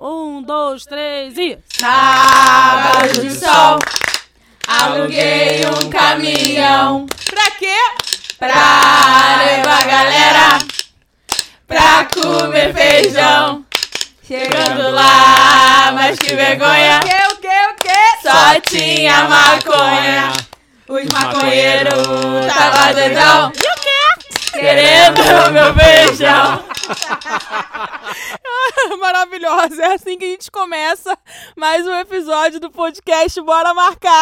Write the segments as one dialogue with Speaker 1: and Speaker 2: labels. Speaker 1: Um, dois, três e.
Speaker 2: Sábado de sol, aluguei um caminhão
Speaker 1: Pra quê?
Speaker 2: pra levar a galera pra comer feijão. Chegando lá, mas que vergonha,
Speaker 1: O que, o que?
Speaker 2: só tinha maconha. Os maconheiros
Speaker 1: tá
Speaker 2: tava doidão
Speaker 1: E o que?
Speaker 2: querendo meu feijão.
Speaker 1: Maravilhosa, é assim que a gente começa mais um episódio do podcast Bora
Speaker 2: Uh!
Speaker 1: Marcar!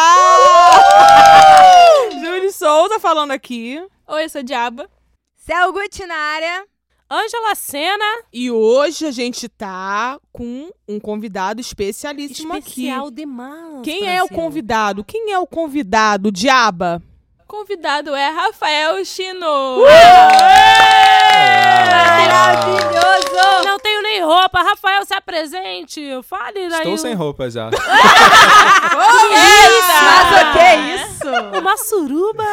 Speaker 1: Júlio Souza falando aqui. Oi, eu sou Diaba.
Speaker 3: Céu Gucci na área.
Speaker 1: Ângela Sena.
Speaker 4: E hoje a gente tá com um convidado especialíssimo
Speaker 1: Especial
Speaker 4: aqui.
Speaker 1: demais.
Speaker 4: Quem é o convidado? Quem é o convidado? Diaba?
Speaker 2: Convidado é Rafael Chino.
Speaker 3: Maravilhoso!
Speaker 1: Não tenho nem roupa. Rafael, se apresente. Fale daí.
Speaker 5: Estou sem roupa já.
Speaker 4: É
Speaker 3: Mas o que é isso?
Speaker 1: Uma suruba.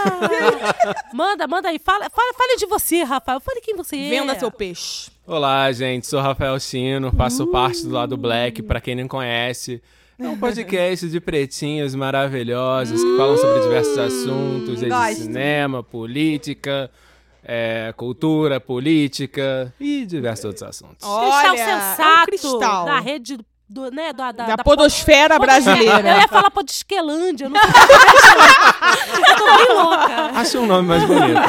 Speaker 1: manda, manda aí. Fala, fala, fale de você, Rafael. Fale quem você é.
Speaker 4: Venda seu peixe.
Speaker 5: Olá, gente. Sou Rafael Chino, faço parte do lado Black, pra quem não conhece. É um podcast de pretinhos maravilhosos que falam sobre diversos assuntos, desde
Speaker 3: Gosto.
Speaker 5: cinema, política, é, cultura, política e diversos outros assuntos.
Speaker 1: Cristal
Speaker 4: Olha, é um
Speaker 1: sensato.
Speaker 4: cristal.
Speaker 1: Da rede do, né, da, da,
Speaker 4: Da podosfera
Speaker 1: Eu
Speaker 4: brasileira.
Speaker 1: ia falar podesquelândia. Eu não sei. é Eu tô bem louca.
Speaker 5: Achei um nome mais bonito.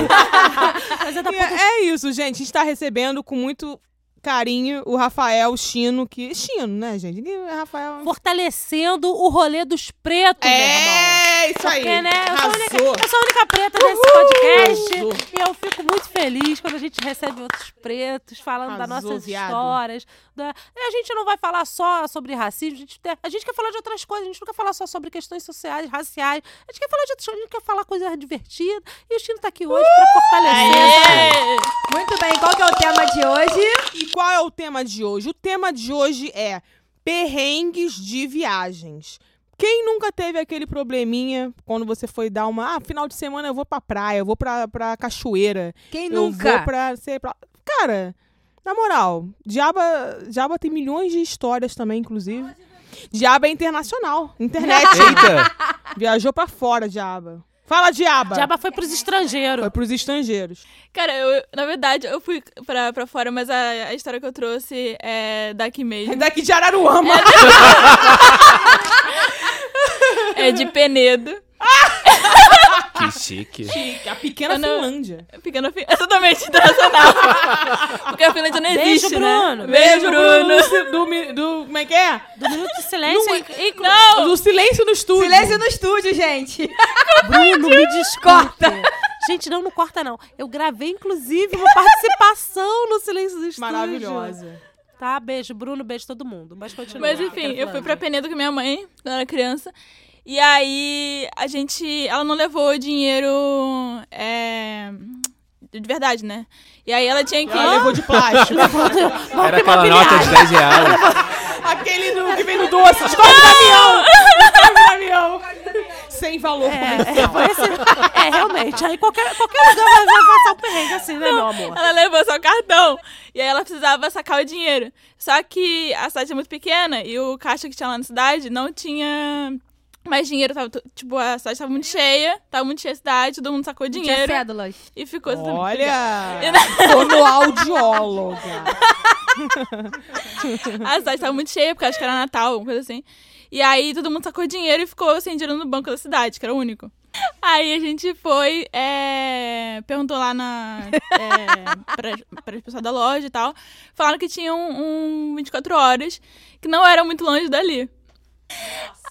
Speaker 1: Mas é da
Speaker 4: E É é isso, gente. A gente tá recebendo com muito carinho o Rafael Chino, que... Chino, né, gente? Ninguém- Rafael...
Speaker 1: fortalecendo o rolê dos pretos, meu irmão.
Speaker 4: É, isso aí.
Speaker 1: Porque, né, eu sou, a única,
Speaker 4: Arrasou.
Speaker 1: eu sou a única preta nesse podcast. E eu fico muito feliz quando a gente recebe outros pretos falando das
Speaker 4: Arrasou,
Speaker 1: nossas
Speaker 4: viado.
Speaker 1: histórias. da- A gente não vai falar só sobre racismo, a gente, tem- a gente quer falar de outras coisas, a gente não quer falar só sobre questões sociais, raciais. A gente quer falar de outras coisas, a gente quer falar coisas divertidas. E o Chino tá aqui hoje pra fortalecer.
Speaker 3: Muito bem, qual que é o tema de hoje?
Speaker 4: E qual é o tema de hoje? O tema de hoje é perrengues de viagens. Quem nunca teve aquele probleminha quando você foi dar uma. Ah, final de semana eu vou pra praia, eu vou pra, pra cachoeira.
Speaker 3: Quem
Speaker 4: eu vou
Speaker 3: nunca?
Speaker 4: pra, sei, pra. Cara, na moral, Diaba, Diaba tem milhões de histórias também, inclusive. Diaba é internacional. Internet.
Speaker 5: Eita!
Speaker 4: Viajou pra fora, Diaba. Fala, Diaba!
Speaker 1: Diaba foi pros estrangeiros.
Speaker 4: Foi pros estrangeiros.
Speaker 2: Cara, eu, na verdade, eu fui pra, pra fora, mas a, a história que eu trouxe é daqui mesmo.
Speaker 4: Daqui de Araruama.
Speaker 2: É de Penedo.
Speaker 5: Que chique.
Speaker 4: A pequena
Speaker 2: Eu não-
Speaker 4: Finlândia.
Speaker 2: Pequena Finlândia. É totalmente internacional. Porque a Finlândia não
Speaker 1: Beijo,
Speaker 2: existe,
Speaker 1: Bruno.
Speaker 2: né? Beijo, Bruno.
Speaker 4: Do, mi- do- Como é que é?
Speaker 1: Do minuto de silêncio.
Speaker 4: Não-
Speaker 1: inclu- inclu-
Speaker 4: Do silêncio no estúdio.
Speaker 3: Silêncio no estúdio, gente.
Speaker 1: Bruno, me descorta. Gente, não, não corta, não. Eu gravei, inclusive, uma participação no Silêncio do Estúdio.
Speaker 4: Maravilhosa.
Speaker 1: Tá, beijo, Bruno, beijo todo mundo. Mas continua.
Speaker 2: Mas enfim, eu fui pra Penedo com minha mãe, quando eu era criança. E aí, a gente... Ela não levou dinheiro... É... De verdade, né? E aí ela tinha que...
Speaker 4: Ela levou de plástico.
Speaker 5: Era aquela nota de 10 reais.
Speaker 4: Aquele do, que vem no doce. Descobre o caminhão. Descobre o caminhão. Sem valor
Speaker 1: É,
Speaker 4: comercial.
Speaker 1: foi esse- é, realmente. Aí qualquer, qualquer lugar vai, vai passar um perrengue assim, né, meu amor?
Speaker 2: Ela levou só o cartão. E aí ela precisava sacar o dinheiro. Só que a cidade é muito pequena e o caixa que tinha lá na cidade não tinha mais dinheiro. Tava, tu- tipo, a cidade tava muito cheia. Tava muito cheia a cidade, todo mundo sacou
Speaker 3: Tinha
Speaker 2: dinheiro.
Speaker 1: é
Speaker 3: cédulas.
Speaker 2: E ficou exatamente-
Speaker 4: Olha. Fonoaudióloga.
Speaker 2: Ah, A cidade tava muito cheia, porque acho que era Natal, alguma coisa assim. E aí todo mundo sacou dinheiro e ficou sem dinheiro no banco da cidade, que era o único. Aí a gente foi, é, perguntou lá na, é, pra, pra pessoal da loja e tal. Falaram que tinha um, um 24 horas, que não era muito longe dali.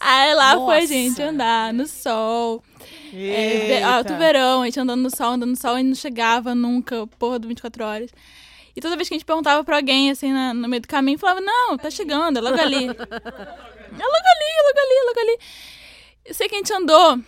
Speaker 2: Aí lá foi a
Speaker 1: Nossa.
Speaker 2: gente andar no sol. É, ve-
Speaker 4: Eita.
Speaker 2: alto verão, a gente andando no sol, andando no sol, e não chegava nunca, porra, do 24 horas. E toda vez que a gente perguntava pra alguém, assim, na- no meio do caminho, falava, não, tá chegando, é logo ali. é logo ali, é logo ali, é logo ali. Eu sei que a gente andou,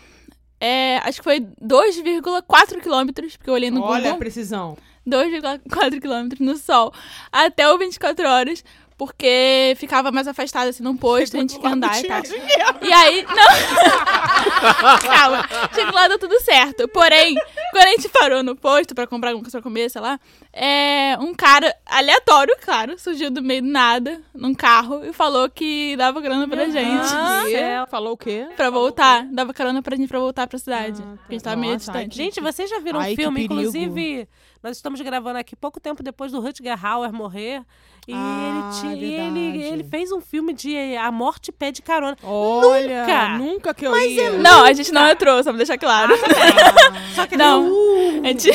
Speaker 2: é, acho que foi 2,4 quilômetros, porque eu olhei no
Speaker 4: Olha a
Speaker 2: Google,
Speaker 4: precisão.
Speaker 2: 2,4 quilômetros no sol, até o 24 horas, porque ficava mais afastado, assim, num posto, a gente tinha que andar e tal. E aí, não. Calma, chegou lá, deu tudo certo. Porém, Quando a gente parou no posto pra comprar alguma coisa pra comer, sei lá, é, um cara aleatório, claro, surgiu do meio do nada, num carro, e falou que dava grana pra gente.
Speaker 4: Você falou o quê?
Speaker 2: Pra voltar, dava carona pra gente pra voltar pra cidade. porque a gente tava meio
Speaker 4: Nossa, ai,
Speaker 2: distante.
Speaker 1: Gente, vocês já viram
Speaker 4: Ai,
Speaker 1: um
Speaker 4: que
Speaker 1: filme,
Speaker 4: perigo.
Speaker 1: inclusive, nós estamos gravando aqui pouco tempo depois do Rutger Hauer morrer. E,
Speaker 4: Ah,
Speaker 1: ele, ti- e ele,
Speaker 4: verdade.
Speaker 1: ele fez um filme de A Morte Pede Carona.
Speaker 4: Olha,
Speaker 1: Nunca!
Speaker 4: nunca, que eu ia.
Speaker 2: Não, a gente não entrou, só pra deixar claro.
Speaker 1: Só que
Speaker 2: não.
Speaker 3: uh.
Speaker 2: A gente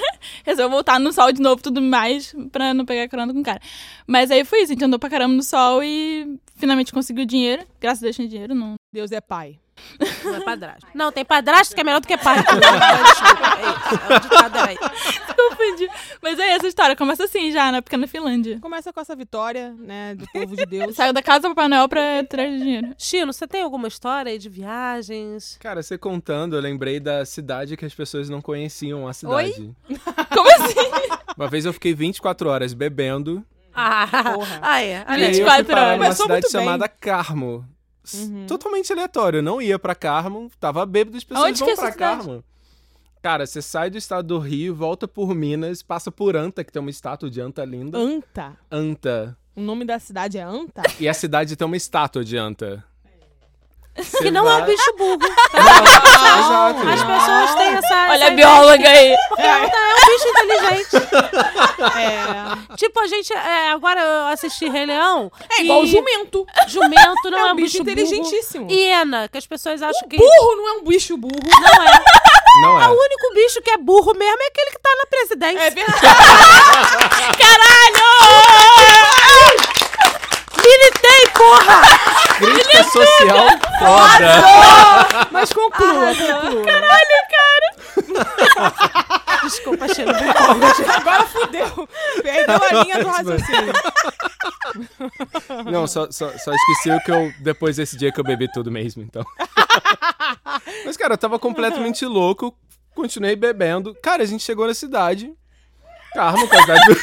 Speaker 2: resolveu voltar no sol de novo e tudo mais pra não pegar carona com o cara. Mas aí foi isso, a gente andou pra caramba no sol e finalmente conseguiu dinheiro. Graças a Deus tinha dinheiro, não.
Speaker 4: Deus é pai.
Speaker 1: Não é padrasto. Não, tem padrasto que é melhor do que pai. Desculpa, é isso. É um ditado aí.
Speaker 2: Confundi. Mas é essa história, começa assim já, na pequena Finlândia.
Speaker 4: Começa com essa vitória, né, do povo de Deus.
Speaker 2: Saiu da casa do Papai Noel pra tirar dinheiro.
Speaker 1: Chino, você tem alguma história aí de viagens?
Speaker 5: Cara, você contando, eu lembrei da cidade que as pessoas não conheciam a cidade.
Speaker 2: Como assim?
Speaker 5: Uma vez eu fiquei 24 horas bebendo.
Speaker 1: Ah,
Speaker 4: Porra.
Speaker 1: ah é.
Speaker 5: E aí eu
Speaker 2: 24
Speaker 5: fui parar numa
Speaker 4: horas. Começou
Speaker 5: cidade
Speaker 4: muito bem.
Speaker 5: chamada Carmo. S-
Speaker 4: Uhum.
Speaker 5: Totalmente aleatório. Eu não ia pra Carmo, tava bêbado, as pessoas
Speaker 2: Aonde
Speaker 5: vão
Speaker 2: que é essa
Speaker 5: pra
Speaker 2: cidade?
Speaker 5: Carmo. Cara, você sai do estado do Rio, volta por Minas, passa por Anta, que tem uma estátua de Anta linda.
Speaker 4: Anta.
Speaker 5: Anta.
Speaker 4: O nome da cidade é Anta?
Speaker 5: E a cidade tem uma estátua de Anta.
Speaker 1: Que não é um bicho burro.
Speaker 5: Exato.
Speaker 1: As pessoas têm essa.
Speaker 2: Olha
Speaker 1: essa
Speaker 2: a bióloga aí.
Speaker 1: É um bicho inteligente.
Speaker 4: É.
Speaker 1: Tipo, a gente. é, agora eu assisti Rei Leão.
Speaker 4: É igual
Speaker 1: e
Speaker 4: o jumento.
Speaker 1: Jumento não é,
Speaker 4: É um
Speaker 1: um bicho,
Speaker 4: bicho
Speaker 1: burro.
Speaker 4: inteligentíssimo.
Speaker 1: E Ena, que as pessoas acham que.
Speaker 4: Burro não é um bicho burro.
Speaker 1: Não é.
Speaker 5: Não
Speaker 1: O
Speaker 5: é.
Speaker 1: único bicho que é burro mesmo é aquele que tá na presidência.
Speaker 4: É verdade.
Speaker 1: Militei, porra!
Speaker 5: Crítica social foda.
Speaker 4: Mas
Speaker 1: é
Speaker 4: conclua, conclua.
Speaker 1: Desculpa, Chino.
Speaker 4: Agora fudeu. Perdeu a linha do raciocínio.
Speaker 5: Não, só, só, só esqueci o que eu. Depois desse dia que eu bebi tudo mesmo, então. Mas, cara, eu tava completamente louco, continuei bebendo. Cara, a gente chegou na cidade. Carmo, com a cidade do...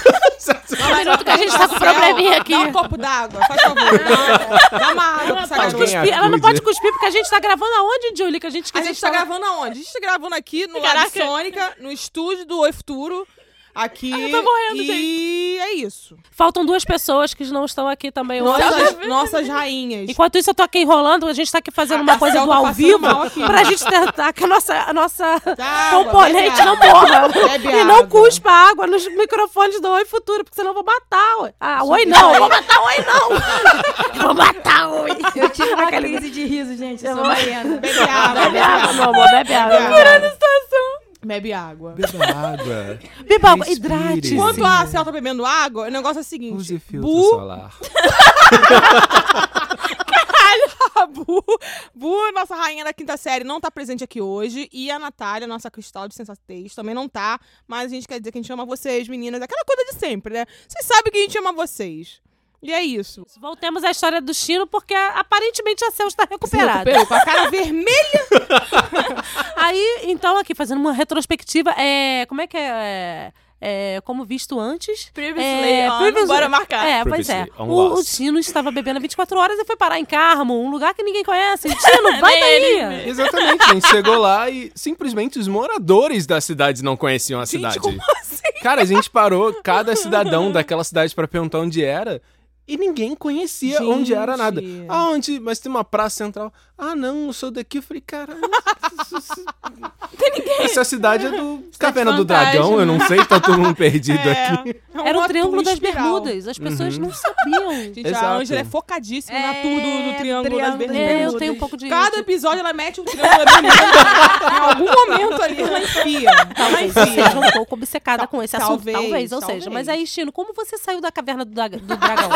Speaker 1: Um minuto que a gente tá com
Speaker 4: Céu,
Speaker 1: probleminha aqui.
Speaker 4: Dá um copo d'água, faz favor. Dá uma água pra essa
Speaker 5: pode
Speaker 4: garota.
Speaker 5: cuspir.
Speaker 1: Cuspi- Ela não
Speaker 5: acude.
Speaker 1: pode cuspir porque a gente tá gravando aonde, Julie? Que é a gente, que
Speaker 4: A gente tá gravando aonde? A gente tá gravando aqui no Lab
Speaker 2: Caraca.
Speaker 4: Sônica, no estúdio do Oi Futuro. Aqui.
Speaker 2: eu tô morrendo,
Speaker 4: e é isso.
Speaker 1: Faltam duas pessoas que não estão aqui também hoje.
Speaker 4: Nossas, nossas rainhas.
Speaker 1: Enquanto isso, eu tô aqui enrolando, a gente tá aqui fazendo uma
Speaker 4: A
Speaker 1: coisa
Speaker 4: Cel
Speaker 1: do
Speaker 4: tá
Speaker 1: ao
Speaker 4: passando
Speaker 1: vivo
Speaker 4: mal aqui.
Speaker 1: pra gente tentar que a nossa, a nossa
Speaker 4: água,
Speaker 1: componente
Speaker 4: bebe
Speaker 1: não
Speaker 4: água.
Speaker 1: morra.
Speaker 4: Bebe
Speaker 1: E não
Speaker 4: água.
Speaker 1: cuspa água nos microfones do Oi Futuro, porque senão eu vou matar. Oi. Ah, oi não, eu vou matar oi não. Eu vou matar oi.
Speaker 3: Eu tive uma crise de riso, gente. Eu sou baiana.
Speaker 4: Bebe água,
Speaker 1: Bebe água, meu amor, bebe água.
Speaker 4: Bebe água.
Speaker 5: Beba água.
Speaker 1: Beba água,
Speaker 5: Respire.
Speaker 1: hidrate.
Speaker 5: Quando-
Speaker 4: Enquanto a Cel tá bebendo água, o negócio é o
Speaker 5: Use
Speaker 4: seguinte.
Speaker 5: filtro
Speaker 4: Bu,
Speaker 5: solar.
Speaker 4: a Bu, Bu, nossa rainha da quinta série, não tá presente aqui hoje. E a Natália, nossa cristal de sensatez, também não tá. Mas a gente quer dizer que a gente ama vocês, meninas. Aquela coisa de sempre, né? Vocês sabem que a gente ama vocês. E é isso.
Speaker 1: Voltemos à história do Chino, porque aparentemente a Cel está recuperada.
Speaker 4: Recuperou, com a cara vermelha.
Speaker 1: Aí, então, aqui, fazendo uma retrospectiva, é, como é que é? é, é, como visto antes.
Speaker 2: Previously
Speaker 1: é,
Speaker 2: on, bora marcar.
Speaker 1: É, pois é.
Speaker 5: Previously on
Speaker 1: O, o
Speaker 5: Lost.
Speaker 1: Tino estava bebendo 24 horas e foi parar em Carmo, um lugar que ninguém conhece. Tino, vai
Speaker 4: É,
Speaker 1: daí!
Speaker 5: É. Exatamente, a gente chegou lá e simplesmente os moradores da cidade não conheciam a cidade.
Speaker 4: como assim?
Speaker 5: Cara, a gente parou cada cidadão daquela cidade pra perguntar onde era e ninguém conhecia
Speaker 4: Gente.
Speaker 5: onde era nada. Ah, onde? Mas tem uma praça central. Ah, não, eu sou daqui. Eu falei, caralho. tem ninguém. Essa cidade é do Caverna do
Speaker 2: Fantasma.
Speaker 5: Dragão, eu não sei, tá todo mundo perdido aqui.
Speaker 4: É um
Speaker 1: Era o
Speaker 4: ator
Speaker 1: Triângulo das
Speaker 4: espiral.
Speaker 1: Bermudas. As pessoas não sabiam.
Speaker 4: Gente, a
Speaker 5: Exato.
Speaker 4: Ângela é focadíssima na
Speaker 3: É,
Speaker 4: tour do, do Triângulo das
Speaker 3: Triângulo.
Speaker 4: Bermudas.
Speaker 1: É, eu
Speaker 3: Bermudas.
Speaker 1: tenho um pouco de.
Speaker 4: Cada episódio ela mete um Triângulo das Bermudas. em algum momento ali ela enfia. Ela
Speaker 1: Talvez eu
Speaker 4: enfia.
Speaker 1: seja um pouco obcecada com esse assunto. Talvez,
Speaker 4: Talvez,
Speaker 1: ou seja.
Speaker 4: talvez.
Speaker 1: Mas aí, Chino, como você saiu da caverna do, dra- do dragão?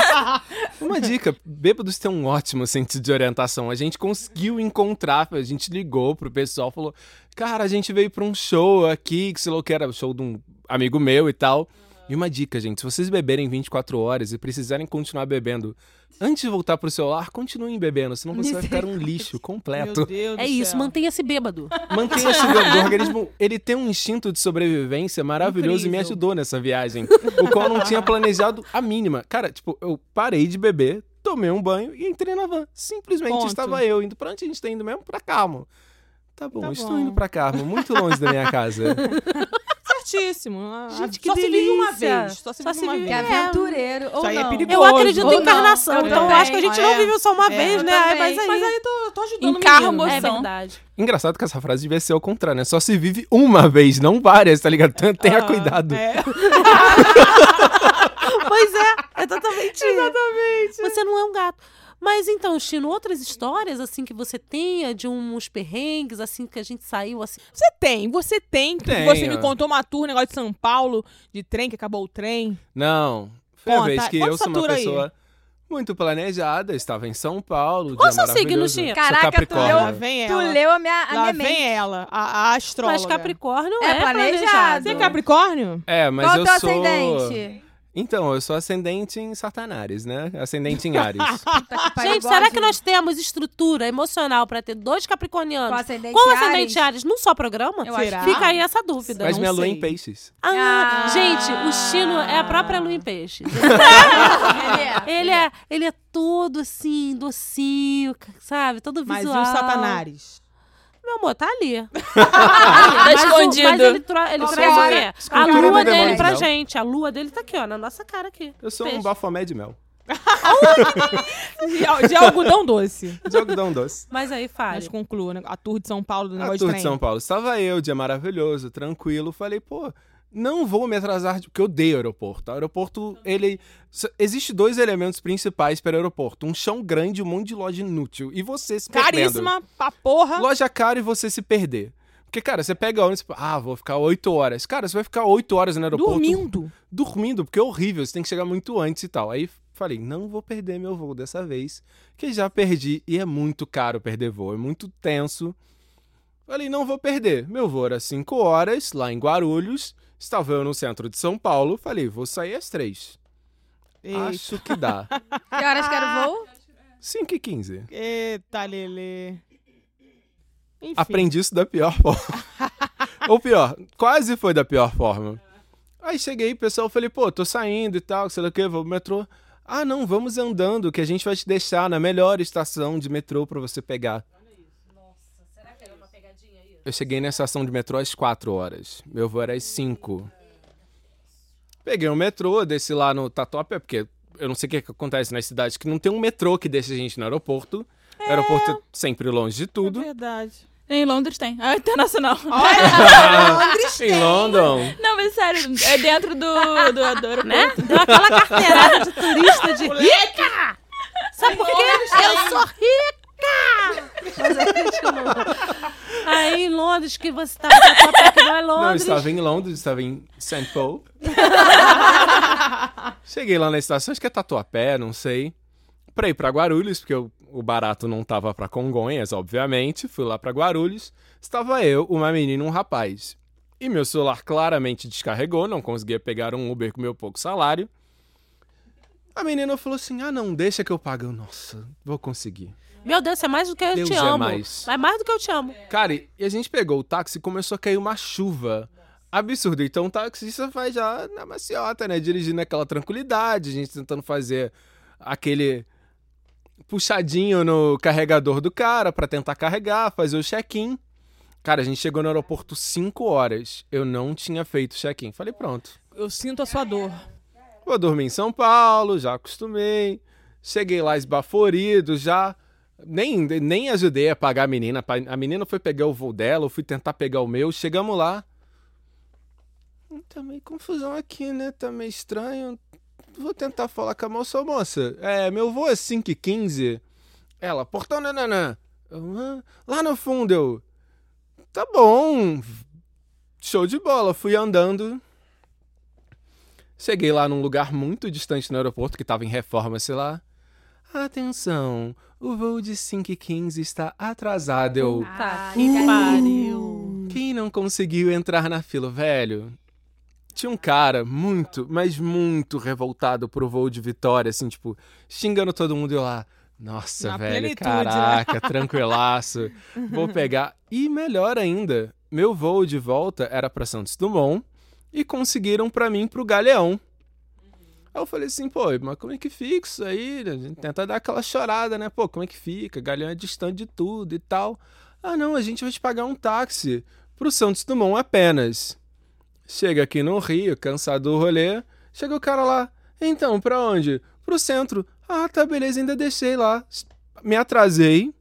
Speaker 5: Uma dica, bêbados têm um ótimo sentido de orientação. A gente conseguiu encontrar, a gente ligou pro pessoal, falou: Cara, a gente veio pra um show aqui, que sei lá o que era, show de um amigo meu e tal. E uma dica, gente, se vocês beberem 24 horas e precisarem continuar bebendo, antes de voltar pro seu lar, continuem bebendo, senão você vai ficar um lixo completo.
Speaker 4: Meu Deus do
Speaker 1: é isso,
Speaker 4: céu.
Speaker 1: mantenha-se bêbado.
Speaker 5: Mantenha esse o organismo, ele tem um instinto de sobrevivência maravilhoso e me
Speaker 4: Incrível.
Speaker 5: ajudou nessa viagem, o qual eu não tinha planejado a mínima. Cara, tipo, eu parei de beber, tomei um banho e entrei na van. Simplesmente
Speaker 4: Ponto.
Speaker 5: estava eu indo pra onde a gente tá indo mesmo, pra Carmo. Tá bom,
Speaker 4: Tá
Speaker 5: estou
Speaker 4: bom.
Speaker 5: indo pra Carmo, muito longe da minha casa.
Speaker 4: Certíssimo. A-
Speaker 1: Gente,
Speaker 4: a-
Speaker 1: que
Speaker 4: Ah, só se vive uma
Speaker 1: delícia.
Speaker 4: vez. Só se
Speaker 1: Só
Speaker 4: vive
Speaker 1: se
Speaker 4: uma
Speaker 1: vive-
Speaker 4: vez.
Speaker 3: Que é
Speaker 2: um
Speaker 1: É.
Speaker 3: aventureiro. Ou
Speaker 4: Isso aí é
Speaker 3: não.
Speaker 4: perigoso.
Speaker 1: Eu acredito
Speaker 2: Ou
Speaker 1: em
Speaker 2: não,
Speaker 1: encarnação,
Speaker 2: eu
Speaker 1: então eu
Speaker 2: também.
Speaker 1: acho que a gente não
Speaker 4: É.
Speaker 1: viveu só uma
Speaker 4: É,
Speaker 1: vez,
Speaker 3: eu
Speaker 1: né? Ai,
Speaker 3: também.
Speaker 1: Mas aí...
Speaker 4: Mas aí eu tô, eu tô ajudando o
Speaker 2: Encarra
Speaker 4: menino.
Speaker 2: a
Speaker 1: É
Speaker 2: emoção.
Speaker 1: verdade.
Speaker 5: Engraçado que essa frase devia ser ao contrário, né? Só se vive uma vez, não várias, tá ligado? Então Tenha
Speaker 4: Ah,
Speaker 5: cuidado.
Speaker 4: é.
Speaker 1: Pois é, exatamente. exatamente. Você não é um gato. Mas então, Chino, outras histórias assim que você tenha de uns perrengues assim que a gente saiu assim.
Speaker 4: Você tem, você tem. que
Speaker 5: Tenho.
Speaker 4: Você me contou uma tour, um negócio de São Paulo, de trem, que acabou o trem.
Speaker 5: Não. Foi a
Speaker 4: Conta,
Speaker 5: vez que
Speaker 4: conta
Speaker 5: eu sou uma
Speaker 4: essa tour aí.
Speaker 5: pessoa muito planejada, estava em São Paulo.
Speaker 1: Qual
Speaker 5: dia
Speaker 1: seu signo,
Speaker 5: maravilhoso.
Speaker 1: Chico?
Speaker 5: Sou
Speaker 3: Caraca, tu
Speaker 5: Capricórnio.
Speaker 4: Lá
Speaker 3: leu,
Speaker 4: vem
Speaker 3: tu
Speaker 4: ela.
Speaker 3: leu a minha, a
Speaker 4: Lá
Speaker 3: minha
Speaker 4: vem
Speaker 3: mente.
Speaker 4: ela, a, a astróloga.
Speaker 1: Mas Capricórnio é,
Speaker 3: É planejado.
Speaker 4: Você é Capricórnio?
Speaker 5: É, mas
Speaker 3: Qual
Speaker 5: eu
Speaker 3: o teu
Speaker 5: sou.
Speaker 3: ascendente?
Speaker 5: Então, eu sou ascendente em Satanares, né? Ascendente em Ares.
Speaker 3: Puta que pariu,
Speaker 1: Gente,
Speaker 3: igual
Speaker 1: será
Speaker 3: a
Speaker 1: que nós temos estrutura emocional pra ter dois
Speaker 3: Com
Speaker 1: capricornianos
Speaker 3: ascendente
Speaker 1: com
Speaker 3: Ares?
Speaker 1: ascendente Ares num só programa?
Speaker 3: Eu acho
Speaker 4: Será?
Speaker 1: Fica aí essa dúvida.
Speaker 5: mas
Speaker 4: não
Speaker 5: minha lua é
Speaker 4: sei.
Speaker 5: em peixes.
Speaker 1: Ah,
Speaker 3: Ah.
Speaker 1: Gente, o Chino é a própria lua em peixe.
Speaker 3: Ele é.
Speaker 1: Ele é, ele é todo assim, docinho, sabe? Todo
Speaker 4: Mas
Speaker 1: visual.
Speaker 4: e o Satanares?
Speaker 1: Meu amor, tá ali.
Speaker 2: Tá
Speaker 1: Mas o- Mas ele,
Speaker 2: escondido.
Speaker 1: tra- ele
Speaker 3: Qual
Speaker 1: traz
Speaker 3: é?
Speaker 1: o quê? A
Speaker 5: Escultura
Speaker 1: lua
Speaker 5: do
Speaker 1: dele
Speaker 5: demônio,
Speaker 1: pra
Speaker 5: não.
Speaker 1: gente. A lua dele tá aqui, ó, na nossa cara aqui.
Speaker 5: Eu sou
Speaker 1: Peixe.
Speaker 5: um bafomé de mel.
Speaker 4: De, al- de algodão doce.
Speaker 5: De algodão doce.
Speaker 1: Mas aí,
Speaker 4: Mas
Speaker 1: fale.
Speaker 4: conclua, né? a tour de São Paulo do
Speaker 5: A
Speaker 4: negócio de
Speaker 5: tour
Speaker 4: trem.
Speaker 5: de São Paulo. Estava eu, dia maravilhoso, tranquilo. Falei, pô, não vou me atrasar, de- porque eu odeio aeroporto. O aeroporto, ele. s- Existe dois elementos principais para aeroporto: um chão grande e um monte de loja inútil. E você se perdendo.
Speaker 4: Caríssima pra porra.
Speaker 5: Loja cara e você se perder. Porque, cara, você pega ônibus e fala, ah, vou ficar oito horas. Cara, você vai ficar oito horas no aeroporto.
Speaker 4: Dormindo.
Speaker 5: dormindo, porque é horrível, você tem que chegar muito antes e tal. Aí falei, não vou perder meu voo dessa vez, que já perdi e é muito caro perder voo, é muito tenso. Falei, não vou perder. Meu voo era 5 horas, lá em Guarulhos, estava eu no centro de São Paulo, falei, vou sair às 3.
Speaker 4: Eita,
Speaker 5: Acho que dá.
Speaker 3: Que horas que
Speaker 4: Ah.
Speaker 3: era o voo?
Speaker 5: 5 e 15.
Speaker 4: Eita, Lele. Enfim.
Speaker 5: Aprendi isso da pior forma. Ou pior, quase foi da pior forma. Aí cheguei, pessoal, falei, pô, tô saindo e tal, sei lá o que, vou pro metrô. Ah, não, vamos andando, que a gente vai te deixar na melhor estação de metrô pra você pegar. Eu cheguei na estação de metrô às 4 horas. Meu voo era às 5. Peguei o metrô, desci lá no Tatuapé, porque eu não sei o que, que acontece nas cidades que não tem um metrô que deixa a gente no aeroporto. O aeroporto é sempre longe de
Speaker 4: É
Speaker 5: tudo.
Speaker 4: verdade.
Speaker 2: Em Londres tem. Ah, internacional.
Speaker 5: em London.
Speaker 2: Não, mas sério, é dentro do, do, do aeroporto.
Speaker 1: Né? Deu aquela carteirada de turista de rica! Sabe por quê? Eu sou rica! Aí em Londres, que você tá tá- que não é
Speaker 5: Não, eu
Speaker 1: Londres.
Speaker 5: estava em Londres, estava em St. Paul. Cheguei lá na estação, acho que é Tatuapé, não sei. Pra ir pra Guarulhos, porque eu- o barato não tava pra Congonhas, obviamente. Fui lá pra Guarulhos. Estava eu, uma menina e um rapaz. E meu celular claramente descarregou, não conseguia pegar um Uber com meu pouco salário. A menina falou assim: ah, não, deixa que eu pago. Eu, Nossa, vou conseguir.
Speaker 1: Meu Deus, é mais do que eu
Speaker 5: Deus
Speaker 1: te
Speaker 5: é
Speaker 1: amo.
Speaker 5: mais.
Speaker 1: É mais do que eu te amo.
Speaker 5: Cara, e e a gente pegou o táxi e começou a cair uma chuva. Absurdo. Então o taxista vai já na maciota, né? Dirigindo aquela tranquilidade, a gente tentando fazer aquele puxadinho no carregador do cara pra tentar carregar, fazer o check-in. Cara, a gente chegou no aeroporto 5 horas. Eu não tinha feito check-in. Falei, pronto.
Speaker 4: Eu sinto a sua dor.
Speaker 5: Vou dormir em São Paulo, já acostumei. Cheguei lá esbaforido, já. Nem, nem ajudei a pagar a menina. pa- A menina foi pegar o voo dela, eu fui tentar pegar o meu. Chegamos lá. Hum, Tá meio confusão aqui, né? Tá meio estranho. Vou tentar falar com a moça. Ô, moça, é, meu voo é 5h15. Ela, portão nananã. Eu, "Hã?" Lá no fundo, eu. Tá bom. Show de bola. Fui andando. Cheguei lá num lugar muito distante no aeroporto, que tava em reforma, sei lá. Atenção, o voo de 5 e 15 está atrasado. Eu,
Speaker 1: Tá.
Speaker 5: quem não conseguiu entrar na fila, velho? Tinha um cara muito, mas muito revoltado pro voo de Vitória, assim, tipo, xingando todo mundo e eu lá. Nossa,
Speaker 4: Na
Speaker 5: velho,
Speaker 4: plenitude, né?
Speaker 5: caraca, tranquilaço. Vou pegar. E melhor ainda, meu voo de volta era pra Santos Dumont e conseguiram pra mim pro Galeão.
Speaker 4: Uhum.
Speaker 5: Aí eu falei assim, pô, mas como é que fica isso aí? A gente tenta dar aquela chorada, né? Pô, como é que fica? Galeão é distante de tudo e tal. Ah, não, a gente vai te pagar um táxi pro Santos Dumont apenas. Chega aqui no Rio, cansado do rolê, chega o cara lá. Então, pra onde? Pro centro. Ah, tá, beleza, ainda deixei lá. Me atrasei,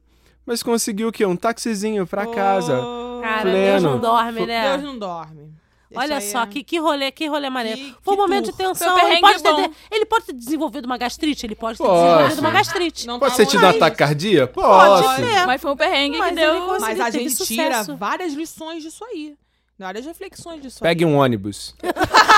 Speaker 5: mas consegui o quê? Um taxizinho pra casa.
Speaker 1: Cara,
Speaker 5: Pleno.
Speaker 1: Deus não dorme, né?
Speaker 4: Deus não dorme. Isso
Speaker 1: Olha
Speaker 4: aí
Speaker 1: só,
Speaker 4: é-
Speaker 1: que, que rolê, que rolê maneiro.
Speaker 4: Que-
Speaker 1: Foi um
Speaker 4: que
Speaker 1: momento de
Speaker 4: tour.
Speaker 1: tensão.
Speaker 2: Foi um
Speaker 1: Ele pode, ter,
Speaker 2: perrengue
Speaker 1: ele pode ter desenvolvido uma gastrite, ele pode ter
Speaker 5: Pode.
Speaker 1: desenvolvido uma gastrite.
Speaker 4: Não
Speaker 5: Pode
Speaker 4: tá
Speaker 5: ser te
Speaker 4: longe.
Speaker 5: dar tacardia?
Speaker 1: pode
Speaker 5: Pode.
Speaker 1: ser.
Speaker 2: Mas foi um perrengue
Speaker 1: Mas
Speaker 2: que
Speaker 1: ele
Speaker 2: deu.
Speaker 1: conseguiu.
Speaker 4: Mas a
Speaker 1: teve
Speaker 4: gente tira
Speaker 1: sucesso.
Speaker 4: várias lições disso aí. Várias reflexões disso aí.
Speaker 5: Pegue um ônibus.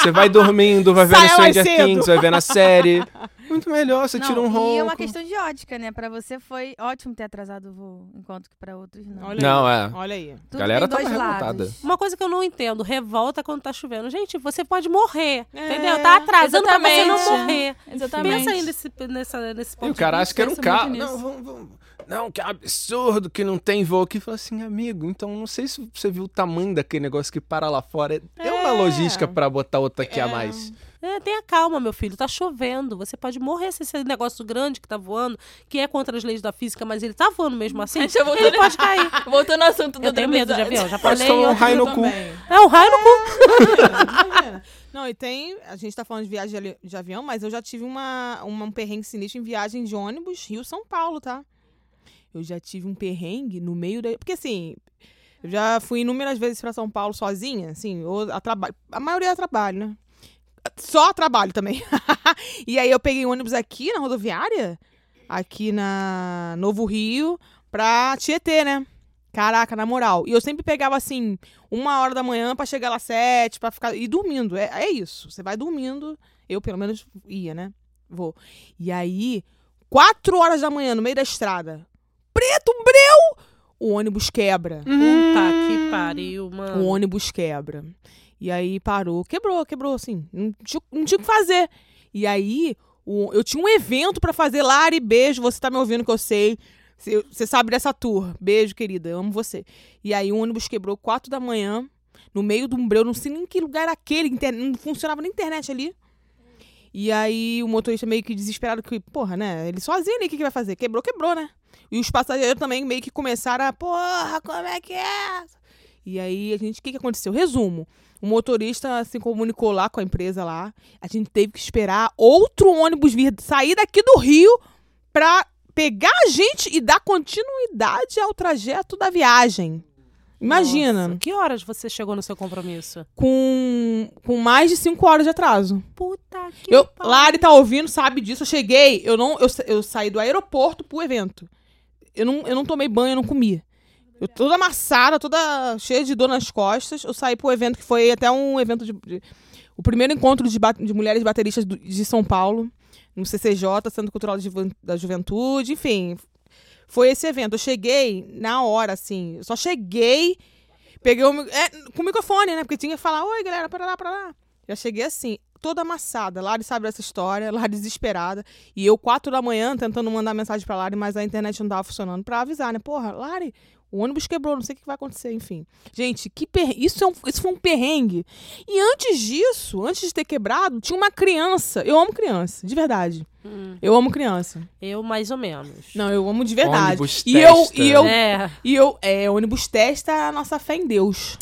Speaker 5: Você vai dormindo, vai
Speaker 4: Saia
Speaker 5: vendo
Speaker 4: mais
Speaker 5: Stranger
Speaker 4: cedo.
Speaker 5: Things, vai vendo a série. Muito melhor, você tira um
Speaker 3: não,
Speaker 5: ronco.
Speaker 3: e é uma questão de ótica, né? Pra você foi ótimo ter atrasado o voo, enquanto que pra outros não.
Speaker 4: Olha
Speaker 5: Não,
Speaker 4: aí.
Speaker 5: é.
Speaker 4: Olha aí.
Speaker 3: Tudo
Speaker 5: galera
Speaker 3: tem dois
Speaker 5: tava revoltada.
Speaker 3: lados.
Speaker 1: Uma coisa que eu não entendo, revolta quando tá chovendo. Gente, você pode morrer,
Speaker 4: É,
Speaker 1: entendeu? Tá atrasando pra você não
Speaker 2: exatamente.
Speaker 1: morrer.
Speaker 2: Exatamente.
Speaker 1: Pensa assim. aí nesse, nessa, nesse
Speaker 5: E
Speaker 1: ponto
Speaker 5: o cara
Speaker 1: de
Speaker 5: acha que era um
Speaker 2: pensa
Speaker 5: carro.
Speaker 2: muito
Speaker 4: é
Speaker 2: nisso.
Speaker 5: Não, vamos, vamos. Não, que absurdo que não tem voo aqui. Fala assim, amigo, então não sei se você viu o tamanho daquele negócio que para lá fora. É,
Speaker 4: É.
Speaker 5: uma logística pra botar outra aqui a
Speaker 4: É.
Speaker 5: mais.
Speaker 1: É, tenha calma, meu filho. Tá chovendo. Você pode morrer se esse negócio grande que tá voando, que é contra as leis da física, mas ele tá voando mesmo assim.
Speaker 2: A gente já voltou
Speaker 1: Ele
Speaker 2: no-
Speaker 1: pode cair.
Speaker 2: Ah, Voltando ao assunto do
Speaker 1: Eu tenho medo de
Speaker 2: trapezado.
Speaker 1: avião. Já
Speaker 5: Pode
Speaker 1: falei.
Speaker 5: tomar um
Speaker 1: outro-
Speaker 5: raio no cu.
Speaker 4: Também.
Speaker 1: É, um raio no cu.
Speaker 4: Imagina. Tá Não, e tem. A gente tá falando de viagem de ali- de avião, mas eu já tive uma, uma- um perrengue sinistro em viagem de ônibus Rio-São Paulo, tá? Eu já tive um perrengue no meio da. Porque assim. Eu já fui inúmeras vezes pra São Paulo sozinha, assim, ou a trabalho. A maioria é a trabalho, né? Só a trabalho também. e aí eu peguei um ônibus aqui na rodoviária, aqui na Novo Rio, pra Tietê, né? Caraca, na moral. E eu sempre pegava assim, uma hora da manhã pra chegar lá sete, pra ficar. E dormindo. É, é isso. Você vai dormindo. Eu, pelo menos, ia, né? Vou. E aí, quatro horas da manhã, no meio da estrada, preto, um breu! O ônibus quebra.
Speaker 1: Puta que pariu,
Speaker 4: O
Speaker 1: mano.
Speaker 4: ônibus quebra. E aí parou, quebrou, quebrou, assim. Não tinha, não tinha o que fazer. E aí, o- eu tinha um evento pra fazer. Lari, beijo, você tá me ouvindo que eu sei. Você você sabe dessa tour. Beijo, querida, eu amo você. E aí o ônibus quebrou quatro da manhã, no meio do umbreu, não sei nem que lugar era aquele, inter- não funcionava nem internet ali. E aí o motorista meio que desesperado, que, porra, né? Ele sozinho ali, o que, que vai fazer? Quebrou, quebrou, né? E os passageiros também meio que começaram a, porra, como é que é? E aí, a gente, o que, que aconteceu? Resumo. O motorista se comunicou lá com a empresa lá. A gente teve que esperar outro ônibus vir sair daqui do Rio pra pegar a gente e dar continuidade ao trajeto da viagem. Imagina,
Speaker 1: Nossa, que horas você chegou no seu compromisso?
Speaker 4: com, com mais de cinco horas de atraso.
Speaker 1: Puta que
Speaker 4: Eu,
Speaker 1: pariu.
Speaker 4: Lari tá ouvindo, sabe disso. Eu cheguei, eu não, eu, sa- eu saí do aeroporto pro evento. Eu não, eu não tomei banho, eu não comi. Eu toda amassada, toda cheia de dor nas costas. Eu saí pro evento que foi até um evento de, de- o primeiro encontro de, ba- de mulheres bateristas do- de São Paulo, no CCJ, Centro Cultural da Juven- da Juventude, enfim. Foi esse evento. Eu cheguei na hora, assim. Eu só cheguei, peguei o, mi- é, com o microfone, né? Porque tinha que falar, oi, galera, para lá, para lá. Já cheguei assim, toda amassada. Lari sabe dessa história, Lari desesperada. E eu, quatro da manhã, tentando mandar mensagem pra Lari, mas a internet não tava funcionando pra avisar, né? Porra, Lari, o ônibus quebrou, não sei o que vai acontecer, enfim. Gente, que per... isso, é um... isso foi um perrengue. E antes disso, antes de ter quebrado, tinha uma criança. Eu amo criança, de verdade. Eu amo criança.
Speaker 1: Eu, mais ou menos.
Speaker 4: Não, eu amo de verdade.
Speaker 5: Ônibus
Speaker 4: e eu,
Speaker 5: testa.
Speaker 4: e eu,
Speaker 1: É,
Speaker 4: e eu, é, ônibus testa a nossa fé em Deus.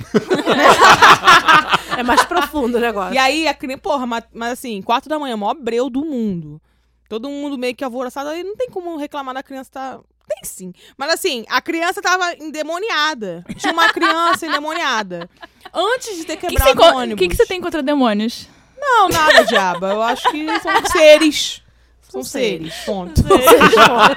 Speaker 1: é mais profundo o negócio.
Speaker 4: E aí, a criança, porra, mas, mas assim, quatro da manhã, maior breu do mundo. Todo mundo meio que alvoroçado, aí não tem como reclamar da criança tá. Tem sim. Mas assim, a criança tava endemoniada. Tinha uma criança endemoniada. Antes de ter
Speaker 2: O que que você
Speaker 4: quebrado o
Speaker 2: co- O
Speaker 1: um
Speaker 4: ônibus.
Speaker 2: que, que você tem contra demônios?
Speaker 4: Não, nada, diaba. Eu acho que são seres.
Speaker 1: São
Speaker 4: São seres, ponto.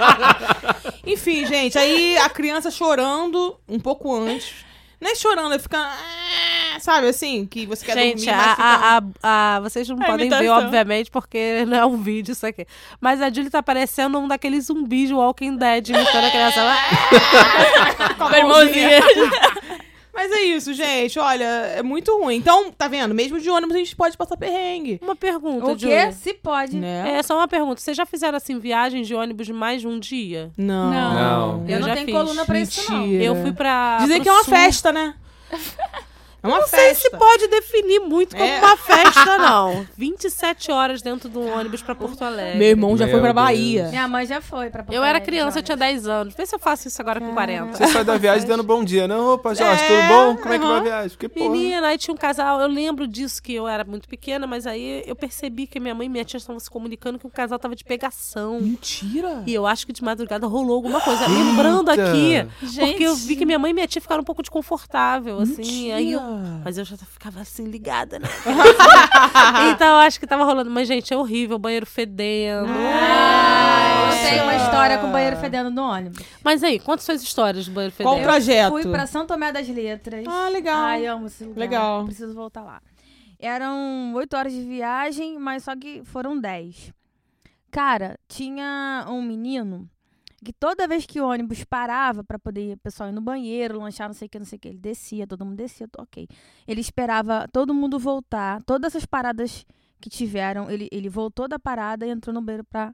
Speaker 4: Enfim, gente, aí a criança chorando um pouco antes. Nem chorando, ela fica. "Ah", Sabe assim, que você quer
Speaker 1: Gente,
Speaker 4: dormir,
Speaker 1: a,
Speaker 4: mas fica...
Speaker 1: a, a- a- vocês não
Speaker 2: A
Speaker 1: podem ver,
Speaker 2: imitação.
Speaker 1: obviamente, porque não é um vídeo isso aqui. Mas a Julie tá parecendo um daqueles zumbis de Walking Dead imitando a criança. Ela-
Speaker 4: com a
Speaker 1: Ah,
Speaker 2: Meu irmãozinho.
Speaker 4: Mas é isso, gente. Olha, é muito ruim. Então, tá vendo? Mesmo de ônibus a gente pode passar perrengue.
Speaker 1: Uma pergunta,
Speaker 3: O
Speaker 1: Julie.
Speaker 3: que se pode.
Speaker 4: Né?
Speaker 1: É só uma pergunta. Vocês já fizeram assim viagens de ônibus de mais de um dia?
Speaker 4: Não.
Speaker 2: Não.
Speaker 1: Eu
Speaker 3: Eu não
Speaker 1: já
Speaker 3: tenho
Speaker 1: fiz. É.
Speaker 3: coluna pra isso, não.
Speaker 4: Mentira.
Speaker 1: Eu fui pra
Speaker 4: Dizem é
Speaker 1: pro
Speaker 4: que é uma
Speaker 1: sul.
Speaker 4: festa, né? É uma
Speaker 1: Não sei se
Speaker 4: festa.
Speaker 1: pode definir muito como
Speaker 4: É.
Speaker 1: uma festa, não. 27 horas dentro de um ônibus pra Porto Alegre.
Speaker 4: Meu irmão já
Speaker 5: Meu
Speaker 4: foi pra
Speaker 5: Deus.
Speaker 4: Bahia.
Speaker 3: Minha mãe já foi pra Porto
Speaker 1: Eu era
Speaker 3: Alegre,
Speaker 1: criança, eu
Speaker 3: olha.
Speaker 1: tinha 10 anos. Vê se eu faço isso agora com 40.
Speaker 5: Você sai da viagem dando bom dia, né? Opa, Jorge, tudo bom? Como é que vai a viagem? Porque, porra.
Speaker 1: Menina, aí tinha um casal. Eu lembro disso que eu era muito pequena, mas aí eu percebi que minha mãe e minha tia estavam se comunicando que o casal tava de pegação.
Speaker 4: Mentira.
Speaker 1: E eu acho que de madrugada rolou alguma coisa. Lembrando aqui, porque eu vi que minha mãe e minha tia ficaram um pouco desconfortável, assim. Aí eu Mas eu já ficava assim, ligada, né? então eu acho que tava rolando. Mas, gente, é horrível, banheiro fedendo.
Speaker 3: É. Ah, Eu tenho
Speaker 1: Ah.
Speaker 3: uma história com banheiro fedendo no ônibus.
Speaker 1: Mas aí, conta suas histórias do banheiro
Speaker 4: Qual o
Speaker 1: fedendo.
Speaker 4: projeto?
Speaker 3: Fui pra São Tomé das Letras.
Speaker 4: Ah, legal.
Speaker 3: Ai, amo esse lugar.
Speaker 4: Legal.
Speaker 3: Preciso voltar lá. Eram oito horas de viagem, mas só que foram dez. Cara, tinha um menino que toda vez que o ônibus parava pra poder o pessoal ir no banheiro, lanchar, não sei o que, não sei o que, ele descia, todo mundo descia, tô ok. Ele esperava todo mundo voltar, todas essas paradas que tiveram, ele, ele voltou da parada e entrou no banheiro pra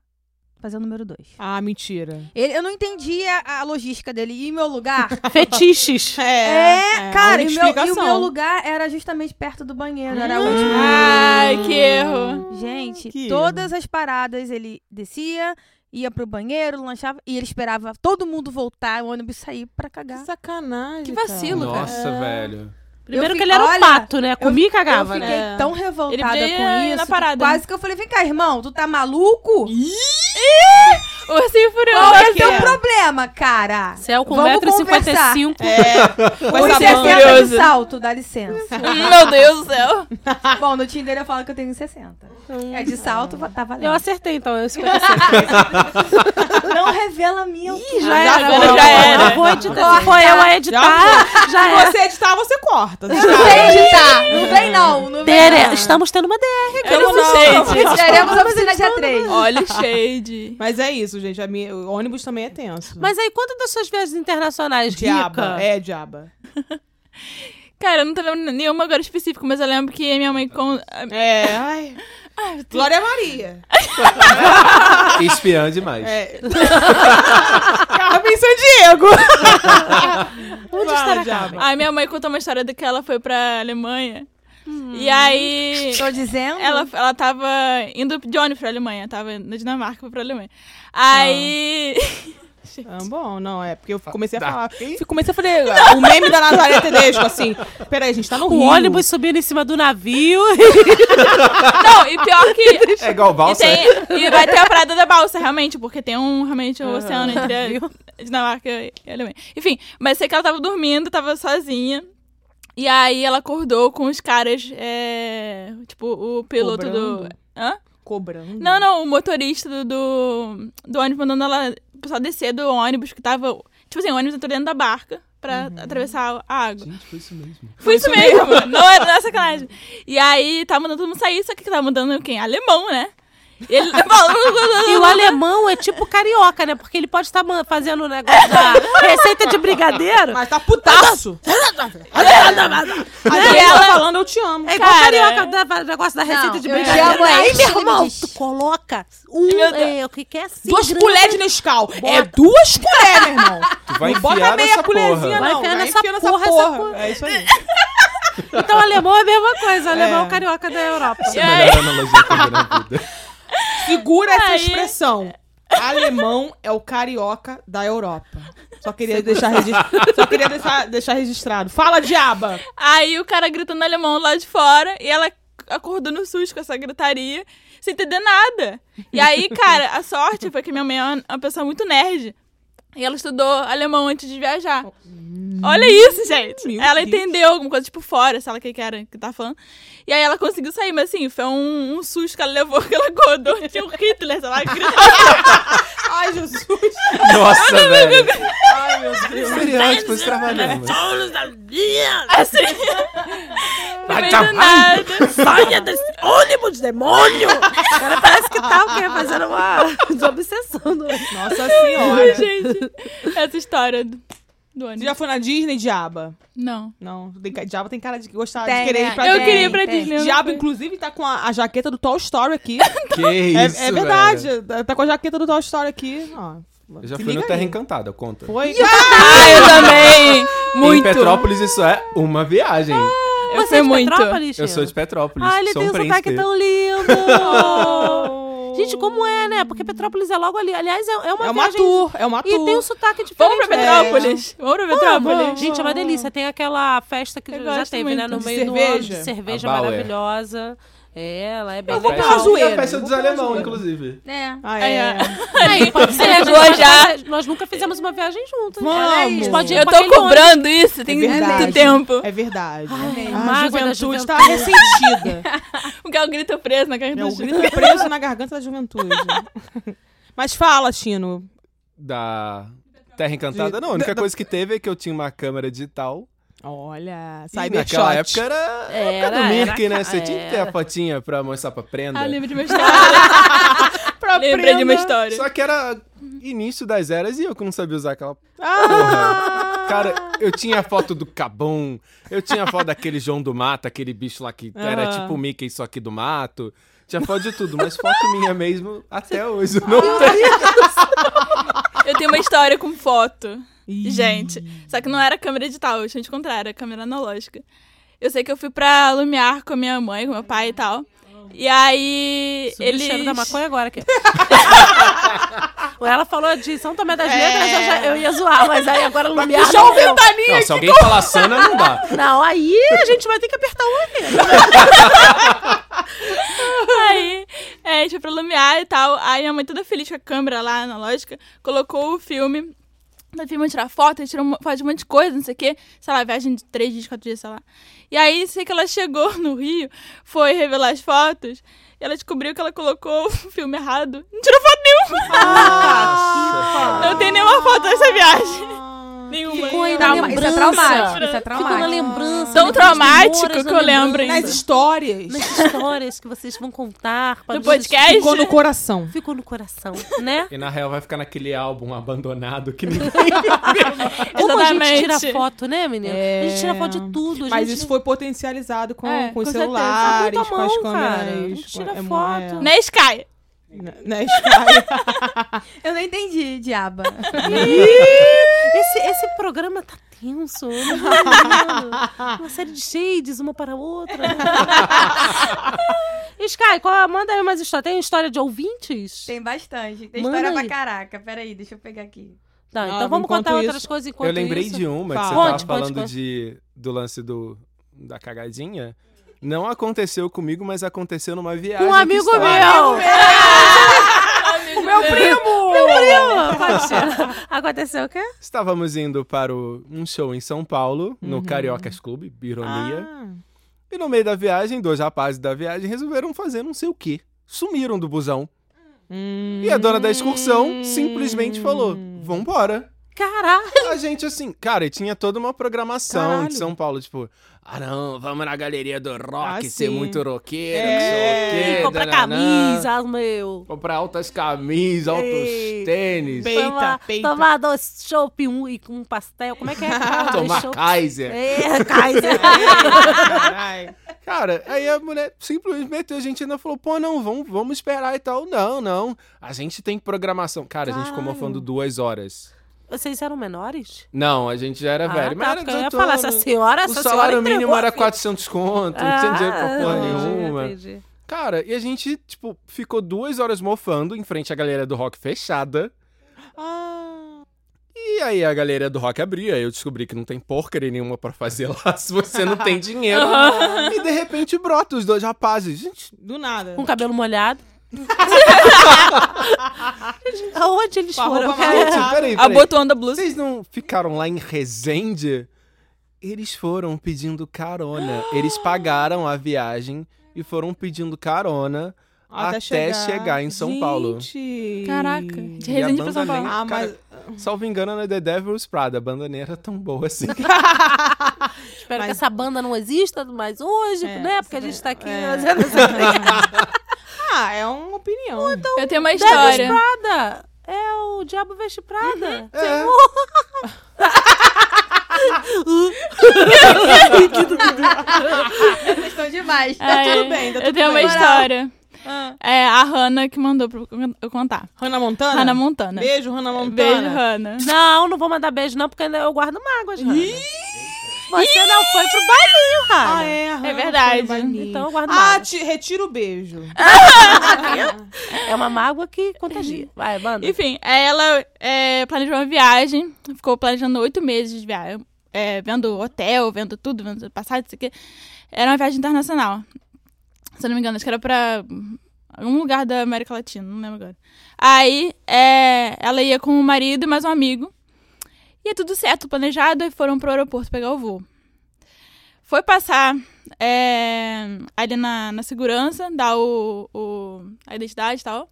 Speaker 3: fazer o número dois.
Speaker 4: Ah, mentira.
Speaker 3: Ele, eu não entendia a logística dele. E em meu lugar,
Speaker 1: Fetiches.
Speaker 3: é,
Speaker 4: a
Speaker 3: cara, e
Speaker 4: única
Speaker 3: o, meu, e o
Speaker 4: explicação.
Speaker 3: meu lugar era justamente perto do banheiro. Era o último.
Speaker 2: Ai, que erro.
Speaker 3: Gente,
Speaker 4: que
Speaker 3: todas as paradas ele descia, ia pro banheiro, lanchava e ele esperava todo mundo voltar, o ônibus sair pra
Speaker 4: Que
Speaker 3: cagar.
Speaker 4: sacanagem.
Speaker 2: Que
Speaker 4: cara.
Speaker 2: vacilo.
Speaker 5: Nossa,
Speaker 4: É.
Speaker 5: velho.
Speaker 1: Primeiro
Speaker 3: Eu
Speaker 1: que
Speaker 3: fiquei-
Speaker 1: ele era um
Speaker 3: olha,
Speaker 1: pato, né? Comia e
Speaker 3: Eu
Speaker 1: cagava,
Speaker 3: fiquei
Speaker 1: né?
Speaker 2: né?
Speaker 3: tão
Speaker 2: Ele
Speaker 3: revoltada
Speaker 2: podia
Speaker 3: com
Speaker 2: ir
Speaker 3: isso.
Speaker 2: na
Speaker 3: que
Speaker 2: parada,
Speaker 3: quase que eu falei: vem cá, irmão, tu tá maluco?
Speaker 2: Ursinho
Speaker 3: Qual
Speaker 2: furioso.
Speaker 3: é o
Speaker 2: aqui, ó.
Speaker 3: teu problema, cara?
Speaker 1: Céu com
Speaker 3: Vamos
Speaker 1: 1,55m.
Speaker 4: Com
Speaker 3: Com
Speaker 4: essa
Speaker 3: 60 de
Speaker 4: banda.
Speaker 3: salto, dá licença.
Speaker 2: Meu Deus do céu.
Speaker 3: Bom, no Tinder eu falo que eu tenho 60. É de salto, tá valendo.
Speaker 1: Eu acertei, então. Eu 55.
Speaker 3: Não revela a minha
Speaker 1: Ih, já era.
Speaker 4: foi,
Speaker 1: vou-
Speaker 4: já era.
Speaker 1: Vou editar. Se for eu a editar, já,
Speaker 4: Se
Speaker 1: era.
Speaker 4: você editar, você corta.
Speaker 3: Não vem editar. Não vem, não. Não vem,
Speaker 1: Tere,
Speaker 3: não.
Speaker 1: Estamos tendo uma DR.
Speaker 2: Eu não sei. gente.
Speaker 3: Teremos a oficina dia 3.
Speaker 2: é um Olha o shade.
Speaker 4: Mas é isso, gente. A minha- o ônibus também é tenso.
Speaker 1: Mas aí, quanto das suas viagens internacionais,
Speaker 4: Diaba.
Speaker 1: Rica?
Speaker 4: É, diaba.
Speaker 2: Cara, eu não tô lembrando nenhuma agora específica, mas eu lembro que a minha mãe... Con...
Speaker 4: É, ai. Glória Maria.
Speaker 5: Espiã demais.
Speaker 4: Ah. É. Carmen e São Diego.
Speaker 1: Onde
Speaker 4: Fala,
Speaker 1: estará a
Speaker 4: diaba.
Speaker 1: Carmen?
Speaker 2: Aí minha mãe contou uma história de que ela foi pra Alemanha.
Speaker 1: Hum.
Speaker 2: E aí...
Speaker 3: Tô dizendo.
Speaker 2: Ela, ela tava indo de ônibus pra Alemanha, tava na Dinamarca pra Alemanha. Aí.
Speaker 4: Ah, bom, não, é porque eu comecei a
Speaker 5: Tá.
Speaker 4: falar. Fui- Comecei a fazer o meme da Nazaré Tedesco, assim. Peraí, a gente tá no
Speaker 1: O
Speaker 4: Rio.
Speaker 1: ônibus subindo em cima do navio.
Speaker 2: Não, e pior que.
Speaker 5: É igual
Speaker 2: E,
Speaker 5: balsa.
Speaker 2: tem- e vai ter a parada da balsa, realmente, porque tem um realmente um oceano entre a Dinamarca e a Alemanha. Enfim, mas sei que ela tava dormindo, tava sozinha. E aí ela acordou com os caras, é, tipo, o piloto do.
Speaker 4: Cobrando.
Speaker 2: Hã?
Speaker 4: Cobrando.
Speaker 2: Não, não, o motorista do, do, do ônibus mandando ela o pessoal descer do ônibus que tava. Tipo assim, o ônibus entrou dentro da barca pra atravessar a água.
Speaker 5: é. Gente, foi isso mesmo.
Speaker 2: Foi isso mesmo, não era não é sacanagem. E aí tá mandando todo mundo sair, só que tá mandando quem? Alemão, né? E ele
Speaker 1: E o alemão é tipo carioca, né? Porque ele pode estar man- fazendo o negócio da receita de brigadeiro.
Speaker 4: Mas tá putaço.
Speaker 2: E
Speaker 4: Aí ela
Speaker 2: ela-
Speaker 4: tá falando, eu te amo.
Speaker 1: É igual
Speaker 2: Cara.
Speaker 1: carioca
Speaker 3: né?
Speaker 1: da- da negócio da receita
Speaker 3: Não,
Speaker 1: de
Speaker 3: eu
Speaker 1: brigadeiro.
Speaker 3: te amo, é
Speaker 1: Aí,
Speaker 3: isso que
Speaker 1: meu
Speaker 3: ele
Speaker 1: irmão,
Speaker 3: diz.
Speaker 1: tu coloca um,
Speaker 2: Meu Deus.
Speaker 1: é, o que que é assim?
Speaker 4: duas
Speaker 1: grande.
Speaker 4: colheres de Nescau. É duas colheres, meu irmão.
Speaker 5: Tu vai
Speaker 4: não Ah, bota
Speaker 5: enfiar
Speaker 4: meia
Speaker 5: nessa
Speaker 4: colherzinha,
Speaker 5: porra.
Speaker 1: Vai
Speaker 4: não.
Speaker 1: enfiar nessa
Speaker 4: enfia nessa
Speaker 1: porra, essa porra.
Speaker 4: É isso aí.
Speaker 1: Então, alemão é a mesma coisa. Alemão é o
Speaker 4: É.
Speaker 1: carioca da Europa.
Speaker 5: Essa é a melhor analogia que eu vi na vida.
Speaker 4: Segura essa
Speaker 2: Aí-
Speaker 4: expressão. Alemão é o carioca da Europa. Só queria deixar, regis- Só queria deixar, deixar registrado. Fala, diaba!
Speaker 2: Aí o cara gritando alemão lá de fora e ela acordou no susto com essa gritaria, sem entender nada. E aí, cara, a sorte foi que minha mãe é uma- uma pessoa muito nerd. E ela estudou alemão antes de viajar. Olha isso, gente.
Speaker 4: Meu
Speaker 2: ela
Speaker 4: Deus.
Speaker 2: entendeu alguma coisa, tipo, fora, sei lá o que que era que tá falando. E aí ela conseguiu sair, mas assim, foi um, um susto que ela levou, que ela acordou, tinha o Hitler, sei lá, gritando.
Speaker 4: Ai, Jesus!
Speaker 5: Nossa, velho.
Speaker 4: Ai, meu Deus!
Speaker 5: Estereótipos trabalhando.
Speaker 2: assim. Não
Speaker 5: Vai,
Speaker 2: fez
Speaker 5: tchau.
Speaker 2: nada.
Speaker 1: Saia desse ônibus, demônio! O cara parece que tá o quê? Fazendo uma desobsessão. do-
Speaker 4: Nossa
Speaker 2: Ai,
Speaker 4: senhora!
Speaker 2: gente. Essa história do, do
Speaker 4: Você
Speaker 2: ônibus.
Speaker 4: já foi na Disney, diaba?
Speaker 2: Não.
Speaker 4: Não, tem, ca- diaba tem cara de que gostar
Speaker 3: Tem,
Speaker 4: de querer
Speaker 3: né?
Speaker 4: ir pra
Speaker 2: eu
Speaker 4: Disney.
Speaker 2: queria ir pra
Speaker 3: tem.
Speaker 2: Disney. eu não
Speaker 4: Diabo,
Speaker 2: fui.
Speaker 4: inclusive, tá com a, a jaqueta do Toy Story aqui.
Speaker 5: Que isso,
Speaker 4: É- é, verdade,
Speaker 5: velho.
Speaker 4: tá com a jaqueta do Toy Story aqui. Ó,
Speaker 5: Eu
Speaker 4: Se
Speaker 5: já fui no
Speaker 4: liga
Speaker 5: Terra
Speaker 4: aí.
Speaker 5: Encantada, conta.
Speaker 4: Foi?
Speaker 2: Ah, eu também!
Speaker 5: Em
Speaker 2: Muito.
Speaker 5: Petrópolis isso é uma viagem.
Speaker 2: Eu
Speaker 1: Você
Speaker 2: fui
Speaker 1: é de
Speaker 2: muito.
Speaker 1: Petrópolis?
Speaker 5: Eu sou de Petrópolis.
Speaker 1: Ah, ele
Speaker 5: sou
Speaker 1: tem
Speaker 5: um
Speaker 1: um sotaque
Speaker 5: príncipe.
Speaker 1: tão
Speaker 4: É
Speaker 1: lindo! Gente, como é, né? Porque Petrópolis é logo ali. Aliás, é, é uma
Speaker 4: É uma
Speaker 1: viagem...
Speaker 4: tour, é uma
Speaker 1: E
Speaker 4: tour.
Speaker 1: tem um sotaque diferente.
Speaker 2: Vamos pra
Speaker 1: né?
Speaker 2: Petrópolis? Vamos pra Petrópolis?
Speaker 1: Vamos. Gente, é uma delícia. Tem aquela festa que
Speaker 2: Tá Eu
Speaker 1: já
Speaker 2: gosto
Speaker 1: teve, né?
Speaker 2: muito.
Speaker 1: No
Speaker 4: De
Speaker 1: meio do ano,
Speaker 4: cerveja?
Speaker 1: de cerveja
Speaker 5: A Bauer.
Speaker 1: maravilhosa. É, ela é bem
Speaker 4: Eu vou
Speaker 1: legal.
Speaker 4: pra zoeira.
Speaker 5: A festa
Speaker 4: Vou
Speaker 5: dos
Speaker 4: pra
Speaker 5: alemão,
Speaker 4: zoeira.
Speaker 5: inclusive.
Speaker 3: É.
Speaker 4: Ah,
Speaker 2: Aí,
Speaker 4: é.
Speaker 1: Aí, pode ser, a gente
Speaker 2: Chegou
Speaker 1: pode
Speaker 2: já.
Speaker 1: fazer- Nós nunca fizemos uma viagem juntas. A gente
Speaker 4: Vamos.
Speaker 1: pode ir
Speaker 2: Eu
Speaker 1: com
Speaker 2: tô
Speaker 1: aquele
Speaker 2: cobrando isso, tem
Speaker 4: É verdade.
Speaker 2: muito tempo.
Speaker 4: É verdade.
Speaker 1: Ai,
Speaker 4: a
Speaker 1: mágoa da
Speaker 4: juventude, tá
Speaker 1: juventude.
Speaker 4: ressentida.
Speaker 2: Porque é o grito preso na
Speaker 4: é
Speaker 2: garganta
Speaker 4: o
Speaker 2: do
Speaker 4: grito preso na garganta da juventude. Mas fala, Chino.
Speaker 5: Da Terra Encantada. Não, a única coisa que teve é que eu tinha uma câmera digital.
Speaker 4: Olha,
Speaker 5: E
Speaker 4: cybershot.
Speaker 5: naquela época era,
Speaker 1: Era,
Speaker 5: era do
Speaker 1: era
Speaker 5: Mirk, né?
Speaker 1: ca-
Speaker 5: Você tinha que ter a fotinha pra mostrar pra prenda.
Speaker 2: Ah, lembro de uma história.
Speaker 4: Pra
Speaker 2: Lembrei de
Speaker 4: prenda.
Speaker 2: uma história.
Speaker 5: Só que era início das eras e eu que não sabia usar aquela
Speaker 4: Ah,
Speaker 5: Cara, eu tinha a foto do Cabum, eu tinha a foto daquele João do Mato, aquele bicho lá que
Speaker 1: Ah.
Speaker 5: era
Speaker 4: Aham.
Speaker 5: tipo o Mickey, só que do mato. Tinha foto de tudo, mas foto minha mesmo, até hoje, eu não tenho.
Speaker 2: Eu tenho uma história com foto.
Speaker 4: Ih.
Speaker 2: Gente, só que não era câmera digital, eu tinha de contrário, era câmera analógica. Eu sei que eu fui pra Lumiar com a minha mãe, com meu pai e tal. E aí,
Speaker 1: Ele
Speaker 2: eles...
Speaker 1: cheiro da maconha agora aqui. Ela falou de São Tomé
Speaker 2: É.
Speaker 1: das Letras, eu, já- eu ia zoar, mas aí agora não me
Speaker 2: Puxou o ventaninho!
Speaker 5: Não, se alguém falar Sana, não dá.
Speaker 1: Não, aí a gente vai ter que apertar um aqui.
Speaker 2: Aí, é, a gente foi pra Lumiar e tal. Aí minha mãe toda feliz com a câmera lá, analógica, colocou o filme. Da filme tirar foto, aí tirou uma- foto de um monte de coisa, não sei o quê. Sei lá, viagem de três dias, quatro dias, sei lá. E aí, sei que ela chegou no Rio, foi revelar as fotos, e ela descobriu que ela colocou o filme errado. Não tirou foto nenhuma!
Speaker 4: Ah!
Speaker 1: Ah,
Speaker 5: Nossa.
Speaker 2: Não tem nenhuma foto dessa viagem. Nenhuma.
Speaker 1: Ficou ainda
Speaker 3: Trauma- isso é
Speaker 1: lembrança.
Speaker 3: traumático. Isso é
Speaker 1: Ficou na
Speaker 3: traumático.
Speaker 1: lembrança.
Speaker 2: Tá Tão
Speaker 1: depois de
Speaker 2: traumático
Speaker 1: memórias,
Speaker 2: que
Speaker 1: na
Speaker 2: eu lembro
Speaker 1: lembrança.
Speaker 4: Nas histórias.
Speaker 1: Nas histórias que vocês vão contar. para
Speaker 2: No
Speaker 1: os seus
Speaker 2: podcast?
Speaker 1: filhos.
Speaker 4: Ficou no coração.
Speaker 1: Ficou no coração, né?
Speaker 5: E na real vai ficar naquele álbum abandonado que ninguém.
Speaker 1: É Como a gente
Speaker 2: Exatamente.
Speaker 1: tira foto, né, menina? A gente tira foto de tudo. a
Speaker 4: É. Mas
Speaker 1: gente
Speaker 4: isso foi potencializado com,
Speaker 2: É,
Speaker 4: com os
Speaker 2: com certeza.
Speaker 4: celulares,
Speaker 1: Ah, muito
Speaker 4: com
Speaker 1: à
Speaker 4: as
Speaker 1: mão, cara.
Speaker 4: câmeras.
Speaker 1: A gente tira
Speaker 4: com- é,
Speaker 1: foto.
Speaker 2: Né, Sky?
Speaker 4: é, na escala.
Speaker 3: Eu não entendi, diaba.
Speaker 1: Esse, esse programa tá tenso. Eu não tô entendendo. uma série de shades, uma para a outra. né? Sky, qual, é, manda aí mais história. Tem história de ouvintes?
Speaker 3: Tem bastante. Tem
Speaker 1: Manda
Speaker 3: história
Speaker 1: aí.
Speaker 3: pra caraca. Peraí, deixa eu pegar aqui.
Speaker 1: Tá, então
Speaker 4: Ah,
Speaker 1: vamos
Speaker 4: enquanto
Speaker 1: contar outras
Speaker 4: isso,
Speaker 1: coisas enquanto
Speaker 5: Eu lembrei
Speaker 1: isso.
Speaker 5: de uma que você
Speaker 4: Fala.
Speaker 5: tava
Speaker 1: Conte, conte,
Speaker 5: falando
Speaker 1: conte.
Speaker 5: de do lance do da cagadinha. Não aconteceu comigo, mas aconteceu numa viagem.
Speaker 1: Com um
Speaker 5: que
Speaker 1: amigo
Speaker 5: estava-
Speaker 1: meu.
Speaker 4: É
Speaker 2: O meu
Speaker 4: um
Speaker 2: primo!
Speaker 1: Meu primo! Pode ser. Aconteceu o quê?
Speaker 5: Estávamos indo para o- um show em São Paulo,
Speaker 4: Uhum.
Speaker 5: no Cariocas Clube, ironia.
Speaker 4: Ah.
Speaker 5: E no meio da viagem, dois rapazes da viagem resolveram fazer não sei o quê. Sumiram do busão. E a dona da excursão simplesmente falou:
Speaker 4: Hum.
Speaker 5: Vambora.
Speaker 1: Caralho!
Speaker 5: A gente assim, cara, e tinha toda uma programação
Speaker 4: Caralho.
Speaker 5: de São Paulo, tipo, ah não, vamos na galeria do rock,
Speaker 4: Ah,
Speaker 5: ser
Speaker 4: sim.
Speaker 5: muito roqueiro,
Speaker 4: É.
Speaker 5: não sei o quê.
Speaker 1: Comprar
Speaker 5: dananã.
Speaker 1: camisa, meu.
Speaker 5: Comprar altas camisas, altos
Speaker 1: Ei.
Speaker 5: tênis,
Speaker 4: Peita,
Speaker 1: tomar,
Speaker 4: peita.
Speaker 1: Tomar dois chopp um, e com um pastel. Como é que é? Cara,
Speaker 5: tomar
Speaker 1: Chopp.
Speaker 5: Kaiser.
Speaker 1: É, Kaiser.
Speaker 4: Caralho.
Speaker 5: Cara, aí a mulher simplesmente meteu a gente ainda falou: pô, não, vamos, vamos esperar e tal. Não, não. A gente tem programação. Cara, a gente ficou
Speaker 4: Caralho.
Speaker 5: mofando duas horas.
Speaker 1: Vocês eram menores?
Speaker 5: Não, a gente já era É, velho. Mas
Speaker 1: tá,
Speaker 5: era
Speaker 1: porque eu ia
Speaker 5: 18
Speaker 1: falar, essa
Speaker 5: anos.
Speaker 1: senhora,
Speaker 5: O
Speaker 1: essa
Speaker 5: salário
Speaker 1: senhora
Speaker 5: mínimo
Speaker 1: entregou
Speaker 5: era
Speaker 1: a Ah,
Speaker 5: 400 conto, não tinha dinheiro pra porra
Speaker 1: entendi,
Speaker 5: nenhuma.
Speaker 1: entendi.
Speaker 5: Cara, e a gente, tipo, ficou duas horas mofando em frente à galera do rock fechada.
Speaker 4: Ah,
Speaker 5: E aí a galera do rock abria, eu descobri que não tem porcaria nenhuma pra fazer lá se você não tem dinheiro. e de repente brota os dois rapazes. Gente,
Speaker 4: do nada.
Speaker 1: Com o cabelo molhado. Gente, Aonde eles
Speaker 4: Com a
Speaker 1: foram?
Speaker 4: roupa
Speaker 1: cara?
Speaker 4: amarela.
Speaker 5: gente, peraí, peraí.
Speaker 2: Abotoando É. a blusa.
Speaker 5: Vocês não ficaram lá em Resende? Eles foram pedindo carona. Eles pagaram a viagem e foram pedindo carona. Até chegar em São Paulo.
Speaker 4: Gente.
Speaker 2: Caraca,
Speaker 5: E
Speaker 2: de
Speaker 5: a
Speaker 2: Resende pra
Speaker 5: banda
Speaker 2: São Paulo.
Speaker 5: nem-
Speaker 4: Ah, mas-
Speaker 5: Salvo engano, não é The Devil's Prada. A banda nem era tão boa assim.
Speaker 1: Espero
Speaker 4: Mas-
Speaker 1: que essa banda não exista mais hoje,
Speaker 4: É,
Speaker 1: né? Porque a
Speaker 4: sim,
Speaker 1: gente tá aqui.
Speaker 4: é.
Speaker 1: fazendo essa
Speaker 4: Ah, é uma opinião.
Speaker 2: Eu tenho uma história.
Speaker 1: Prada. É o Diabo Veste Prada.
Speaker 5: É.
Speaker 3: Vocês estão demais.
Speaker 2: É,
Speaker 4: tudo bem, tá
Speaker 2: Eu
Speaker 4: tudo
Speaker 2: tenho uma
Speaker 4: bem.
Speaker 2: história.
Speaker 3: Ah.
Speaker 2: É a Hannah que mandou pra eu contar.
Speaker 4: Hannah Montana?
Speaker 2: Hannah Montana.
Speaker 4: Beijo, Hannah Montana.
Speaker 2: Beijo, Hannah.
Speaker 1: Não, não vou mandar beijo, não, porque ainda eu guardo mágoas. Hannah. Você não foi pro barzinho, Rara.
Speaker 4: Ah, é. Hannah foi
Speaker 2: verdade.
Speaker 4: banir.
Speaker 1: Então eu guardo
Speaker 4: ah,
Speaker 1: mágoa.
Speaker 4: te, retira o beijo.
Speaker 1: É uma mágoa que contagia. Vai, manda.
Speaker 2: Enfim, aí ela é, planejou uma viagem, ficou planejando oito meses de viagem, é, vendo hotel, vendo tudo, vendo passagem, isso aqui. Era uma viagem internacional. Se eu não me engano, acho que era pra algum lugar da América Latina, não lembro agora. Aí é, ela ia com o marido e mais um amigo. E é tudo certo, planejado, e foram pro aeroporto pegar o voo. Foi passar é, ali na, na segurança, dar o, o, a identidade e tal.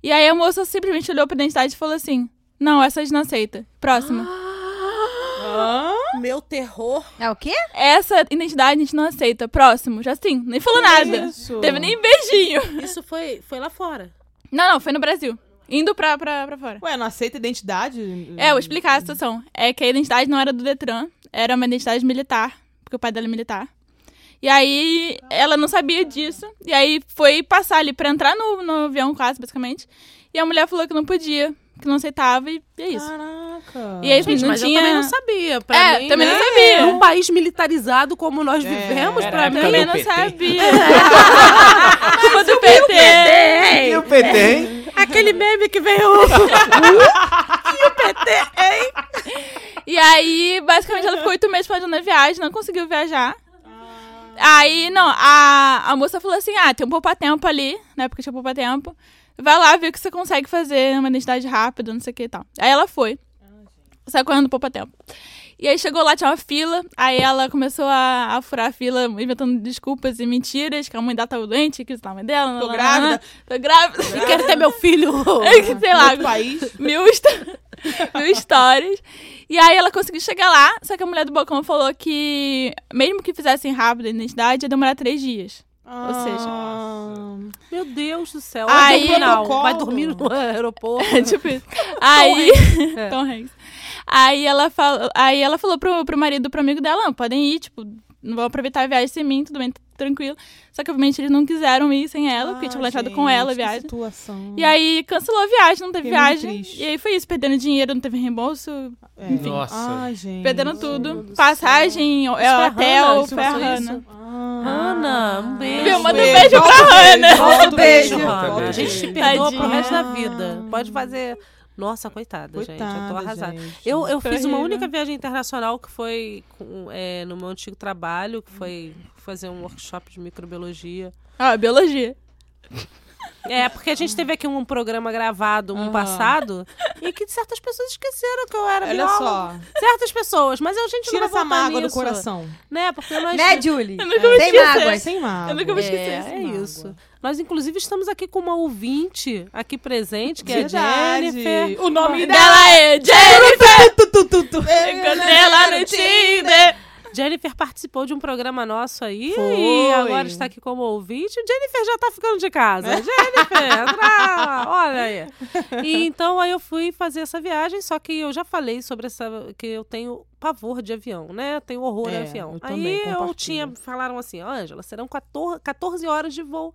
Speaker 2: E aí a moça simplesmente olhou pra identidade e falou assim: Não, essa a gente não aceita. Próxima.
Speaker 4: Hã?
Speaker 1: Meu terror.
Speaker 3: É o quê?
Speaker 2: Essa identidade a gente não aceita. Próximo. Já sim, nem falou nada.
Speaker 4: Isso.
Speaker 2: Ah, Teve nem beijinho.
Speaker 1: Isso foi, foi lá fora.
Speaker 2: Não, não, foi no Brasil. Indo pra, pra, pra fora.
Speaker 4: Ué, não aceita identidade?
Speaker 2: É, eu vou explicar a situação. É que a identidade não era do Detran, era uma identidade militar, porque o pai dela é militar. E aí ela não sabia disso. E aí foi passar ali pra entrar no, no avião, quase, basicamente. E a mulher falou que não podia, que não aceitava, e é isso.
Speaker 4: Caraca.
Speaker 2: E aí,
Speaker 1: Ah. Gente,
Speaker 2: não
Speaker 1: mas
Speaker 2: tinha...
Speaker 1: eu também não sabia. Pra
Speaker 2: É,
Speaker 1: mim,
Speaker 2: também
Speaker 1: né?
Speaker 2: não sabia.
Speaker 1: Num país militarizado como
Speaker 4: É,
Speaker 1: nós vivemos, pra
Speaker 5: caraca,
Speaker 1: mim...
Speaker 5: Cadê
Speaker 2: Também
Speaker 5: o
Speaker 2: não
Speaker 5: PT?
Speaker 2: sabia. Culpa do PT.
Speaker 5: E o PT, hein?
Speaker 1: É, Aquele meme que veio...
Speaker 2: E aí, basicamente, ela ficou oito meses planejando a viagem, não conseguiu viajar. Aí, não, a, a moça falou assim: ah, tem um poupa-tempo ali, né? Porque tinha poupa-tempo. Vai lá ver o que você consegue fazer uma identidade rápida, não sei o que e tal. Aí ela foi. Saiu correndo do poupa-tempo. E aí chegou lá, tinha uma fila. Aí ela começou a, a furar a fila, inventando desculpas e mentiras, que a mãe dela tava doente, que isso a mãe dela.
Speaker 4: Tô
Speaker 2: lá, lá,
Speaker 4: grávida.
Speaker 2: lá. Tô grávida.
Speaker 1: Quero ter meu filho.
Speaker 2: É Sei lá,
Speaker 4: Outro país.
Speaker 2: mil, histó- mil histórias. E aí ela conseguiu chegar lá, só que a mulher do balcão falou que, mesmo que fizessem rápido a identidade, ia demorar três dias. Ou seja-
Speaker 4: seja...
Speaker 1: Meu Deus do céu.
Speaker 2: Aí-
Speaker 1: Aí, não.
Speaker 4: Protocolo.
Speaker 1: Vai dormir no aeroporto.
Speaker 2: É tipo isso. Aí.
Speaker 4: É.
Speaker 2: Tom Hanks. Aí ela, fal... aí ela falou pro, pro marido, pro amigo dela: não, podem ir, tipo, não vão aproveitar a viagem sem mim, tudo bem, tá tranquilo. Só que, obviamente, eles não quiseram ir sem ela, porque tinha planejado com ela a viagem.
Speaker 4: ah, situação.
Speaker 2: E aí cancelou a viagem, não teve
Speaker 4: Fiquei muito
Speaker 2: viagem.
Speaker 4: triste.
Speaker 2: E aí foi isso, perdendo dinheiro, não teve reembolso,
Speaker 4: É.
Speaker 5: Nossa.
Speaker 4: Ai, gente.
Speaker 2: Perdendo tudo. Passagem, é,
Speaker 1: foi a Hannah,
Speaker 2: hotel,
Speaker 1: isso
Speaker 2: foi a
Speaker 1: passou isso?
Speaker 2: Hannah.
Speaker 1: Ana, um beijo.
Speaker 2: Viu, manda um
Speaker 1: Beijo. Um
Speaker 2: beijo pra Hannah.
Speaker 4: Ah. Volta o beijo,
Speaker 5: Beijo,
Speaker 4: volta o
Speaker 5: Hannah.
Speaker 1: A
Speaker 4: beijo.
Speaker 1: gente te perdoa pro
Speaker 2: Tadinha.
Speaker 1: resto da vida. Pode fazer. Nossa, coitada, gente. Eu tô
Speaker 4: Coitada,
Speaker 1: arrasada.
Speaker 4: gente.
Speaker 1: Eu, eu
Speaker 2: Foi
Speaker 1: fiz uma
Speaker 2: horrível.
Speaker 1: única viagem internacional que foi com, é, no meu antigo trabalho, que foi fazer um workshop de microbiologia.
Speaker 2: Ah, biologia.
Speaker 1: É, porque a gente teve aqui um programa gravado um
Speaker 4: Aham.
Speaker 1: passado e que certas pessoas esqueceram que eu era
Speaker 4: Olha
Speaker 1: bióloga.
Speaker 4: só.
Speaker 1: Certas pessoas, mas a gente
Speaker 4: Tira
Speaker 1: não vai
Speaker 4: essa
Speaker 1: voltar
Speaker 4: mágoa do
Speaker 1: nisso,
Speaker 4: coração.
Speaker 1: Né, porque nós...
Speaker 3: Né, Julie?
Speaker 2: Eu nunca me
Speaker 3: Sem
Speaker 2: esquecer.
Speaker 3: mágoas.
Speaker 4: Sem mágoa.
Speaker 2: Eu nunca vou
Speaker 1: É,
Speaker 2: esquecer.
Speaker 1: é
Speaker 4: mágoa.
Speaker 1: isso. Nós, inclusive, estamos aqui com uma ouvinte aqui presente, que
Speaker 4: Verdade.
Speaker 1: é a Jennifer.
Speaker 4: O nome dela
Speaker 2: Ela é Jennifer!
Speaker 4: Tu, tu, tu, tu.
Speaker 1: É.
Speaker 2: Encontrei ela no Tinder!
Speaker 1: Jennifer participou de um programa nosso aí
Speaker 4: Foi.
Speaker 1: e agora está aqui como ouvinte. Jennifer já tá ficando de casa. Jennifer, entra! Olha aí. E então aí eu fui fazer essa viagem, só que eu já falei sobre essa que eu tenho pavor de avião, né? Eu tenho horror
Speaker 4: É,
Speaker 1: a avião.
Speaker 4: eu também
Speaker 1: aí eu
Speaker 4: compartilho.
Speaker 1: tinha falaram assim, ó, Ângela, serão 14, 14 horas de voo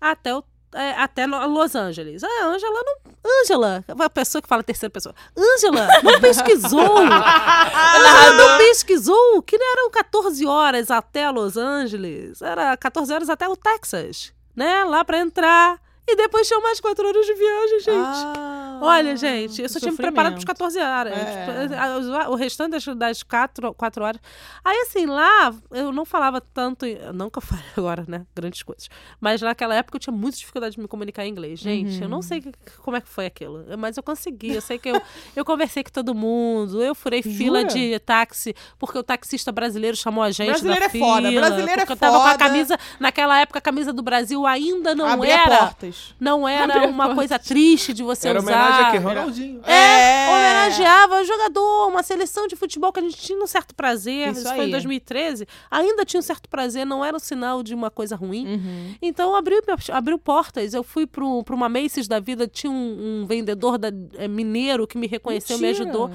Speaker 1: até o é, até no- Los Angeles. Ah, Ângela não. Ângela, a pessoa que fala terceira pessoa. Ângela não pesquisou. Ângela não pesquisou que não eram 14 horas até Los Angeles. Era 14 horas até o Texas, né? Lá pra entrar. E depois tinham mais 4 horas de viagem, gente.
Speaker 4: Ah,
Speaker 1: Olha, gente, eu só tinha me preparado para 14
Speaker 4: sofrimento.
Speaker 1: horas.
Speaker 4: É.
Speaker 1: Tipo, a- os- O restante das, das quatro, quatro horas. Aí, assim, lá eu não falava tanto. em- Não que eu fale agora, né? Grandes coisas. Mas naquela época eu tinha muita dificuldade de me comunicar em inglês. Gente,
Speaker 4: Uhum.
Speaker 1: eu não sei que- como é que foi aquilo. Mas eu consegui. Eu sei que eu, eu conversei com todo mundo. Eu furei fila
Speaker 4: Jura?
Speaker 1: de táxi, porque o taxista brasileiro chamou a gente.
Speaker 4: Brasileiro
Speaker 1: da
Speaker 4: é foda,
Speaker 1: fila,
Speaker 4: brasileiro é
Speaker 1: porque eu tava com a
Speaker 4: foda.
Speaker 1: camisa. Naquela época, a camisa do Brasil ainda não
Speaker 4: Abria
Speaker 1: era.
Speaker 4: portas.
Speaker 1: Não era uma coisa triste de você
Speaker 5: Era
Speaker 1: usar.
Speaker 5: homenagem aqui, Ronaldinho.
Speaker 1: É, homenageava jogador, uma seleção de futebol que a gente tinha um certo prazer. Isso,
Speaker 4: Isso
Speaker 1: foi em
Speaker 4: aí.
Speaker 1: 2013. Ainda tinha um certo prazer, não era um sinal de uma coisa ruim.
Speaker 4: Uhum.
Speaker 1: Então abriu, abriu portas. Eu fui para uma Macy's da vida, tinha um, um vendedor da- eh, mineiro que me reconheceu, me
Speaker 4: Mentira.
Speaker 1: ajudou.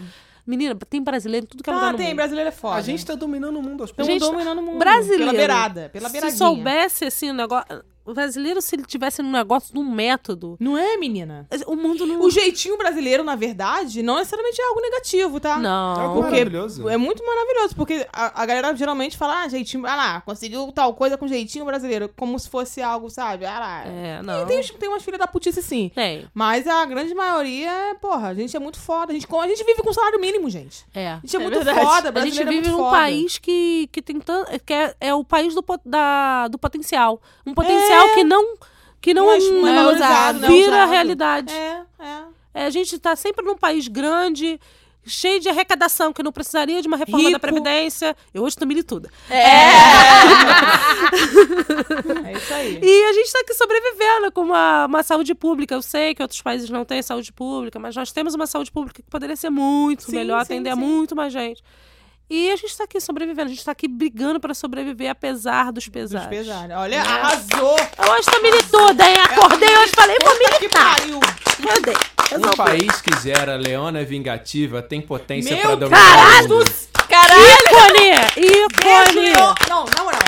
Speaker 1: Menina, tem brasileiro em tudo que é lugar
Speaker 4: Ah,
Speaker 1: no
Speaker 4: tem,
Speaker 1: mundo.
Speaker 4: brasileiro é foda.
Speaker 5: A gente tá dominando o mundo aos
Speaker 4: Estamos
Speaker 5: poucos.
Speaker 1: gente,
Speaker 4: dominando o mundo.
Speaker 1: brasileiro,
Speaker 4: Pela beirada, pela
Speaker 1: Se
Speaker 4: beiradinha.
Speaker 1: soubesse, assim, o negócio... O brasileiro, se ele tivesse um negócio de um método,
Speaker 4: Não é, menina?
Speaker 1: o mundo não.
Speaker 4: O jeitinho brasileiro, na verdade, não necessariamente é algo negativo, tá?
Speaker 5: É algo
Speaker 1: Não.
Speaker 4: porque-
Speaker 5: maravilhoso.
Speaker 4: É muito maravilhoso, porque a, a galera geralmente fala, ah, jeitinho, ah lá, conseguiu tal coisa com jeitinho brasileiro, como se fosse algo, sabe? Ah lá.
Speaker 1: É, não.
Speaker 4: Tem, uns- tem umas filhas da putice, sim.
Speaker 1: Tem.
Speaker 4: Mas a grande maioria, é, porra, a gente é muito foda. A gente, a gente vive com salário mínimo, gente.
Speaker 1: É.
Speaker 4: A gente é,
Speaker 2: É
Speaker 4: muito
Speaker 2: verdade.
Speaker 4: foda,
Speaker 1: A gente
Speaker 4: brasileiro é
Speaker 1: vive
Speaker 4: muito
Speaker 1: num
Speaker 4: foda.
Speaker 1: país que, que tem tanto. que é, é o país do, po- da, do potencial. Um potencial
Speaker 4: É.
Speaker 1: que não. Que não,
Speaker 4: Não é- não é valorizado, não é
Speaker 1: vira
Speaker 4: usado.
Speaker 1: realidade.
Speaker 4: É, é.
Speaker 1: É, a gente está sempre num país grande, cheio de arrecadação, que não precisaria de uma reforma da
Speaker 4: Rico.
Speaker 1: Previdência. Eu hoje tô milituda.
Speaker 2: É.
Speaker 4: É isso aí.
Speaker 1: E a gente está aqui sobrevivendo com uma, uma saúde pública. Eu sei que outros países não têm saúde pública, mas nós temos uma saúde pública que poderia ser muito
Speaker 4: Sim,
Speaker 1: melhor,
Speaker 4: sim,
Speaker 1: atender a
Speaker 4: sim.
Speaker 1: muito mais gente. E a gente está aqui sobrevivendo, a gente está aqui brigando para sobreviver, apesar dos pesares.
Speaker 4: Dos pesares. né? Olha, arrasou!
Speaker 1: Né? Eu hoje tô milituda, hein? Acordei hoje, falei, vou
Speaker 4: Puta que pariu!
Speaker 1: militar.
Speaker 5: Um país que gera leona é vingativa tem potência
Speaker 4: Meu
Speaker 5: pra dominar o mundo.
Speaker 2: Caralho!
Speaker 1: Ícone!
Speaker 4: Beijo, Leo-
Speaker 1: Ícone!
Speaker 4: Não, na moral.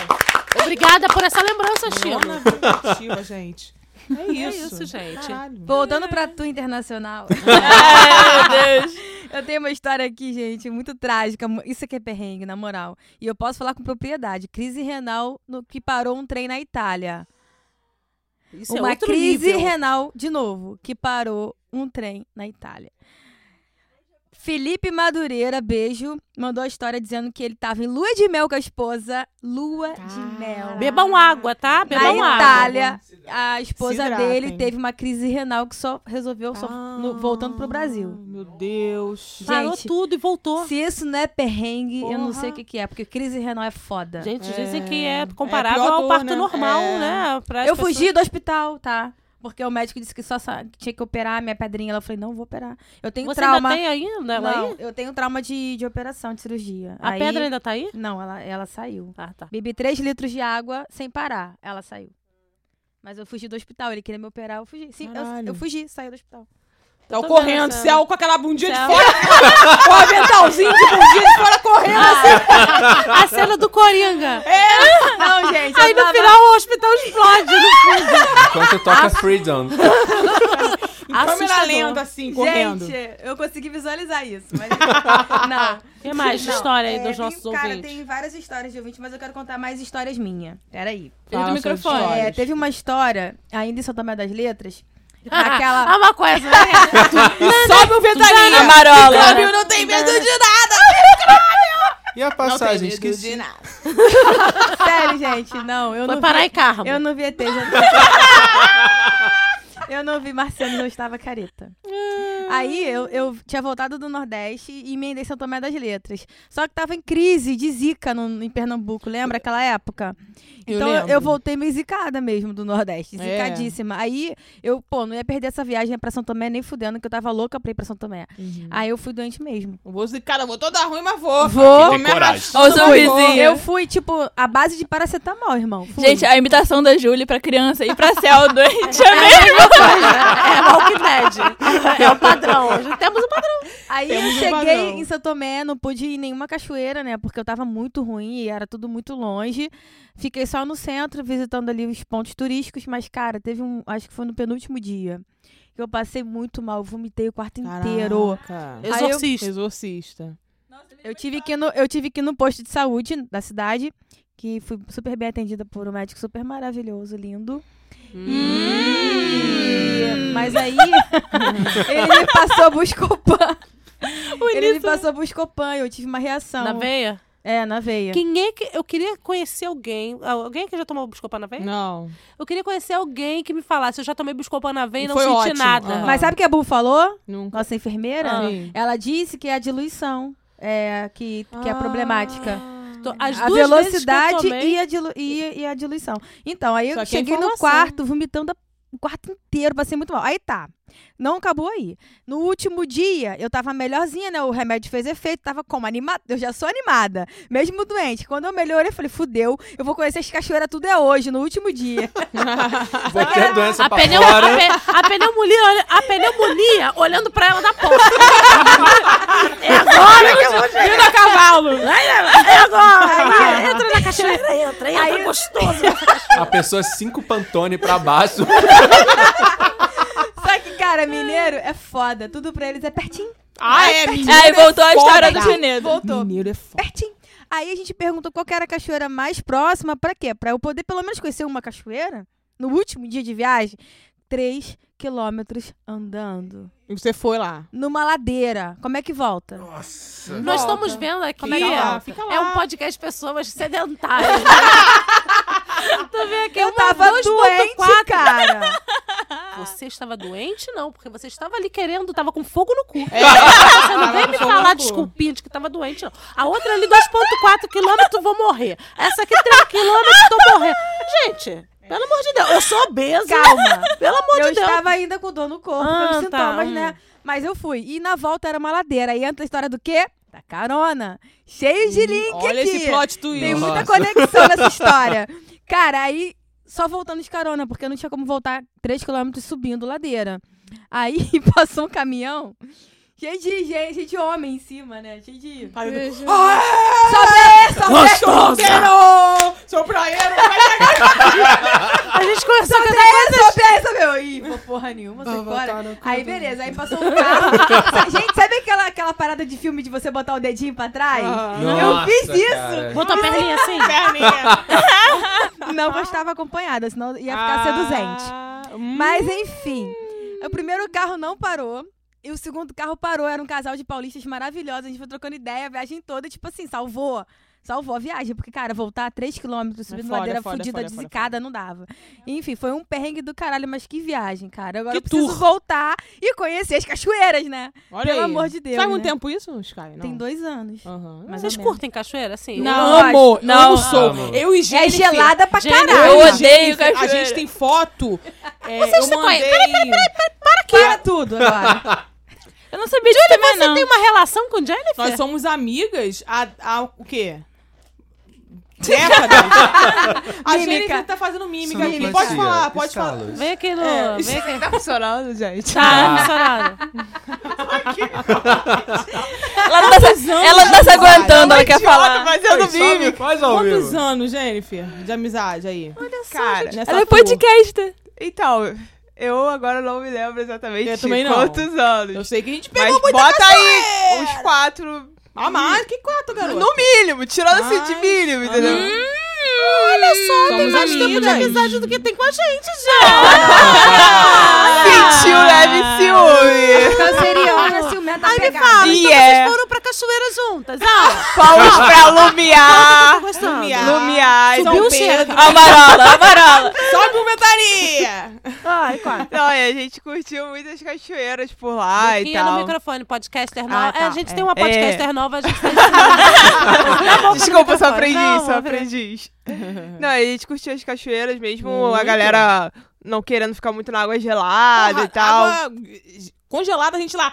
Speaker 1: Obrigada por essa lembrança, Chico.
Speaker 4: Dona Vingativa, gente. É
Speaker 1: Então. É
Speaker 4: isso.
Speaker 1: isso, gente.
Speaker 4: Caralho.
Speaker 3: Voltando pra tu internacional.
Speaker 1: É,
Speaker 2: Ai, meu Deus.
Speaker 3: Eu tenho uma história aqui, gente, muito trágica. mu- Isso aqui é perrengue, na moral. E eu posso falar com propriedade. Crise renal no que parou um trem na Itália.
Speaker 1: Isso
Speaker 3: uma
Speaker 1: é outro
Speaker 3: crise
Speaker 1: nível.
Speaker 3: renal, de novo, que parou um trem na Itália. Felipe Madureira, beijo, mandou a história dizendo que ele tava em lua de mel com a esposa. Lua de mel.
Speaker 1: Bebam água, tá?
Speaker 3: Na
Speaker 1: Bebam água.
Speaker 3: Itália, a esposa
Speaker 4: hidratem.
Speaker 3: dele teve uma crise renal que só resolveu só
Speaker 1: Ah.
Speaker 3: no- voltando pro Brasil.
Speaker 4: Meu Deus.
Speaker 1: Parou
Speaker 3: Gente,
Speaker 1: tudo e voltou.
Speaker 3: Se isso não é perrengue, eu não sei
Speaker 4: Porra.
Speaker 3: o que, que é, porque crise renal é foda.
Speaker 1: Gente,
Speaker 4: É.
Speaker 1: dizem que é
Speaker 4: É
Speaker 1: comparável
Speaker 4: pior
Speaker 1: ao
Speaker 4: dor,
Speaker 1: parto
Speaker 4: né?
Speaker 1: normal,
Speaker 4: É.
Speaker 1: né? Pra as
Speaker 3: eu
Speaker 1: pessoas-
Speaker 3: fugi do hospital, tá? Porque o médico disse que só sa- que tinha que operar a minha pedrinha. Ela falou, não vou operar. Eu tenho
Speaker 1: Você
Speaker 3: trauma.
Speaker 1: ainda tem ainda ela
Speaker 3: não,
Speaker 1: aí?
Speaker 3: eu tenho trauma de, de operação, de cirurgia.
Speaker 1: A
Speaker 3: Aí-
Speaker 1: pedra ainda tá aí?
Speaker 3: Não, ela, ela saiu.
Speaker 1: Ah, tá.
Speaker 3: Bebi 3 litros de água sem parar. Ela saiu. Mas eu fugi do hospital. Ele queria me operar, eu fugi. Sim, eu,
Speaker 4: Caralho.
Speaker 3: eu fugi, saí do hospital.
Speaker 4: Tá
Speaker 1: tô
Speaker 4: correndo,
Speaker 1: vendo essa-
Speaker 4: céu com aquela bundinha
Speaker 1: Céu.
Speaker 4: de fora. com o aventalzinho de bundinha de fora correndo. assim,
Speaker 1: É A cena do Coringa.
Speaker 2: É.
Speaker 3: Não, gente. eu
Speaker 1: Aí no
Speaker 3: tava-
Speaker 1: final o hospital explode.
Speaker 5: Enquanto toca Freedom.
Speaker 4: Em câmera
Speaker 1: assustador.
Speaker 4: lenta, assim, correndo.
Speaker 3: Gente, é eu consegui visualizar isso, mas. não.
Speaker 1: O que mais de
Speaker 3: Não,
Speaker 1: história aí
Speaker 3: é,
Speaker 1: dos
Speaker 3: tem-
Speaker 1: nossos
Speaker 3: cara,
Speaker 1: ouvintes?
Speaker 3: tem várias histórias de ouvinte, mas eu quero contar mais histórias minhas. Peraí.
Speaker 2: Fala do microfone.
Speaker 4: suas
Speaker 3: É,
Speaker 4: histórias.
Speaker 3: teve uma história, ainda em São Tomé das Letras,
Speaker 1: Ah,
Speaker 3: naquela.
Speaker 1: uma coisa.
Speaker 4: Sobe o ventaninho.
Speaker 2: Amarola.
Speaker 4: Câmbio não tem medo de nada.
Speaker 5: E a
Speaker 4: Não tem
Speaker 5: passagem?
Speaker 4: medo de
Speaker 5: Esqueci.
Speaker 4: nada.
Speaker 3: Sério, gente, não. Eu
Speaker 1: Ah, Foi
Speaker 3: não
Speaker 1: parar
Speaker 3: vi,
Speaker 1: em
Speaker 4: Tá
Speaker 1: Carmo.
Speaker 3: Eu não vi ET. eu não vi Marciano, não estava careta. Aí eu, eu tinha voltado do Nordeste e emendei São Tomé das Letras. Só que tava em crise de zika no- em Pernambuco, lembra aquela época?
Speaker 4: Eu
Speaker 3: Então eu,
Speaker 4: lembro.
Speaker 3: voltei meio zicada mesmo do Nordeste,
Speaker 4: É.
Speaker 3: zicadíssima. Aí eu, pô, não ia perder essa viagem pra São Tomé nem fudendo, que eu tava louca pra ir pra São Tomé.
Speaker 4: Hum.
Speaker 3: Aí eu fui doente mesmo.
Speaker 4: Uhum. Eu Vou zicar, eu vou toda ruim, mas vou.
Speaker 3: Vou.
Speaker 4: Vou me
Speaker 5: Tem coragem.
Speaker 4: arrastando,
Speaker 2: Ó o
Speaker 4: mas vou.
Speaker 2: sorrisinho.
Speaker 3: Eu fui, tipo, à base de paracetamol, irmão.
Speaker 1: um
Speaker 3: Fui.
Speaker 2: Gente, a imitação da Julie pra criança e pra céu doente é mesmo.
Speaker 1: É Walking Dead. É o padrão. Já temos um padrão.
Speaker 3: Aí eu
Speaker 4: Temos um
Speaker 3: cheguei
Speaker 4: padrão.
Speaker 3: em São Tomé, não pude ir em nenhuma cachoeira, né? Porque eu tava muito ruim e era tudo muito longe. Fiquei só no centro, visitando ali os pontos turísticos. Mas, cara, teve um. Acho que foi no penúltimo dia. Que eu passei muito mal, vomitei o quarto inteiro.
Speaker 4: Caraca.
Speaker 3: Aí eu-
Speaker 1: Exorcista.
Speaker 4: Exorcista.
Speaker 3: Eu tive, que ir no, eu tive que ir no posto de saúde da cidade, que fui super bem atendida por um médico super maravilhoso, lindo.
Speaker 1: Hum.
Speaker 3: E- Mas aí, ele me passou Buscopan. Ele me passou Buscopan e eu tive uma reação.
Speaker 1: Na veia?
Speaker 3: É, na veia.
Speaker 1: Quem é que. Eu queria conhecer alguém. Alguém que já tomou Buscopan na veia?
Speaker 4: Não.
Speaker 1: Eu queria conhecer alguém que me falasse. Eu já tomei Buscopan na veia e
Speaker 4: E
Speaker 1: não
Speaker 4: foi
Speaker 1: senti
Speaker 4: ótimo.
Speaker 1: nada.
Speaker 4: Aham.
Speaker 3: Mas sabe o que a Bu falou?
Speaker 4: Nunca.
Speaker 3: Nossa enfermeira?
Speaker 1: Ah.
Speaker 4: Sim.
Speaker 3: Ela disse que é a diluição é, que, que
Speaker 1: Ah.
Speaker 3: é problemática.
Speaker 1: Então, As
Speaker 3: a
Speaker 1: duas vezes que eu
Speaker 3: velocidade
Speaker 1: tomei-
Speaker 3: e, a dilu- e- e a diluição. Então,
Speaker 4: Só
Speaker 3: aí eu
Speaker 4: que é
Speaker 3: cheguei no
Speaker 4: informação.
Speaker 3: quarto, vomitando a- o quarto inteiro, passei muito mal. Aí tá. Não acabou aí. No último dia, eu tava melhorzinha, né? O remédio fez efeito, tava como? Animada. Eu já sou animada. Mesmo doente. Quando eu melhorei, eu falei, fudeu, eu vou conhecer as cachoeiras tudo é hoje, no último dia.
Speaker 5: Botei a doença
Speaker 1: A,
Speaker 5: pra
Speaker 1: pneu, a,
Speaker 5: tá fora.
Speaker 1: pe- a pneumonia, olha- a pneumonia olhando pra ela da porta. É agora que eu vou chegar.
Speaker 4: Vira cavalo.
Speaker 1: É agora. Aí entra na cachoeira entra, entra
Speaker 3: Aí-
Speaker 1: gostoso.
Speaker 5: A pessoa é cinco pantone pra baixo.
Speaker 3: Só que, cara, mineiro é foda. Tudo pra eles é pertinho,
Speaker 4: Ah, é, menino.
Speaker 2: Aí voltou a história do
Speaker 4: cara.
Speaker 2: Penedo.
Speaker 3: voltou.
Speaker 4: Mineiro é foda.
Speaker 3: Pertinho. Aí a gente perguntou qual que era a cachoeira mais próxima, pra quê? Pra eu poder pelo menos conhecer uma cachoeira no último dia de viagem. Três quilômetros andando.
Speaker 4: E você foi lá.
Speaker 3: Numa ladeira. Como é que volta?
Speaker 5: Nossa.
Speaker 1: Nós
Speaker 4: Volta.
Speaker 1: estamos vendo aqui.
Speaker 4: Como é que
Speaker 1: ó,
Speaker 4: ela fica lá?
Speaker 1: É um podcast de pessoas sedentárias. né? tu vê aqui,
Speaker 3: Eu
Speaker 1: É uma
Speaker 3: tava
Speaker 1: 2.4.
Speaker 3: doente, cara.
Speaker 1: Você estava doente? Não, porque você estava ali querendo, estava com fogo no cu.
Speaker 4: É.
Speaker 1: Você não
Speaker 4: Tava
Speaker 1: vem
Speaker 4: com
Speaker 1: me
Speaker 4: fogo
Speaker 1: falar
Speaker 4: no cu.
Speaker 1: desculpinha de que estava doente, não. A outra ali, 2.4 quilômetros, vou morrer. Essa aqui, 3 quilômetros, tô morrendo. Gente, pelo amor de Deus, eu sou obesa.
Speaker 3: Calma.
Speaker 1: Pelo amor
Speaker 3: eu
Speaker 1: de Deus.
Speaker 3: estava ainda com dor no corpo,
Speaker 1: Ah,
Speaker 3: pelos
Speaker 1: tá,
Speaker 3: sintomas,
Speaker 1: hum.
Speaker 3: né? Mas eu fui. E na volta era uma ladeira. Aí entra a história do quê? Da carona. Cheio
Speaker 1: Hum,
Speaker 3: de link
Speaker 4: Olha
Speaker 3: aqui.
Speaker 4: esse plot twist.
Speaker 3: é Tem muita
Speaker 5: Nossa.
Speaker 3: conexão nessa história. Cara, aí só voltando de carona, porque não tinha como voltar 3km subindo ladeira. Aí passou um caminhão cheio de gente, cheio de homem em cima, né? Cheio de.
Speaker 4: Aí eu-
Speaker 2: Beijo.
Speaker 3: Só peça,
Speaker 4: Solteiro! Sou praeiro!
Speaker 1: A gente começou a
Speaker 3: Só peça, meu! Ih, vou porra nenhuma, sai fora. Aí beleza, aí passou um carro. Sa- gente, sabe aquela, aquela parada de filme de você botar o dedinho pra
Speaker 4: Ah,
Speaker 3: trás?
Speaker 5: Nossa,
Speaker 3: eu fiz isso!
Speaker 5: cara.
Speaker 1: Botou a perninha assim?
Speaker 4: Perninha.
Speaker 3: Não, mas estava acompanhada, senão ia ficar
Speaker 4: Ah,
Speaker 1: Ah.
Speaker 3: seduzente.
Speaker 4: hum,
Speaker 3: Mas enfim, o primeiro carro não parou. E o segundo carro parou, era um casal de paulistas maravilhosos. A gente foi trocando ideia a viagem toda, e, tipo assim, salvou. Salvou a viagem, porque, cara, voltar 3km subindo
Speaker 4: foda,
Speaker 3: ladeira
Speaker 4: é foda, é
Speaker 3: fudida,
Speaker 4: foda, é foda, é
Speaker 3: desicada, não dava. Enfim, foi um perrengue do caralho, mas que viagem, cara. Agora
Speaker 4: Que
Speaker 3: eu preciso
Speaker 4: tour.
Speaker 3: voltar e conhecer as cachoeiras, né?
Speaker 4: Olha
Speaker 3: Pelo
Speaker 4: aí.
Speaker 3: amor de Deus.
Speaker 4: Faz muito
Speaker 3: né?
Speaker 4: tempo isso, Sky? Não.
Speaker 3: Tem dois anos.
Speaker 4: Aham.
Speaker 3: Mais
Speaker 1: Vocês
Speaker 3: ou menos.
Speaker 1: curtem cachoeira assim?
Speaker 2: Não,
Speaker 4: amo,
Speaker 2: acho- não.
Speaker 4: amo sou.
Speaker 5: Amo.
Speaker 4: Eu e
Speaker 3: É
Speaker 4: Jennifer.
Speaker 3: gelada pra
Speaker 1: Jennifer.
Speaker 3: caralho.
Speaker 2: Eu odeio
Speaker 4: Jennifer, A
Speaker 2: cachoeira.
Speaker 4: gente tem foto. É, eu
Speaker 1: se
Speaker 4: mandei...
Speaker 1: conhecem.
Speaker 3: Para tudo agora.
Speaker 2: Eu não sabia disso também, não.
Speaker 1: Tem uma relação com Jennifer?
Speaker 4: Nós somos amigas há, há o quê? Décadas. a
Speaker 3: Mímica.
Speaker 4: Jennifer tá fazendo mímica
Speaker 5: São
Speaker 4: aqui. Pode
Speaker 5: Francisco.
Speaker 4: falar, pode falar.
Speaker 5: Escalas.
Speaker 1: Vem aqui no...
Speaker 4: É,
Speaker 1: Vem aqui.
Speaker 4: tá funcionando, gente.
Speaker 1: Tá,
Speaker 5: Ah.
Speaker 1: funcionando.
Speaker 2: Ela não tá, se- ela não tá se aguentando,
Speaker 1: é
Speaker 2: ela quer falar.
Speaker 4: Fazendo
Speaker 5: Faz ao vivo,
Speaker 4: mímica.
Speaker 5: Faz ao
Speaker 4: Quantos
Speaker 5: vivo.
Speaker 4: anos, Jennifer, de amizade aí? Olha só, Cara, nessa
Speaker 2: Ela é
Speaker 4: tua.
Speaker 2: podcaster.
Speaker 6: Então, eu agora não me lembro exatamente
Speaker 4: Eu também não.
Speaker 6: quantos
Speaker 4: Eu
Speaker 6: anos.
Speaker 4: sei que a gente pegou
Speaker 6: Mas
Speaker 4: muita
Speaker 6: bota aí
Speaker 4: cachoeira.
Speaker 6: uns quatro.
Speaker 4: A mais, que quatro, garoto?
Speaker 6: No mínimo, tirando assim de
Speaker 4: Mas- Hum,
Speaker 6: mínimo, entendeu?
Speaker 4: Olha só, tem
Speaker 1: mais tempo de amizade do que tem com a gente, gente.
Speaker 3: Ah,
Speaker 6: Sentiu leve ciúme.
Speaker 3: Canceriana, ciumenta,
Speaker 1: Aí me
Speaker 3: pegada.
Speaker 1: fala,
Speaker 6: E
Speaker 1: então
Speaker 6: é.
Speaker 1: vocês foram pra cachoeira juntas. Ah,
Speaker 6: Fomos pra Lumiar.
Speaker 1: tô gostando.
Speaker 4: Lumiar.
Speaker 6: Lumiar.
Speaker 4: São
Speaker 6: São
Speaker 4: Pedro.
Speaker 6: Pedro.
Speaker 2: Amarola, amarola.
Speaker 4: Sobe o Vetaria!
Speaker 1: Ai, quase.
Speaker 6: Não, e a gente curtiu muitas cachoeiras por lá e
Speaker 1: Boquinha no
Speaker 6: tal.
Speaker 1: microfone, podcaster nova.
Speaker 6: Ah, tá,
Speaker 1: É, a gente
Speaker 6: é.
Speaker 1: tem uma podcaster nova, a gente fez
Speaker 6: Desculpa, só aprendi,
Speaker 1: Tá Não,
Speaker 6: só
Speaker 1: vamos ver.
Speaker 6: aprendi. Não, a gente curtiu as cachoeiras mesmo, a galera não querendo ficar muito na água gelada
Speaker 4: Porra,
Speaker 6: e tal.
Speaker 4: água congelada, a gente lá.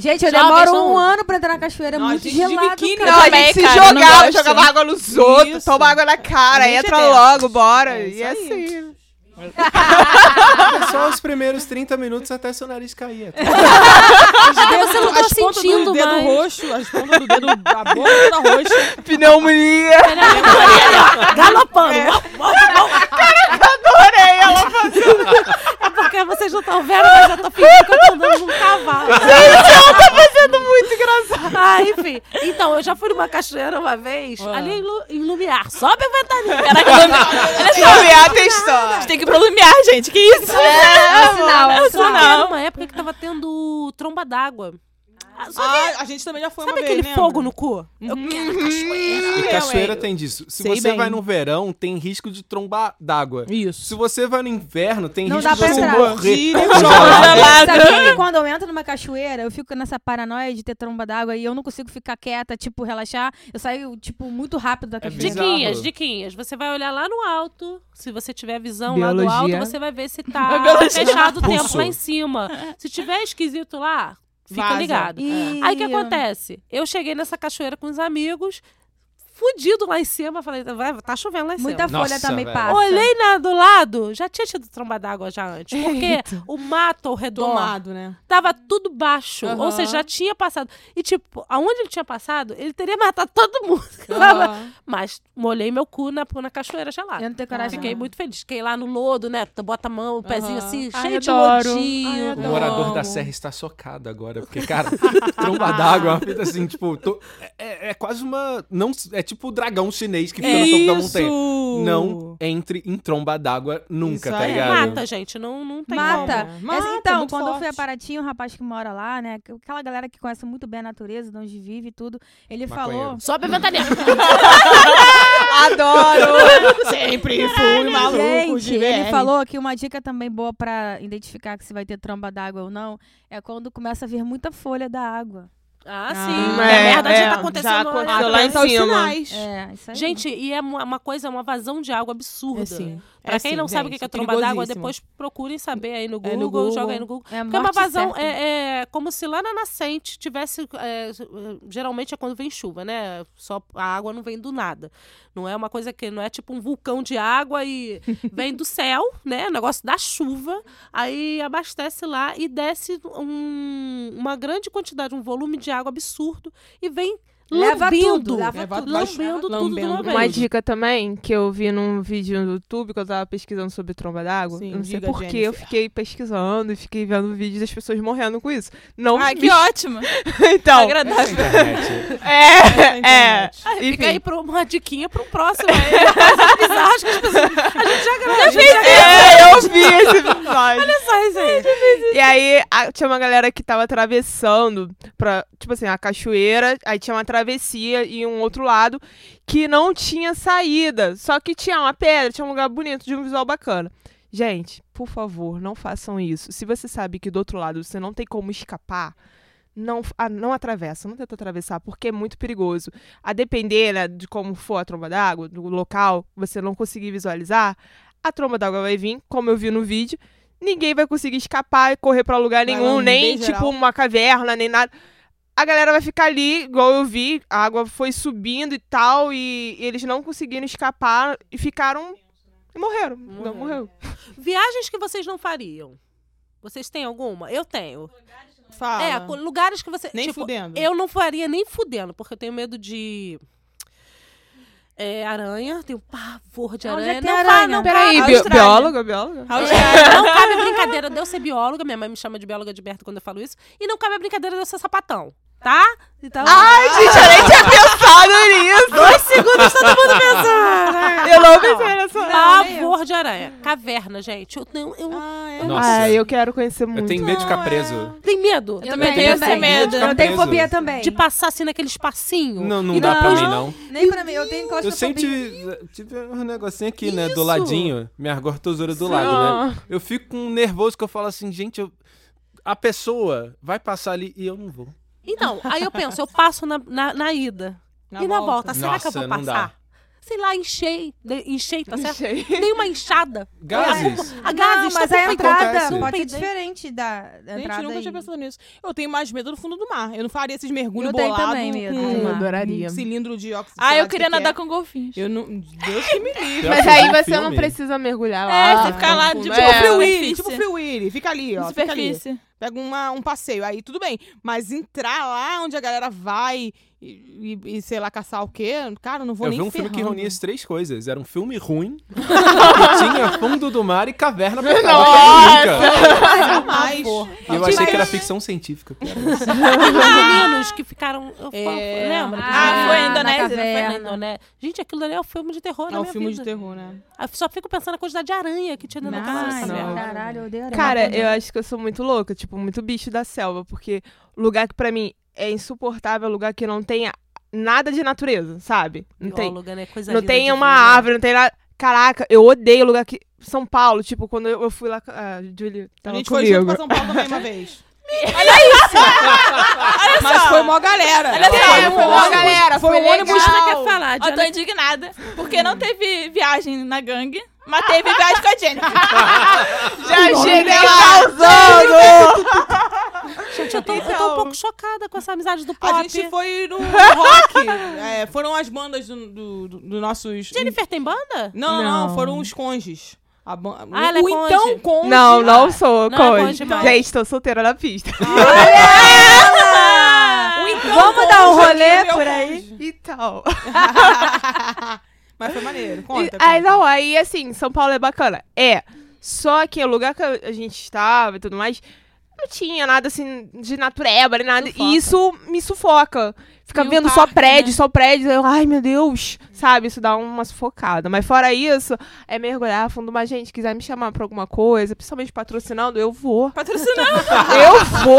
Speaker 3: Gente, eu
Speaker 1: Jovens
Speaker 3: demoro
Speaker 1: não-
Speaker 3: um ano pra entrar na cachoeira, é
Speaker 4: Não, a
Speaker 3: muito
Speaker 4: gente de
Speaker 3: gelado.
Speaker 4: biquíni,
Speaker 3: cara.
Speaker 6: Não, a
Speaker 2: também,
Speaker 6: gente se
Speaker 2: cara, eu não
Speaker 6: jogava,
Speaker 2: gosto.
Speaker 6: jogava água nos outros,
Speaker 4: Isso.
Speaker 6: toma água na cara,
Speaker 4: A gente
Speaker 6: entra
Speaker 4: é dessas.
Speaker 6: logo, bora.
Speaker 4: É isso
Speaker 6: e é
Speaker 4: aí.
Speaker 6: assim.
Speaker 5: É Só os primeiros 30 minutos até seu nariz cair.
Speaker 1: você não tá
Speaker 4: as pontas
Speaker 1: sentindo
Speaker 4: do dedo
Speaker 1: mais.
Speaker 4: roxo, as pontas do dedo, a boca toda roxa.
Speaker 6: Pneumonia.
Speaker 1: galopando.
Speaker 6: Adorei ela.
Speaker 1: É porque vocês não estão vendo, mas eu tô fingindo que eu tô andando num cavalo.
Speaker 6: tá
Speaker 1: Ah, enfim. Então, eu já fui numa cachoeira uma vez,
Speaker 6: Ah.
Speaker 1: ali em, Lu, em Lumiar. Sobe o ventaninho.
Speaker 2: Caraca, Lumi- olha só.
Speaker 6: Lumiar tem
Speaker 2: A gente
Speaker 6: história.
Speaker 2: tem que ir pro Lumiar, gente. Que isso?
Speaker 6: É,
Speaker 3: sinal, é um
Speaker 1: Só que
Speaker 2: sinal.
Speaker 1: era uma época que tava tendo tromba d'água. Ah, Só que,
Speaker 4: Ah, a gente também já foi
Speaker 1: sabe
Speaker 4: uma Uhum. vez, né,
Speaker 1: aquele
Speaker 4: lembra?
Speaker 1: fogo no cu? Eu quero cachoeira.
Speaker 5: E cachoeira tem disso. Se
Speaker 4: Sei
Speaker 5: você
Speaker 4: bem.
Speaker 5: vai no verão, tem risco de trombar d'água. Se
Speaker 4: Isso.
Speaker 5: você vai no inverno, tem
Speaker 3: Não
Speaker 5: risco
Speaker 3: dá
Speaker 5: de
Speaker 3: pra
Speaker 5: você
Speaker 3: entrar.
Speaker 5: morrer.
Speaker 4: Tira e Tá
Speaker 2: joga.
Speaker 3: Sabe que quando eu entro numa cachoeira, eu fico nessa paranoia de ter tromba d'água e eu não consigo ficar quieta, tipo, relaxar. Eu saio, tipo, muito rápido da cachoeira.
Speaker 5: bizarro.
Speaker 1: Diquinhas, diquinhas. Você vai olhar lá no alto. Se você tiver visão lá do
Speaker 4: Biologia.
Speaker 1: alto, você vai ver se tá
Speaker 2: Biologia.
Speaker 1: fechado o tempo
Speaker 5: Pulso.
Speaker 1: lá em cima. Se tiver esquisito lá, fica
Speaker 4: Vaza.
Speaker 1: ligado.
Speaker 3: E-
Speaker 1: Aí o que acontece? Eu cheguei nessa cachoeira com os amigos, fudido lá em cima. Falei, vai, tá chovendo lá em cima.
Speaker 3: Muita
Speaker 5: Nossa,
Speaker 3: folha também
Speaker 5: velho.
Speaker 3: passa.
Speaker 1: Olhei na- do lado, já tinha tido tromba d'água já antes. Porque o mato ao redor
Speaker 4: Domado, né?
Speaker 1: tava tudo baixo.
Speaker 4: Aham.
Speaker 1: Ou seja, já tinha passado. E, tipo, aonde ele tinha passado, ele teria matado todo mundo.
Speaker 4: Aham.
Speaker 1: Mas molhei meu cu na, na cachoeira gelada.
Speaker 3: Eu não tenho coragem.
Speaker 1: Fiquei
Speaker 3: não.
Speaker 1: muito feliz. Fiquei lá no lodo, né? Tu bota a mão, o pezinho
Speaker 4: Aham.
Speaker 1: assim,
Speaker 2: Ai,
Speaker 1: cheio de
Speaker 2: adoro.
Speaker 1: lodinho.
Speaker 5: O
Speaker 4: Ai,
Speaker 5: morador
Speaker 4: Amo.
Speaker 5: da serra está chocado agora, porque, cara, tromba d'água é uma fita assim, tipo, tô- é- é, é quase uma. Não, é tipo o dragão chinês que fica no topo da
Speaker 6: um
Speaker 5: montanha.
Speaker 4: É Isso!
Speaker 5: Não entre em tromba d'água nunca,
Speaker 4: Isso
Speaker 5: tá
Speaker 4: aí.
Speaker 5: ligado?
Speaker 1: É, Mata, gente. Não, não tem
Speaker 3: Mata.
Speaker 1: como.
Speaker 4: como.
Speaker 3: Essa-
Speaker 4: Mata,
Speaker 3: então,
Speaker 4: é muito
Speaker 3: quando eu fui a
Speaker 4: forte.
Speaker 3: Paraty, um rapaz que mora lá, né? Aquela galera que conhece muito bem a natureza, de onde vive e tudo, ele
Speaker 5: Maconheiro.
Speaker 3: falou.
Speaker 1: Sobe a ventania.
Speaker 4: Adoro! Sempre fui maluco
Speaker 3: Gente,
Speaker 4: de
Speaker 3: ele
Speaker 4: VR.
Speaker 3: falou que uma dica também boa pra identificar que se vai ter tromba d'água ou não é quando começa a vir muita folha da água.
Speaker 1: Ah,
Speaker 4: Ah,
Speaker 1: sim.
Speaker 4: é,
Speaker 1: Porque a merda
Speaker 6: é,
Speaker 1: já tá
Speaker 6: já
Speaker 1: acontecendo.
Speaker 6: aconteceu
Speaker 1: né?
Speaker 6: lá em
Speaker 4: Apresentar Ah, os
Speaker 6: cima.
Speaker 4: sinais.
Speaker 3: É, isso aí.
Speaker 1: Gente, e é uma uma coisa, uma vazão de água absurda.
Speaker 4: É sim.
Speaker 1: assim. Pra
Speaker 4: É
Speaker 1: quem
Speaker 4: sim,
Speaker 1: não sabe o
Speaker 4: gente,
Speaker 1: que é tromba d'água,
Speaker 4: perigosíssimo.
Speaker 1: depois procurem saber aí no Google,
Speaker 4: É no
Speaker 1: joga
Speaker 4: Google.
Speaker 1: aí no Google.
Speaker 3: é
Speaker 1: Porque é uma
Speaker 3: morte
Speaker 1: vazão,
Speaker 3: certa.
Speaker 1: é, é como se lá na nascente tivesse. é, geralmente é quando vem chuva, né? Só a água não vem do nada. Não é uma coisa que. Não é tipo um vulcão de água e vem do céu, né? O negócio da chuva. Aí abastece lá e desce um- uma grande quantidade, um volume de água absurdo e vem
Speaker 3: Leva
Speaker 1: lambendo.
Speaker 3: tudo, leva
Speaker 4: Leva tudo.
Speaker 1: Lambendo tudo
Speaker 4: Lambendo.
Speaker 1: de uma
Speaker 6: Uma
Speaker 1: Beijo.
Speaker 6: dica também que eu vi num vídeo no YouTube que eu tava pesquisando sobre tromba d'água.
Speaker 4: Sim,
Speaker 6: Eu não sei
Speaker 4: diga,
Speaker 6: por que eu
Speaker 4: Jennifer.
Speaker 6: fiquei pesquisando e fiquei vendo vídeos das pessoas morrendo com isso. Não
Speaker 2: Ai,
Speaker 6: me-
Speaker 2: Ah, que ótimo.
Speaker 6: então.
Speaker 5: Essa
Speaker 2: Agradável.
Speaker 5: internet.
Speaker 6: É, é.
Speaker 4: internet.
Speaker 1: tá Ai, Fica
Speaker 6: Enfim.
Speaker 1: aí pra uma diquinha pro próximo. Aí, coisas bizarras que as pessoas. A gente já gravou.
Speaker 6: É, eu vi esse episódio.
Speaker 1: Olha isso aí.
Speaker 6: E aí a- tinha uma galera que tava atravessando pra, tipo assim, a cachoeira, aí tinha uma travessia e um outro lado que não tinha saída. Só que tinha uma pedra, tinha um lugar bonito, de um visual bacana. Gente, por favor, não façam isso. Se você sabe que do outro lado você não tem como escapar, não, f- ah, não atravessa, não tenta atravessar, porque é muito perigoso. A depender né, de como for a tromba d'água, do local, você não conseguir visualizar, a tromba d'água vai vir, como eu vi no vídeo, ninguém vai conseguir escapar e correr pra lugar
Speaker 4: Vai
Speaker 6: nenhum,
Speaker 4: lamber
Speaker 6: nem
Speaker 4: geral.
Speaker 6: tipo uma caverna, nem nada. A galera vai ficar ali, igual eu vi, a água foi subindo e tal, e, e eles não conseguiram escapar e ficaram. E morreram. Não,
Speaker 1: Morreram.
Speaker 6: morreu.
Speaker 1: Viagens que vocês não fariam. Vocês têm alguma? Eu tenho.
Speaker 4: Fala.
Speaker 1: É, co- lugares que você.
Speaker 4: Nem
Speaker 1: tipo,
Speaker 4: fudendo.
Speaker 1: Eu não faria nem fudendo, porque eu tenho medo de. é, aranha, tenho pavor de
Speaker 3: Onde é
Speaker 1: aranha.
Speaker 3: que
Speaker 1: Não,
Speaker 3: tem
Speaker 1: vai,
Speaker 3: aranha?
Speaker 1: não
Speaker 6: Peraí,
Speaker 1: vai.
Speaker 6: bi bióloga, bióloga?
Speaker 2: Austrália.
Speaker 1: Não cabe a brincadeira de eu ser bióloga, minha mãe me chama de bióloga de Berto quando eu falo isso, e não cabe a brincadeira de eu ser sapatão, tá? Então,
Speaker 6: Ai, gente, eu nem tinha pensado nisso.
Speaker 1: dois segundos todo mundo pensando.
Speaker 6: Eu não pensei nessa.
Speaker 1: Pavor de aranha. Caverna, gente. Eu tenho. Eu
Speaker 4: Ah, é.
Speaker 5: Nossa,
Speaker 6: Ai, eu quero conhecer muito.
Speaker 5: eu tenho medo de ficar preso.
Speaker 1: tenho medo assim,
Speaker 3: Eu
Speaker 2: também
Speaker 3: tenho
Speaker 2: tenho esse medo.
Speaker 3: Eu tenho
Speaker 5: Preso.
Speaker 3: fobia também.
Speaker 1: de passar assim naquele espacinho.
Speaker 5: Não, não
Speaker 1: E
Speaker 5: dá pra
Speaker 1: depois-
Speaker 5: mim, não.
Speaker 3: Nem pra mim, eu tenho
Speaker 5: Eu
Speaker 3: claustrofobia.
Speaker 5: sempre tive, tive um negocinho aqui, né?
Speaker 1: Isso. Ah.
Speaker 5: Do ladinho. Minha gortosura do lado, né? Eu fico com um nervoso que eu falo assim, gente, eu- a pessoa vai passar ali e eu não vou.
Speaker 1: Então, aí eu penso, eu passo na, na, na ida e na volta. Será que eu
Speaker 5: Nossa,
Speaker 1: vou
Speaker 5: não dá.
Speaker 1: passar? Sei lá, enchei. de- Enchei, tá certo?
Speaker 6: Achei.
Speaker 1: Tem uma enxada.
Speaker 5: Gases.
Speaker 1: A gases,
Speaker 3: não, mas
Speaker 1: tá
Speaker 3: a
Speaker 1: com-
Speaker 3: entrada
Speaker 5: acontece.
Speaker 3: pode ser
Speaker 1: Entendi.
Speaker 3: diferente da da
Speaker 4: Gente, eu
Speaker 3: entrada
Speaker 4: nunca
Speaker 3: aí.
Speaker 4: tinha pensado nisso. Eu tenho mais medo do fundo do mar. Eu não faria esses mergulhos
Speaker 3: Eu tenho
Speaker 4: bolados
Speaker 3: também medo do
Speaker 4: com
Speaker 3: mar.
Speaker 6: adoraria.
Speaker 4: um cilindro de óxido.
Speaker 2: Ah, eu
Speaker 4: é?
Speaker 2: queria nadar com golfinhos.
Speaker 4: Eu não... Deus que me livre.
Speaker 5: Tem uma
Speaker 6: Mas
Speaker 5: coisa
Speaker 6: aí
Speaker 5: de
Speaker 6: você não
Speaker 5: filme.
Speaker 6: precisa mergulhar lá.
Speaker 2: É, você fica lá
Speaker 6: no
Speaker 2: de
Speaker 6: fundo.
Speaker 2: boa.
Speaker 4: Tipo Free
Speaker 6: É.
Speaker 4: Willy, tipo
Speaker 2: superfície.
Speaker 4: Free Willy. Fica ali, ó. Fica ali.
Speaker 2: superfície.
Speaker 4: Pega uma, um passeio. Aí tudo bem. Mas entrar lá onde a galera vai e, e- e, sei lá, caçar o quê? Cara, eu não vou
Speaker 5: eu
Speaker 4: nem
Speaker 5: vi um filme que
Speaker 4: ferrando.
Speaker 5: reunia as três coisas. Era um filme ruim, que tinha fundo do mar e caverna pra Nossa!
Speaker 4: Jamais.
Speaker 5: E eu
Speaker 4: Tipo
Speaker 5: achei que era ficção científica.
Speaker 1: Os meninos que ficaram. Eu falo,
Speaker 4: É.
Speaker 1: Lembra?
Speaker 2: Ah,
Speaker 3: Ah,
Speaker 2: foi
Speaker 3: na
Speaker 2: a Indonésia, não foi na
Speaker 3: caverna.
Speaker 1: Não, né? Gente, aquilo ali é um filme de terror,
Speaker 4: É
Speaker 1: na
Speaker 4: um
Speaker 1: minha
Speaker 4: filme de
Speaker 1: vida.
Speaker 4: terror, né?
Speaker 1: Eu só fico pensando na quantidade de aranha que tinha dentro daquela
Speaker 3: Nossa,
Speaker 1: caverna.
Speaker 4: não.
Speaker 3: caralho, eu odeio aranha.
Speaker 6: Cara, eu acho que eu sou muito louca, tipo, muito bicho da selva, porque lugar que pra mim é insuportável é lugar que não tenha nada de natureza, sabe? Não tem,
Speaker 1: Bióloga, né? Coisa
Speaker 6: não
Speaker 1: linda
Speaker 6: tem
Speaker 1: de
Speaker 6: uma
Speaker 1: vida.
Speaker 6: árvore, não tem nada. Caraca, eu odeio lugar que. São Paulo, tipo, quando eu eu fui lá. ah, A Julie
Speaker 4: A
Speaker 6: tava
Speaker 4: gente foi junto
Speaker 6: comigo.
Speaker 4: pra São Paulo também uma vez. Olha isso! Mas foi mó galera.
Speaker 1: é
Speaker 2: Olha só,
Speaker 4: Olha,
Speaker 2: foi mó
Speaker 6: galera,
Speaker 4: Foi
Speaker 6: foi
Speaker 4: um ônibus
Speaker 1: Cristina quer falar,
Speaker 2: Eu tô
Speaker 1: Diana-
Speaker 2: indignada, porque não teve viagem na gangue, mas teve viagem com a Jennifer.
Speaker 6: Já cheguei
Speaker 4: dela.
Speaker 6: causando!
Speaker 1: Gente, eu tô, eu tô um
Speaker 4: Então.
Speaker 1: pouco chocada com essa amizade do pop.
Speaker 4: A gente foi no rock. É, foram as bandas do, do, do- dos nossos.
Speaker 1: Jennifer tem banda?
Speaker 4: Não, não,
Speaker 3: Não.
Speaker 4: foram os conges. A ban-
Speaker 1: Ah, ela é
Speaker 4: o
Speaker 1: conge.
Speaker 4: então conge.
Speaker 3: é?
Speaker 6: Não, não sou,
Speaker 1: Não,
Speaker 6: Conde.
Speaker 1: conge mais.
Speaker 6: Gente, tô solteira na pista.
Speaker 4: O então
Speaker 3: Vamos dar um
Speaker 4: conge
Speaker 3: rolê
Speaker 4: é meu
Speaker 3: por aí?
Speaker 4: conge.
Speaker 6: Então.
Speaker 4: Mas foi maneiro. Conta.
Speaker 6: Aí
Speaker 4: conta.
Speaker 6: não, aí assim, São Paulo é bacana. É. Só que o lugar que a gente estava e tudo mais, não tinha nada assim de natureba, nem nada.
Speaker 2: Sufoca.
Speaker 6: E isso me sufoca. Fica
Speaker 3: um
Speaker 2: E o
Speaker 6: vendo só
Speaker 2: parque,
Speaker 6: prédio,
Speaker 2: né?
Speaker 6: só prédio. Eu, ai, meu Deus. Sabe, isso dá uma sufocada. Mas fora isso, é mergulhar fundo. Mas, gente, quiser me chamar pra alguma coisa, principalmente patrocinando, eu vou.
Speaker 2: Patrocinando.
Speaker 6: Eu vou.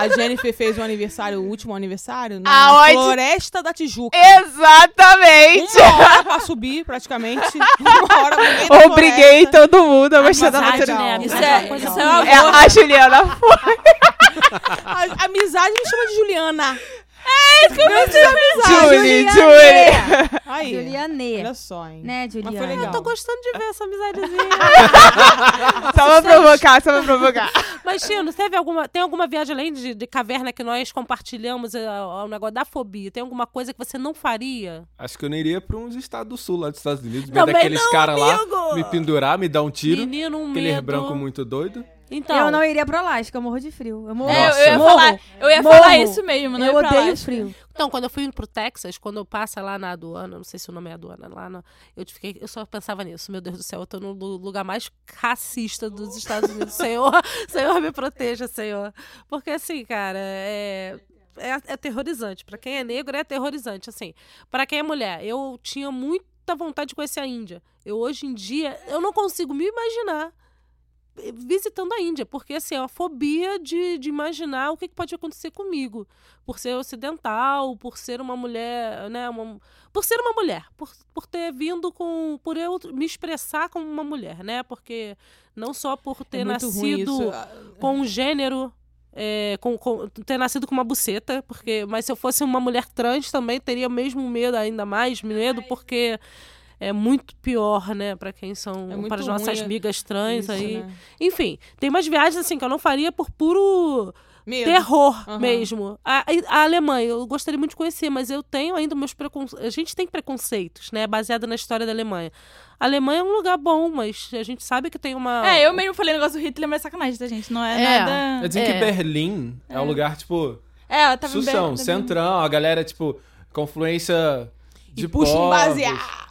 Speaker 4: A Jennifer fez o aniversário, o último aniversário, na
Speaker 1: Ah,
Speaker 6: Aonde?
Speaker 4: Floresta da Tijuca.
Speaker 6: Exatamente.
Speaker 4: Uma hora pra subir, praticamente. Uma hora no meio da
Speaker 6: Obriguei
Speaker 4: floresta.
Speaker 6: todo mundo a gostar da
Speaker 1: Amizade,
Speaker 6: natureza.
Speaker 1: né?
Speaker 2: Isso
Speaker 1: Amizade uma
Speaker 2: é,
Speaker 1: coisa
Speaker 2: isso é
Speaker 1: boa.
Speaker 2: uma
Speaker 6: É, a Juliana
Speaker 4: A, a amizade me chama de Juliana.
Speaker 6: Julie, Julie.
Speaker 4: Aí.
Speaker 3: Juliane.
Speaker 4: Olha só, hein.
Speaker 3: Né, Juliane?
Speaker 4: foi legal.
Speaker 1: Eu tô gostando de ver essa amizadezinha.
Speaker 6: Só pra provocar, só pra provocar.
Speaker 1: Mas, Chino, teve alguma, tem alguma viagem além de, de caverna que nós compartilhamos eh, o negócio da fobia? Tem alguma coisa que você não faria?
Speaker 5: Acho que eu não iria pra uns estados do sul, lá dos Estados Unidos, ver
Speaker 1: Também
Speaker 5: daqueles
Speaker 1: não,
Speaker 5: caras lá,
Speaker 1: amigo!
Speaker 5: me pendurar, me dar um tiro.
Speaker 1: Menino, um
Speaker 5: Aquele
Speaker 1: medo.
Speaker 5: branco muito doido.
Speaker 1: Então,
Speaker 3: Eu não iria pra Alasca, eu morro de frio. Eu morro.
Speaker 2: É,
Speaker 5: Nossa.
Speaker 2: eu, eu ia
Speaker 3: Morro.
Speaker 2: falar, eu ia
Speaker 3: Morro.
Speaker 2: falar isso mesmo, não
Speaker 3: Eu
Speaker 2: ia pra
Speaker 3: odeio
Speaker 2: lá.
Speaker 3: frio.
Speaker 1: então, quando eu fui pro Texas, quando eu passo lá na aduana, não sei se o nome é aduana, lá na, eu, fiquei, eu só pensava nisso. Meu Deus do céu, eu tô no lu- lugar mais racista dos Estados Unidos. Senhor, Senhor, me proteja, Senhor. Porque assim, cara, é... É, é aterrorizante. Pra quem é negro, é aterrorizante. Assim, Pra quem é mulher, eu tinha muita vontade de conhecer a Índia. Eu hoje em dia, eu não consigo me imaginar eh, visitando a Índia, porque assim, é uma fobia de, de imaginar o que, que pode acontecer comigo, por ser ocidental, por ser uma mulher, né, uma- por ser uma mulher, por, por ter vindo com, por eu me expressar como uma mulher, né, porque não só por ter
Speaker 4: É muito ruim
Speaker 1: nascido
Speaker 4: isso.
Speaker 1: com um gênero. é, com, com- ter nascido com uma buceta, porque, mas se eu fosse uma mulher trans também teria mesmo medo, ainda mais medo, porque é muito pior, né, Pra quem são,
Speaker 4: É muito
Speaker 1: para as nossas
Speaker 4: ruim
Speaker 1: amigas trans
Speaker 4: Isso,
Speaker 1: aí.
Speaker 4: né?
Speaker 1: Enfim, tem umas viagens assim que eu não faria por puro
Speaker 4: Medo.
Speaker 1: terror
Speaker 4: Aham.
Speaker 1: mesmo. A, a Alemanha, eu gostaria muito de conhecer, mas eu tenho ainda meus preconceitos. A gente tem preconceitos, né? Baseado na história da Alemanha. A Alemanha é um lugar bom, mas a gente sabe que tem uma.
Speaker 2: É, eu mesmo falei o negócio do Hitler, mas é sacanagem, tá, gente? Não
Speaker 1: É.
Speaker 2: é,
Speaker 5: Eu
Speaker 2: nada.
Speaker 5: dizem
Speaker 1: É.
Speaker 5: que Berlim é, um lugar, tipo,
Speaker 2: É, ela tava em
Speaker 5: Sussão,
Speaker 4: né?
Speaker 2: Berlim-
Speaker 5: centrão, a galera, tipo, confluência de
Speaker 4: E puxa um
Speaker 5: povos.
Speaker 4: baseado.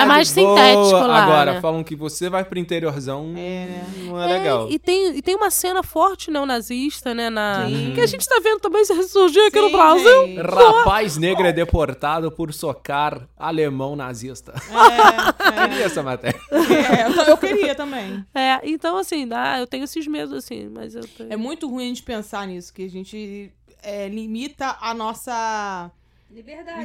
Speaker 1: É mais
Speaker 5: Boa.
Speaker 1: sintético lá.
Speaker 5: Agora,
Speaker 1: né?
Speaker 5: falam que você vai pro interiorzão,
Speaker 4: né?
Speaker 5: não é
Speaker 1: É,
Speaker 5: legal.
Speaker 1: E tem, e tem uma cena forte neonazista, né? Na...
Speaker 4: Sim.
Speaker 1: Que a gente tá vendo também se ressurgir aqui no
Speaker 4: Sim,
Speaker 1: Brasil.
Speaker 4: gente.
Speaker 5: Rapaz negro é deportado por socar alemão nazista. E essa matéria?
Speaker 4: É, é, eu, eu queria também.
Speaker 1: É, então, assim, dá, eu tenho esses medos, assim, mas eu tenho.
Speaker 4: É muito ruim a gente pensar nisso, que a gente é, limita a nossa liberdade.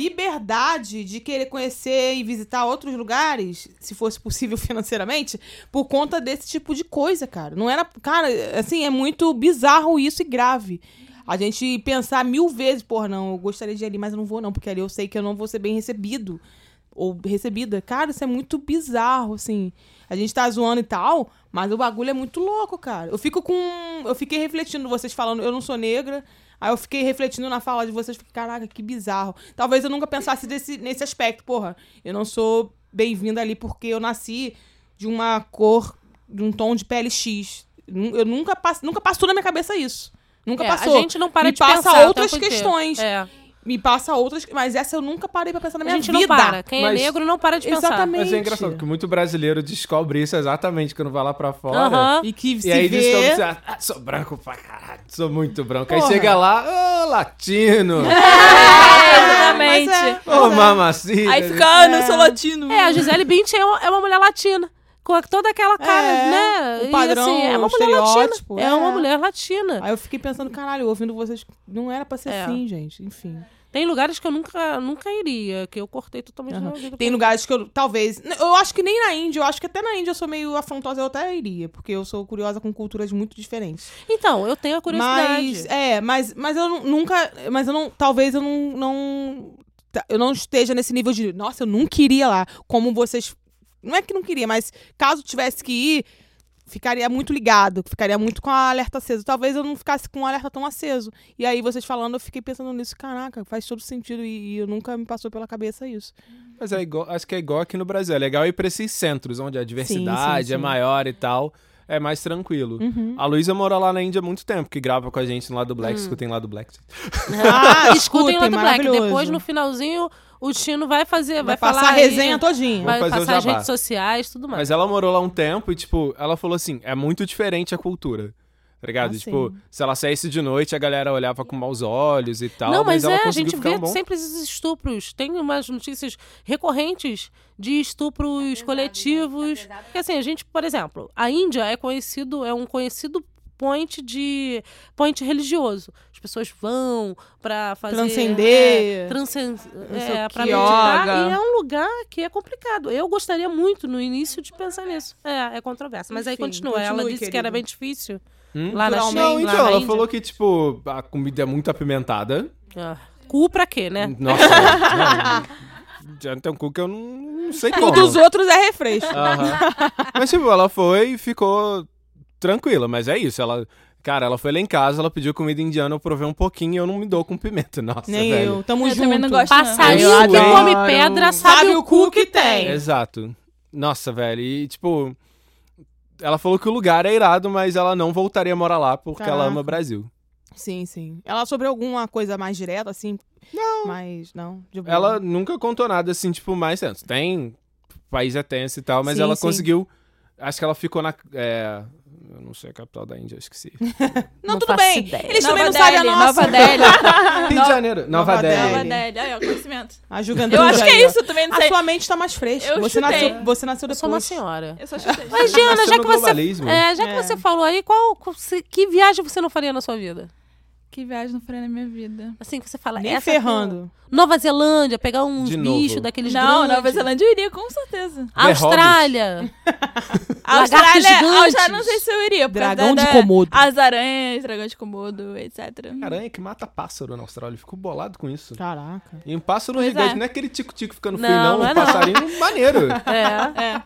Speaker 4: de querer conhecer e visitar outros lugares, se fosse possível financeiramente, por conta desse tipo de coisa, cara. Não era. Cara, assim, é muito bizarro isso e grave. A gente pensar mil vezes, porra, não, eu gostaria de ir ali, mas eu não vou, não, porque ali eu sei que eu não vou ser bem recebido. Ou recebida. Cara, isso é muito bizarro, assim. A gente tá zoando e tal, mas o bagulho é muito louco, cara. Eu fico com. Eu fiquei refletindo, vocês falando, eu não sou negra. Aí eu fiquei refletindo na fala de vocês, fiquei, caraca, que bizarro. Talvez eu nunca pensasse desse, nesse aspecto, porra. Eu não sou bem-vinda ali porque eu nasci de uma cor, de um tom de pele X. Nu- Eu nunca, pass... nunca passou na minha cabeça isso. Nunca
Speaker 1: É,
Speaker 4: passou.
Speaker 1: A gente não para
Speaker 4: Me
Speaker 1: de
Speaker 4: passa
Speaker 1: pensar o
Speaker 4: outras
Speaker 1: tempo inteiro.
Speaker 4: questões.
Speaker 1: É.
Speaker 4: Me passa outras. Mas essa eu nunca parei pra pensar
Speaker 1: A
Speaker 4: na minha
Speaker 1: gente
Speaker 4: vida.
Speaker 1: não para. Quem
Speaker 5: Mas-
Speaker 1: é negro não para de pensar.
Speaker 4: Exatamente.
Speaker 5: Mas é engraçado, porque muito brasileiro descobre isso exatamente quando vai lá pra fora.
Speaker 1: Aham.
Speaker 4: E que se
Speaker 5: E aí
Speaker 4: vê...
Speaker 5: descobre, assim, ah, sou branco pra caralho, sou muito branco. Aí
Speaker 4: Porra.
Speaker 5: chega lá, ô latino,
Speaker 2: É,
Speaker 4: Mas
Speaker 2: exatamente.
Speaker 4: é.
Speaker 5: ô mamacita.
Speaker 2: Aí fica, ah, não sou latino.
Speaker 1: É, a Gisele Bündchen é uma, é uma mulher latina. Com toda aquela cara,
Speaker 4: É,
Speaker 1: né?
Speaker 4: o padrão,
Speaker 1: é uma
Speaker 4: o
Speaker 1: mulher latina.
Speaker 4: estereótipo.
Speaker 1: É uma
Speaker 4: É.
Speaker 1: mulher latina.
Speaker 4: Aí eu fiquei pensando, caralho, ouvindo vocês, não era pra ser
Speaker 1: É.
Speaker 4: assim, gente. Enfim.
Speaker 1: Tem lugares que eu nunca, nunca iria, que eu cortei totalmente
Speaker 4: Aham.
Speaker 1: na vida.
Speaker 4: Tem lugares que eu, talvez... n- Eu acho que nem na Índia, eu acho que até na Índia eu sou meio afrontosa, eu até iria. Porque eu sou curiosa com culturas muito diferentes.
Speaker 1: Então, eu tenho a curiosidade.
Speaker 4: Mas, é, mas, mas eu nu- nunca... Mas eu não... Talvez eu não... não tá- eu não esteja nesse nível de, nossa, eu não queria lá. Como vocês... Não é que não queria, mas caso tivesse que ir, ficaria muito ligado, ficaria muito com a alerta aceso. Talvez eu não ficasse com o alerta tão aceso. E aí, vocês falando, eu fiquei pensando nisso. Caraca, faz todo sentido. E, e eu nunca me passou pela cabeça isso.
Speaker 5: Mas é igual, acho que é igual aqui no Brasil. É legal ir pra esses centros, onde a diversidade é
Speaker 4: sim.
Speaker 5: maior e tal. É mais tranquilo. A Luísa mora lá na Índia há muito tempo, que grava com a gente no Lado Black. Escutem Lado Black.
Speaker 4: Ah,
Speaker 1: Escutem Lado Black.
Speaker 4: maravilhoso.
Speaker 1: Depois, no finalzinho, o Tino vai fazer, vai,
Speaker 4: Vai, passar
Speaker 1: falar
Speaker 4: a resenha
Speaker 1: aí,
Speaker 4: todinha.
Speaker 1: Vai
Speaker 5: Vou fazer o
Speaker 1: passar as
Speaker 5: jabá.
Speaker 1: redes sociais, tudo mais.
Speaker 5: Mas ela morou lá um tempo e, tipo, ela falou assim: é muito diferente a cultura. Tá ligado?
Speaker 4: Ah,
Speaker 5: tipo, se ela saísse de noite, a galera olhava com maus olhos e tal.
Speaker 1: Não, mas,
Speaker 5: mas, ela
Speaker 1: é, a
Speaker 5: conseguiu
Speaker 1: gente
Speaker 5: ficar
Speaker 1: vê
Speaker 5: um bom.
Speaker 1: sempre esses estupros. Tem umas notícias recorrentes de estupros coletivos. Porque assim, a gente, por exemplo, a Índia é conhecido, é um conhecido point de point religioso. As pessoas vão pra fazer
Speaker 4: Transcender.
Speaker 1: é, transcen-
Speaker 4: sei
Speaker 1: é,
Speaker 4: o
Speaker 1: pra
Speaker 4: quê.
Speaker 1: meditar,
Speaker 6: Yoga.
Speaker 1: e é um lugar que é complicado. Eu gostaria muito no início de pensar nisso. É, é controverso, mas aí
Speaker 4: Enfim,
Speaker 1: continua. Ela
Speaker 4: continue,
Speaker 1: disse que era
Speaker 4: querida.
Speaker 1: bem difícil
Speaker 5: Hum?
Speaker 1: lá na China,
Speaker 5: Não,
Speaker 1: lá
Speaker 5: então,
Speaker 1: na
Speaker 5: ela
Speaker 1: Índia.
Speaker 5: falou que, tipo, a comida é muito apimentada.
Speaker 1: Ah, cu pra quê, né?
Speaker 5: Nossa, não, já não tem um cu que eu não, não sei como.
Speaker 4: O dos outros é refresco.
Speaker 5: Aham. Mas, tipo, ela foi e ficou tranquila, mas é isso. Ela, cara, ela foi lá em casa, ela pediu comida indiana, eu provei um pouquinho e eu não me dou com pimenta. Nossa,
Speaker 4: Nem
Speaker 5: velho.
Speaker 4: eu. Tamo
Speaker 2: Eu
Speaker 4: junto.
Speaker 2: também não gosto, não.
Speaker 1: Passarinho
Speaker 5: Eu
Speaker 1: que
Speaker 5: adoro.
Speaker 1: come pedra sabe, o cu que tem.
Speaker 5: Exato. Nossa, velho. E, tipo, ela falou que o lugar é irado, mas ela não voltaria a morar lá porque ela
Speaker 4: Caraca.
Speaker 5: ama o Brasil.
Speaker 4: Sim, sim. Ela sobre alguma coisa mais direta, assim? Não. Mas, não. de boa.
Speaker 5: Ela nunca contou nada assim, tipo, mais antes. Tem. O país é tenso e tal, mas
Speaker 4: Sim,
Speaker 5: ela
Speaker 4: sim.
Speaker 5: conseguiu. Acho que ela ficou na. É, eu não sei a capital da Índia, eu esqueci.
Speaker 4: Não,
Speaker 3: Não
Speaker 4: tudo
Speaker 3: faço
Speaker 4: bem.
Speaker 3: ideia.
Speaker 4: Eles
Speaker 2: Nova
Speaker 4: também não
Speaker 2: Delhi,
Speaker 4: sabem a nossa.
Speaker 2: Nova Delhi.
Speaker 5: Rio de Janeiro. Nova,
Speaker 4: Nova
Speaker 5: Delhi.
Speaker 2: Nova Delhi. Aí, ó, conhecimento.
Speaker 4: A juventude
Speaker 2: Eu acho que
Speaker 4: aí,
Speaker 2: é
Speaker 4: ó.
Speaker 2: isso, eu também não
Speaker 4: A
Speaker 2: sei.
Speaker 4: sua mente tá mais fresca.
Speaker 2: Eu
Speaker 4: você,
Speaker 2: chutei.
Speaker 4: nasceu, você nasceu
Speaker 1: Eu
Speaker 4: depois.
Speaker 1: sou uma senhora.
Speaker 2: Eu só é chutei.
Speaker 1: Mas, Diana, já
Speaker 5: Nasceu
Speaker 1: que
Speaker 5: no
Speaker 1: você.
Speaker 5: globalismo.
Speaker 1: É, já que
Speaker 4: É.
Speaker 1: você falou aí, qual, qual- se- que viagem você não faria na sua vida?
Speaker 2: Que viagem não faria na minha vida.
Speaker 1: Assim que você fala.
Speaker 4: Nem
Speaker 1: essa
Speaker 4: ferrando.
Speaker 1: Nova Zelândia, pegar uns
Speaker 5: De novo.
Speaker 1: bichos daqueles
Speaker 2: Não,
Speaker 1: grandes.
Speaker 2: Nova Zelândia eu iria, com certeza.
Speaker 5: The
Speaker 3: é
Speaker 5: Hobbit.
Speaker 1: Austrália.
Speaker 2: A
Speaker 1: Lagartos
Speaker 2: Austrália,
Speaker 1: gigantes.
Speaker 2: a Austrália não sei se eu iria. por causa
Speaker 4: Dragão
Speaker 2: da-
Speaker 4: de
Speaker 2: da-
Speaker 4: Komodo.
Speaker 2: As aranhas, dragão de Komodo, etc.
Speaker 5: Aranha que mata pássaro na Austrália. Eu Fico bolado com isso.
Speaker 4: Caraca.
Speaker 5: E um pássaro
Speaker 2: Pois
Speaker 5: gigante,
Speaker 2: é.
Speaker 5: não é aquele tico-tico ficando frio,
Speaker 1: Não,
Speaker 5: não.
Speaker 1: não
Speaker 5: um
Speaker 1: é não.
Speaker 5: passarinho maneiro.
Speaker 1: É.
Speaker 2: É,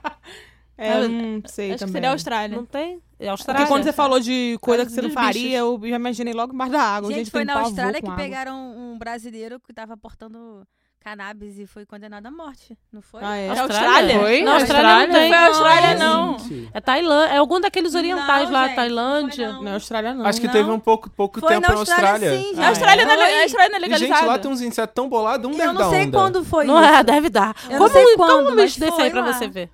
Speaker 4: É,
Speaker 2: Eu-
Speaker 4: não sei
Speaker 2: acho que
Speaker 4: também.
Speaker 2: seria a Austrália.
Speaker 1: Não tem? É Austrália.
Speaker 4: Porque quando você falou de coisa que você não
Speaker 2: dos bichos.
Speaker 4: faria, eu já imaginei logo embaixo da água.
Speaker 3: Gente,
Speaker 4: Gente,
Speaker 3: foi
Speaker 4: tem
Speaker 3: na
Speaker 4: pavor
Speaker 3: Austrália
Speaker 4: com
Speaker 3: que
Speaker 4: água.
Speaker 3: pegaram um brasileiro que tava portando cannabis e foi condenado à morte, não foi?
Speaker 4: Ah, é.
Speaker 2: É Austrália?
Speaker 6: Foi?
Speaker 1: Na Austrália,
Speaker 6: Austrália?
Speaker 1: não tem.
Speaker 2: Não foi a Austrália, não.
Speaker 5: Gente,
Speaker 1: É Tailândia. É algum daqueles orientais
Speaker 3: Não,
Speaker 1: lá,
Speaker 3: gente,
Speaker 1: Tailândia.
Speaker 3: não foi,
Speaker 4: Na Austrália, não.
Speaker 5: Acho que
Speaker 3: Não.
Speaker 5: teve um pouco, pouco
Speaker 3: Foi
Speaker 5: tempo
Speaker 3: na Austrália, sim, gente.
Speaker 2: A Austrália, não é, le- a Austrália não é
Speaker 5: E, gente, lá
Speaker 2: legalizada.
Speaker 5: tem uns insetos tão bolados, um
Speaker 3: Eu
Speaker 5: deve
Speaker 3: não
Speaker 5: dar
Speaker 3: sei
Speaker 5: onda.
Speaker 3: quando foi
Speaker 1: Não
Speaker 3: isso.
Speaker 1: é, deve dar.
Speaker 3: Eu não
Speaker 1: como
Speaker 3: sei
Speaker 1: como
Speaker 3: quando,
Speaker 1: um
Speaker 3: mas
Speaker 1: bicho desse aí
Speaker 3: foi
Speaker 1: pra
Speaker 3: lá.
Speaker 1: você ver?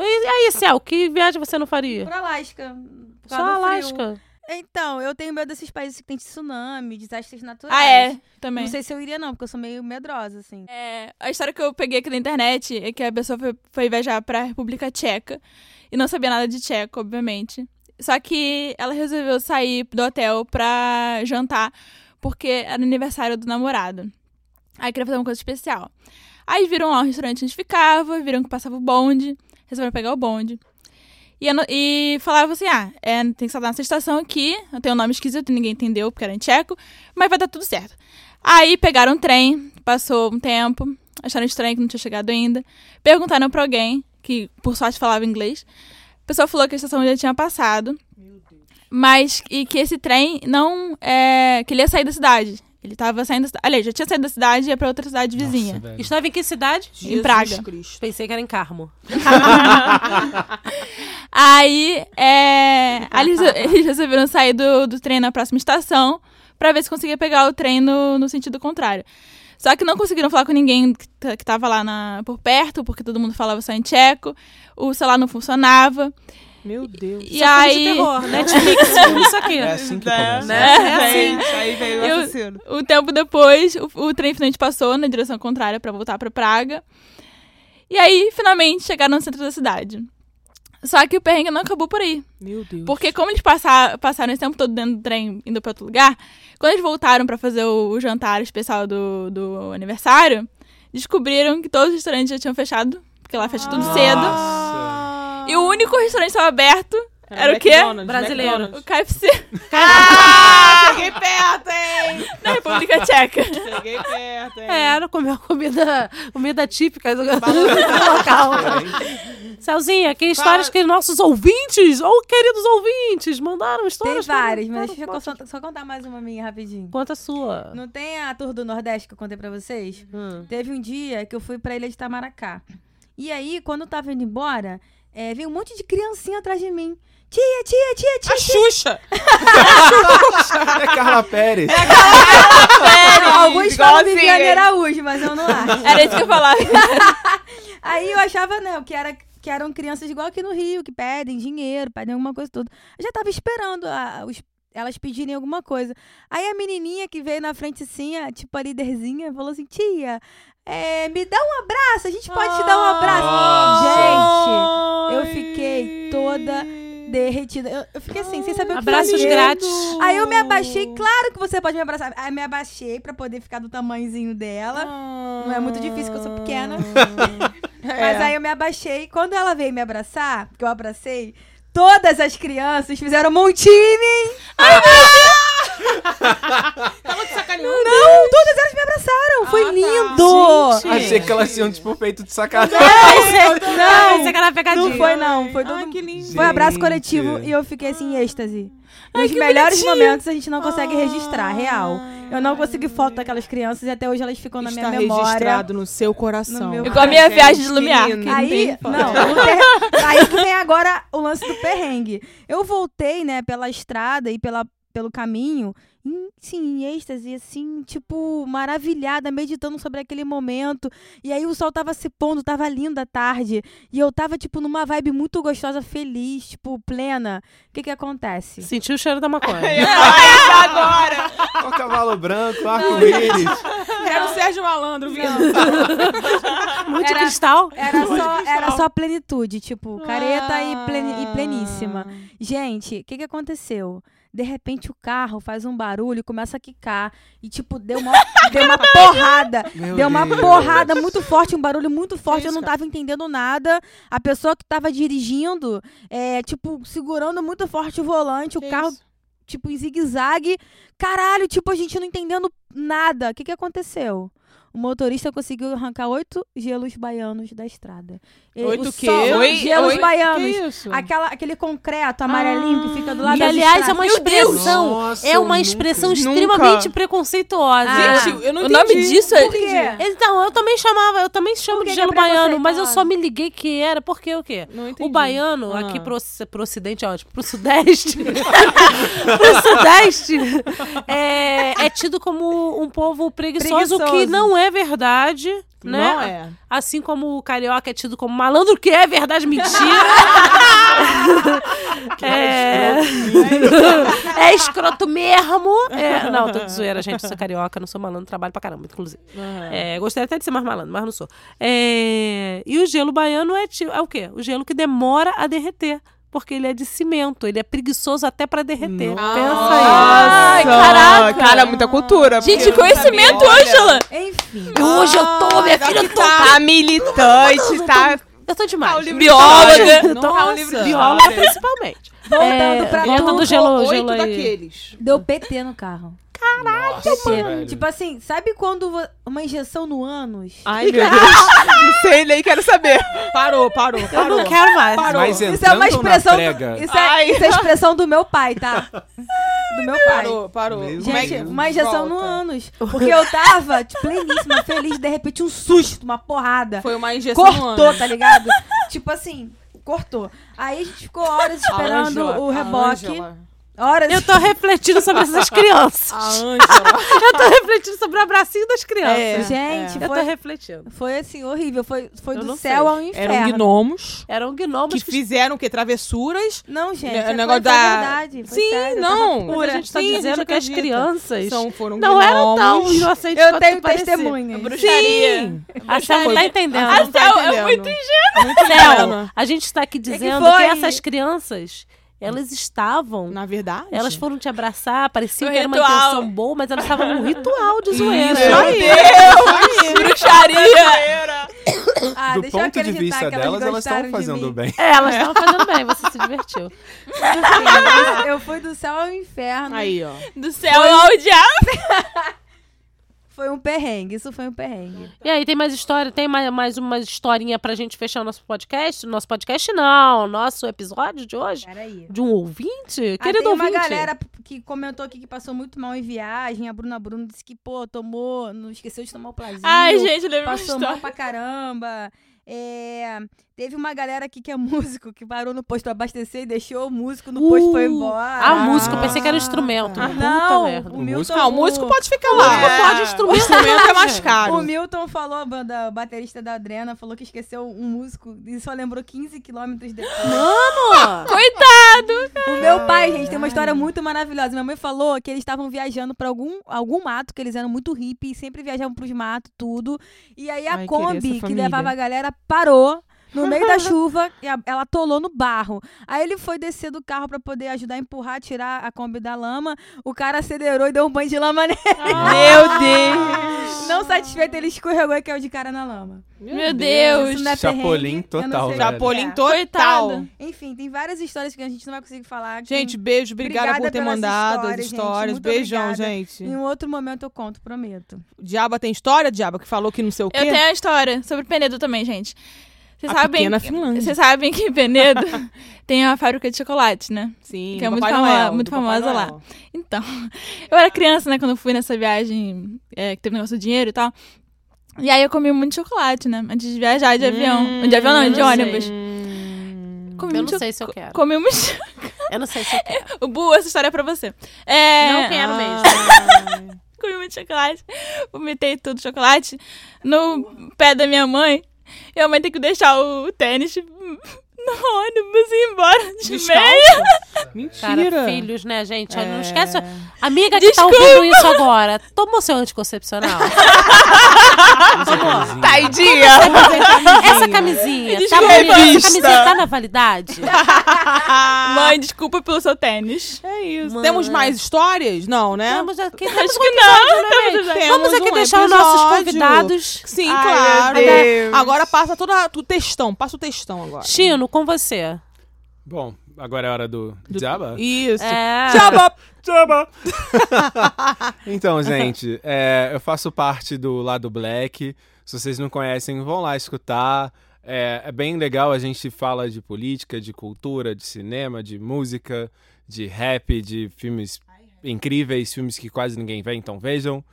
Speaker 1: E aí, Céu, que viagem você não faria?
Speaker 3: Pra Alasca. por
Speaker 1: Só
Speaker 3: causa do frio.
Speaker 1: Alasca.
Speaker 3: Então, eu tenho medo desses países que tem tsunami, desastres naturais.
Speaker 2: Ah, é. Também.
Speaker 3: Não sei se eu iria, não, porque eu sou meio medrosa, assim.
Speaker 2: É, a história que eu peguei aqui na internet é que a pessoa foi, foi viajar pra República Tcheca e não sabia nada de tcheco, obviamente. Só que ela resolveu sair do hotel pra jantar porque era aniversário do namorado. Aí queria fazer uma coisa especial. Aí viram lá o restaurante onde ficava, viram que passava o bonde, resolveram pegar o bonde. E, ano- e falavam assim: ah, é, tem que saltar nessa estação aqui, tem um nome esquisito, ninguém entendeu porque era em tcheco, mas vai dar tudo certo. Aí pegaram um trem, passou um tempo, acharam estranho que não tinha chegado ainda. Perguntaram pra alguém, que por sorte falava inglês. A pessoa falou que a estação já tinha passado. Mas e que esse trem não. É, que ele ia sair da cidade. Ele tava saindo da cidade. Aliás, já tinha saído da cidade e ia pra outra cidade vizinha.
Speaker 5: Nossa, velho.
Speaker 1: Estava é em que cidade?
Speaker 2: em Praga.
Speaker 4: Cristo.
Speaker 1: Pensei que era em Carmo.
Speaker 2: Aí, é, aí eles, eles resolveram sair do, do trem na próxima estação pra ver se conseguia pegar o trem no, no sentido contrário. Só que não conseguiram falar com ninguém que, t- que tava lá na- por perto, porque todo mundo falava só em tcheco, o celular não funcionava.
Speaker 4: Meu Deus.
Speaker 2: e
Speaker 1: Filme é de
Speaker 2: aí,
Speaker 1: terror, Netflix, filme isso aqui.
Speaker 5: É assim que começa.
Speaker 4: É assim.
Speaker 6: Aí veio
Speaker 2: Eu-
Speaker 6: o assassino.
Speaker 2: um tempo depois, o, o trem finalmente passou na direção contrária pra voltar pra Praga. E aí, finalmente, chegaram no centro da cidade. Só que o perrengue não acabou por aí.
Speaker 4: Meu Deus.
Speaker 2: Porque como eles passa- passaram esse tempo todo dentro do trem, indo pra outro lugar, quando eles voltaram pra fazer o, o jantar especial do, do aniversário, descobriram que todos os
Speaker 3: Ah.
Speaker 2: restaurantes já tinham fechado, porque lá fecha tudo cedo.
Speaker 5: Nossa.
Speaker 2: E o único restaurante que estava aberto Era o quê?
Speaker 4: É McDonald's,
Speaker 1: Brasileiro.
Speaker 2: O
Speaker 4: McDonald's.
Speaker 2: KFC
Speaker 4: Ah, cheguei perto, hein?
Speaker 2: na República Tcheca.
Speaker 4: Cheguei perto, hein?
Speaker 1: É, era comer uma comida, comida típica do, do local. Celzinha, que histórias
Speaker 4: Fala.
Speaker 1: que nossos ouvintes, ou queridos ouvintes, mandaram
Speaker 3: Tem
Speaker 1: histórias. pra-
Speaker 3: várias, mas
Speaker 1: pra-
Speaker 3: deixa eu só, só contar mais uma minha rapidinho.
Speaker 1: Conta a sua.
Speaker 3: Não tem a tour do Nordeste que eu contei pra vocês? Teve um dia que eu fui pra Ilha de Itamaracá. E aí, quando eu tava indo embora, é, veio um monte de criancinha atrás de mim. Tia, tia, tia, tia.
Speaker 4: A Xuxa.
Speaker 5: É Carla Pérez.
Speaker 3: Alguns falam
Speaker 6: igualzinho,
Speaker 3: É, Viviane
Speaker 6: hein?
Speaker 3: Araújo, mas eu não acho.
Speaker 2: Era isso que eu falava.
Speaker 3: Aí eu achava, não, que, era, que eram crianças igual aqui no Rio, que pedem dinheiro, pedem alguma coisa toda. Eu já tava esperando a- os- elas pedirem alguma coisa. Aí a menininha que veio na frente assim, a- tipo a líderzinha, falou assim, tia, é, me dá um abraço, a gente pode te dar um abraço. Gente, eu fiquei toda derretida. Eu, eu fiquei assim, sem saber o que
Speaker 1: Abraços
Speaker 3: fazer.
Speaker 1: grátis.
Speaker 3: Aí eu me abaixei, claro que você pode me abraçar. Aí me abaixei pra poder ficar do tamanhozinho dela.
Speaker 4: Ah.
Speaker 3: Não é muito difícil, que eu sou pequena. Mas aí eu me abaixei. Quando ela veio me abraçar, que eu abracei, todas as crianças fizeram um montinho em mim.
Speaker 4: Tava te sacaneando.
Speaker 3: Não, todas elas me abraçaram. Foi
Speaker 4: tá.
Speaker 3: lindo.
Speaker 1: Gente.
Speaker 5: Achei que elas tinham, tipo, feito de sacanagem.
Speaker 1: Ah, pensei que era pegadinha.
Speaker 3: Não foi, não. Foi todo
Speaker 4: Ai, que lindo.
Speaker 3: Foi um abraço
Speaker 5: Gente.
Speaker 3: coletivo e eu fiquei assim, em êxtase. E
Speaker 2: Ai,
Speaker 3: os
Speaker 2: que
Speaker 3: melhores
Speaker 2: bonitinho.
Speaker 3: momentos a gente não consegue
Speaker 4: Ah.
Speaker 3: registrar, real. Eu não consegui foto daquelas crianças e até hoje elas ficam na minha
Speaker 4: Está
Speaker 3: memória.
Speaker 4: registrado no seu coração.
Speaker 3: No meu
Speaker 2: Igual a minha
Speaker 6: gente,
Speaker 2: viagem de
Speaker 6: que
Speaker 2: Lumiar.
Speaker 6: lindo.
Speaker 2: que não
Speaker 3: Aí,
Speaker 2: tem foto.
Speaker 3: não, o per- aí que vem agora o lance do perrengue. Eu voltei, né, pela estrada e pela, pelo caminho, em, sim, em êxtase, assim, tipo, maravilhada, meditando sobre aquele momento. E aí o sol tava se pondo, tava linda a tarde. E eu tava, tipo, numa vibe muito gostosa, feliz, tipo, plena. O que que acontece?
Speaker 1: Sentiu o cheiro da maconha.
Speaker 6: Agora!
Speaker 5: Ó, cavalo branco, arco-íris.
Speaker 4: Era o Sérgio Malandro vindo.
Speaker 1: Muito cristal.
Speaker 3: Era só, era só plenitude, tipo, careta e, pleni- e pleníssima. Gente, o que, que aconteceu? De repente o carro faz um barulho, e começa a quicar. E, tipo, deu uma, deu uma porrada.
Speaker 5: Meu
Speaker 3: deu uma
Speaker 5: Deus.
Speaker 3: porrada muito forte, um barulho muito forte. eu
Speaker 4: isso,
Speaker 3: não tava entendendo nada. A pessoa que tava dirigindo, é, tipo, segurando muito forte o volante, o carro, tipo, em zigue-zague. Caralho, tipo, a gente não entendendo nada. O que, que aconteceu? O motorista conseguiu arrancar oito gelos baianos da estrada. E
Speaker 4: Oito
Speaker 3: o
Speaker 4: quê?
Speaker 3: sol-
Speaker 4: Oi-
Speaker 3: gelos
Speaker 4: oi-
Speaker 3: baianos.
Speaker 4: Que isso?
Speaker 3: Aquela, aquele concreto amarelinho que fica do lado
Speaker 1: E,
Speaker 3: das
Speaker 1: aliás, é
Speaker 3: estradas.
Speaker 1: uma
Speaker 2: Meu Deus!
Speaker 1: expressão.
Speaker 5: Nossa,
Speaker 1: É
Speaker 5: eu
Speaker 1: uma
Speaker 5: nunca-
Speaker 1: expressão
Speaker 6: nunca.
Speaker 1: extremamente preconceituosa.
Speaker 3: Ah.
Speaker 4: Gente, eu não
Speaker 2: o
Speaker 4: entendi.
Speaker 2: nome disso é.
Speaker 3: Por quê?
Speaker 1: Então, eu também chamava, eu também chamo
Speaker 3: Por que
Speaker 1: de
Speaker 3: que
Speaker 1: gelo
Speaker 3: é
Speaker 1: baiano, mas eu só
Speaker 3: preconceituosa?
Speaker 1: me liguei que era, porque o quê?
Speaker 4: Não entendi.
Speaker 1: O baiano,
Speaker 4: Ah.
Speaker 1: aqui pro, oci- pro ocidente, é ótimo, pro sudeste, pro sudeste, é, é tido como um povo preguiçoso, o que
Speaker 3: Preguiçoso.
Speaker 1: não é verdade, né?
Speaker 4: Não é.
Speaker 1: Assim como o carioca é tido como malandro, que é verdade, mentira. é... é escroto mesmo. É, Não, tô de zoeira, gente, eu sou carioca, não sou malandro, trabalho pra caramba, inclusive.
Speaker 4: Aham.
Speaker 1: É, gostaria até de ser mais malandro, mas não sou. É, e o gelo baiano é, ti- é o quê? O gelo que demora a derreter. Porque ele é de cimento, ele é preguiçoso até pra derreter. Pensa aí.
Speaker 4: Ah.
Speaker 2: Ai, caraca.
Speaker 6: Cara, muita cultura.
Speaker 2: Gente,
Speaker 6: porque-
Speaker 2: conhecimento,
Speaker 4: Olha.
Speaker 2: Ângela!
Speaker 3: Enfim.
Speaker 1: Hoje eu tô, minha filha, eu tô.
Speaker 6: Tá militante, tá...
Speaker 1: Eu tô demais.
Speaker 2: Bióloga!
Speaker 4: Tá um livro de
Speaker 1: Bióloga, principalmente.
Speaker 3: Voltando pra
Speaker 1: volta
Speaker 3: tudo.
Speaker 1: do É, gelo,
Speaker 4: Oito
Speaker 1: gelo aí.
Speaker 4: daqueles.
Speaker 3: Deu PT no carro.
Speaker 5: Nossa, velho.
Speaker 3: Tipo assim, sabe quando vo- uma injeção no ânus?
Speaker 4: Ai, meu Deus.
Speaker 6: Não sei nem, quero saber.
Speaker 4: Parou, parou,
Speaker 1: Eu
Speaker 4: parou.
Speaker 1: não quero mais.
Speaker 5: Mas
Speaker 3: Isso é
Speaker 5: entrando
Speaker 3: uma expressão.
Speaker 5: na
Speaker 3: do-
Speaker 5: prega.
Speaker 3: isso, é,
Speaker 6: Ai.
Speaker 3: isso é expressão do meu pai, tá? Do meu pai.
Speaker 4: Parou, parou.
Speaker 5: Meu
Speaker 4: Como é
Speaker 3: Gente,
Speaker 4: que-
Speaker 3: uma injeção no
Speaker 4: Volta.
Speaker 3: ânus. Porque eu tava tipo, pleníssima, feliz, de repente um susto, uma porrada.
Speaker 4: Foi uma injeção no
Speaker 3: cortou,
Speaker 4: ânus.
Speaker 3: tá ligado? tipo assim, cortou. Aí a gente ficou horas
Speaker 4: A
Speaker 3: esperando
Speaker 4: Ângela,
Speaker 3: o
Speaker 4: a
Speaker 3: reboque.
Speaker 4: Ângela.
Speaker 3: Horas.
Speaker 1: Eu tô refletindo sobre essas crianças.
Speaker 4: A Ângela.
Speaker 1: Eu tô refletindo sobre o abracinho das crianças.
Speaker 4: É,
Speaker 3: Gente,
Speaker 1: Eu tô
Speaker 3: foi,
Speaker 1: refletindo.
Speaker 3: foi assim, horrível. Foi, foi
Speaker 1: Eu
Speaker 3: do
Speaker 1: não
Speaker 3: céu
Speaker 1: sei.
Speaker 3: ao inferno.
Speaker 4: Eram gnomos
Speaker 1: Eram gnomos
Speaker 4: que
Speaker 1: que,
Speaker 4: fizeram o quê? Travessuras.
Speaker 3: Não, gente.
Speaker 4: É, o
Speaker 3: É
Speaker 4: negócio
Speaker 3: negócio
Speaker 4: da-
Speaker 3: verdade. Foi
Speaker 4: Sim,
Speaker 3: sério, eu tava
Speaker 4: não.
Speaker 1: Mas
Speaker 3: pura.
Speaker 1: a gente tá
Speaker 4: Sim, a gente
Speaker 1: dizendo que as
Speaker 4: acredita.
Speaker 1: crianças
Speaker 4: São, foram
Speaker 1: não eram tão
Speaker 4: gnomos.
Speaker 1: inocentes
Speaker 3: Eu
Speaker 1: quanto
Speaker 3: tenho
Speaker 1: parecia.
Speaker 3: testemunhas.
Speaker 2: Bruxaria!
Speaker 4: Sim.
Speaker 1: A Céu tá entendendo.
Speaker 4: Ah,
Speaker 2: A
Speaker 4: não tá
Speaker 2: Céu é
Speaker 4: entendendo.
Speaker 2: muito ingênua!
Speaker 4: Muito
Speaker 1: Céu,
Speaker 4: ingênua.
Speaker 1: a gente tá aqui dizendo que,
Speaker 3: foi?
Speaker 1: essas crianças, elas estavam...
Speaker 4: Na verdade.
Speaker 1: Elas foram te abraçar, parecia
Speaker 2: No
Speaker 1: que era uma
Speaker 2: ritual.
Speaker 1: intenção boa, mas elas estavam num ritual de zoeira.
Speaker 4: Isso aí.
Speaker 6: Meu
Speaker 2: Bruxaria!
Speaker 3: Ah,
Speaker 5: do
Speaker 3: deixa eu
Speaker 5: ponto de
Speaker 3: acreditar
Speaker 5: vista
Speaker 3: que elas
Speaker 5: delas, elas
Speaker 3: gostaram
Speaker 5: estão
Speaker 3: de
Speaker 5: fazendo
Speaker 3: mim.
Speaker 5: bem.
Speaker 1: É, elas estavam fazendo bem, você se divertiu.
Speaker 3: eu fui do céu ao inferno.
Speaker 4: Aí, ó.
Speaker 2: Do céu ao diabo.
Speaker 3: Foi um perrengue, isso foi um perrengue.
Speaker 1: E aí, tem mais história? Tem mais, mais uma historinha pra gente fechar o nosso podcast? Nosso podcast não, nosso episódio de hoje.
Speaker 3: Peraí.
Speaker 1: De um ouvinte?
Speaker 3: Ah,
Speaker 1: Querido
Speaker 3: tem uma
Speaker 1: ouvinte.
Speaker 3: galera que comentou aqui que passou muito mal em viagem. A Bruna Bruno disse que, pô, tomou, não esqueceu de tomar o plazinho.
Speaker 2: Ai, gente, eu lembro uma
Speaker 3: Passou
Speaker 2: história.
Speaker 3: mal pra caramba. É, teve uma galera aqui que é músico, que parou no posto pra abastecer e deixou o músico no posto e foi
Speaker 1: Uh,
Speaker 3: embora.
Speaker 1: Ah, música, eu pensei que era um instrumento.
Speaker 3: Ah,
Speaker 1: Puta
Speaker 3: não,
Speaker 1: merda.
Speaker 3: o
Speaker 5: O
Speaker 3: Milton,
Speaker 5: músico-
Speaker 4: Ah, o músico pode ficar
Speaker 1: O músico
Speaker 4: lá.
Speaker 1: pode, o instrumento
Speaker 4: O instrumento é mais
Speaker 1: não,
Speaker 4: caro.
Speaker 3: O Milton falou, banda, o baterista da Adrena, falou que esqueceu um músico e só lembrou 15 quilômetros depois. Ah,
Speaker 1: Mano!
Speaker 2: Coitado.
Speaker 3: O meu pai, gente, tem uma história muito maravilhosa. Minha mãe falou que eles estavam viajando pra algum, algum mato, que eles eram muito hippies, sempre viajavam pros matos, tudo. E aí a
Speaker 6: Ai, queria essa
Speaker 3: Kombi, que
Speaker 6: família.
Speaker 3: levava a galera, parou no meio da chuva e a- ela atolou no barro. Aí ele foi descer do carro pra poder ajudar a empurrar, tirar a Kombi da lama. O cara acelerou e deu um banho de lama nele.
Speaker 6: Meu Deus!
Speaker 3: Não satisfeito, ele escorregou e caiu de cara na lama.
Speaker 2: Meu Deus.
Speaker 3: Isso não é
Speaker 5: Chapolin
Speaker 3: perrengue, eu não
Speaker 5: total,
Speaker 3: sei o que
Speaker 5: velho.
Speaker 4: Chapolin
Speaker 3: é.
Speaker 4: total.
Speaker 2: Coitado.
Speaker 3: Enfim, tem várias histórias que a gente não vai conseguir falar. que-
Speaker 4: Gente, beijo. Obrigada,
Speaker 3: Obrigada
Speaker 4: por ter
Speaker 3: pelas
Speaker 4: mandado
Speaker 3: histórias,
Speaker 4: as
Speaker 3: gente.
Speaker 4: histórias.
Speaker 3: Muito
Speaker 4: Beijão,
Speaker 3: obrigada.
Speaker 4: gente.
Speaker 3: em um outro momento eu conto, prometo.
Speaker 4: Diaba tem história, Diaba, que falou que não sei o quê?
Speaker 2: Eu tenho a história sobre Penedo também, gente. Vocês
Speaker 4: A
Speaker 2: sabem,
Speaker 4: pequena Finlândia.
Speaker 2: vocês sabem que em Penedo tem a fábrica de chocolate, né?
Speaker 4: Sim,
Speaker 2: que é
Speaker 4: do
Speaker 2: muito
Speaker 4: Papai
Speaker 2: famo-
Speaker 4: Noel,
Speaker 2: muito
Speaker 4: do Papai
Speaker 2: famosa lá.
Speaker 4: Noel.
Speaker 2: Então, eu era criança, né, quando eu fui nessa viagem é, que teve negócio do dinheiro e tal. E aí eu comi muito chocolate, né? Antes de viajar de avião. De avião não,
Speaker 4: Hum,
Speaker 1: eu
Speaker 2: de
Speaker 1: não
Speaker 2: ônibus. Comi
Speaker 1: Eu
Speaker 2: muito
Speaker 1: não sei se eu quero.
Speaker 2: Comi muito cho-
Speaker 1: Eu não sei se eu quero.
Speaker 2: O Bu, essa história é pra você. É,
Speaker 1: Não quero mesmo.
Speaker 2: Comi muito chocolate. Vomitei tudo chocolate no pé da minha mãe. E a mãe tem que deixar o tênis no ônibus e ir embora de
Speaker 4: Descalço?
Speaker 2: meia.
Speaker 1: Cara,
Speaker 4: Mentira.
Speaker 1: filhos, né, gente? Olha, Não
Speaker 4: É.
Speaker 1: esquece. Amiga que tá ouvindo isso agora, tomou seu anticoncepcional.
Speaker 5: Ah, tá
Speaker 6: Tadinha!
Speaker 1: Essa camisinha, tá
Speaker 2: Desculpa.
Speaker 1: valida- essa
Speaker 6: Revista.
Speaker 1: camisinha tá na validade?
Speaker 2: Mãe, desculpa pelo seu tênis.
Speaker 4: É isso.
Speaker 1: Mano.
Speaker 4: Temos mais histórias? Não, né?
Speaker 1: Temos aqui, temos um
Speaker 2: Acho que não.
Speaker 1: também.
Speaker 4: Temos
Speaker 1: Vamos aqui
Speaker 4: um
Speaker 1: deixar os nossos
Speaker 4: episódio.
Speaker 1: convidados.
Speaker 4: Sim,
Speaker 6: Ai,
Speaker 4: claro.
Speaker 6: meu Deus.
Speaker 4: Agora passa toda o textão. Passa o textão agora.
Speaker 1: Chino, com você.
Speaker 5: Bom, agora é hora do,
Speaker 4: Do-
Speaker 5: Diaba?
Speaker 4: Isso.
Speaker 1: É.
Speaker 4: Diaba!
Speaker 5: Chama! então, gente, é, eu faço parte do Lado Black. Se vocês não conhecem, vão lá escutar. É, é bem legal, a gente fala de política, de cultura, de cinema, de música, de rap, de filmes incríveis, filmes que quase ninguém vê, então vejam.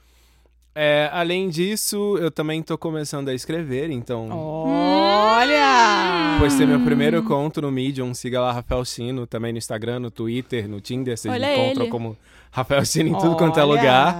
Speaker 5: É, além disso, eu também tô começando a escrever, então
Speaker 4: Olha!
Speaker 5: Postei meu primeiro conto no Medium, siga lá Rafael Chino, também no Instagram, no Twitter, no Tinder, vocês
Speaker 2: Olha
Speaker 5: me encontram
Speaker 2: ele.
Speaker 5: como Rafael
Speaker 1: Hum.
Speaker 5: Chino em tudo quanto é
Speaker 4: Olha.
Speaker 5: lugar.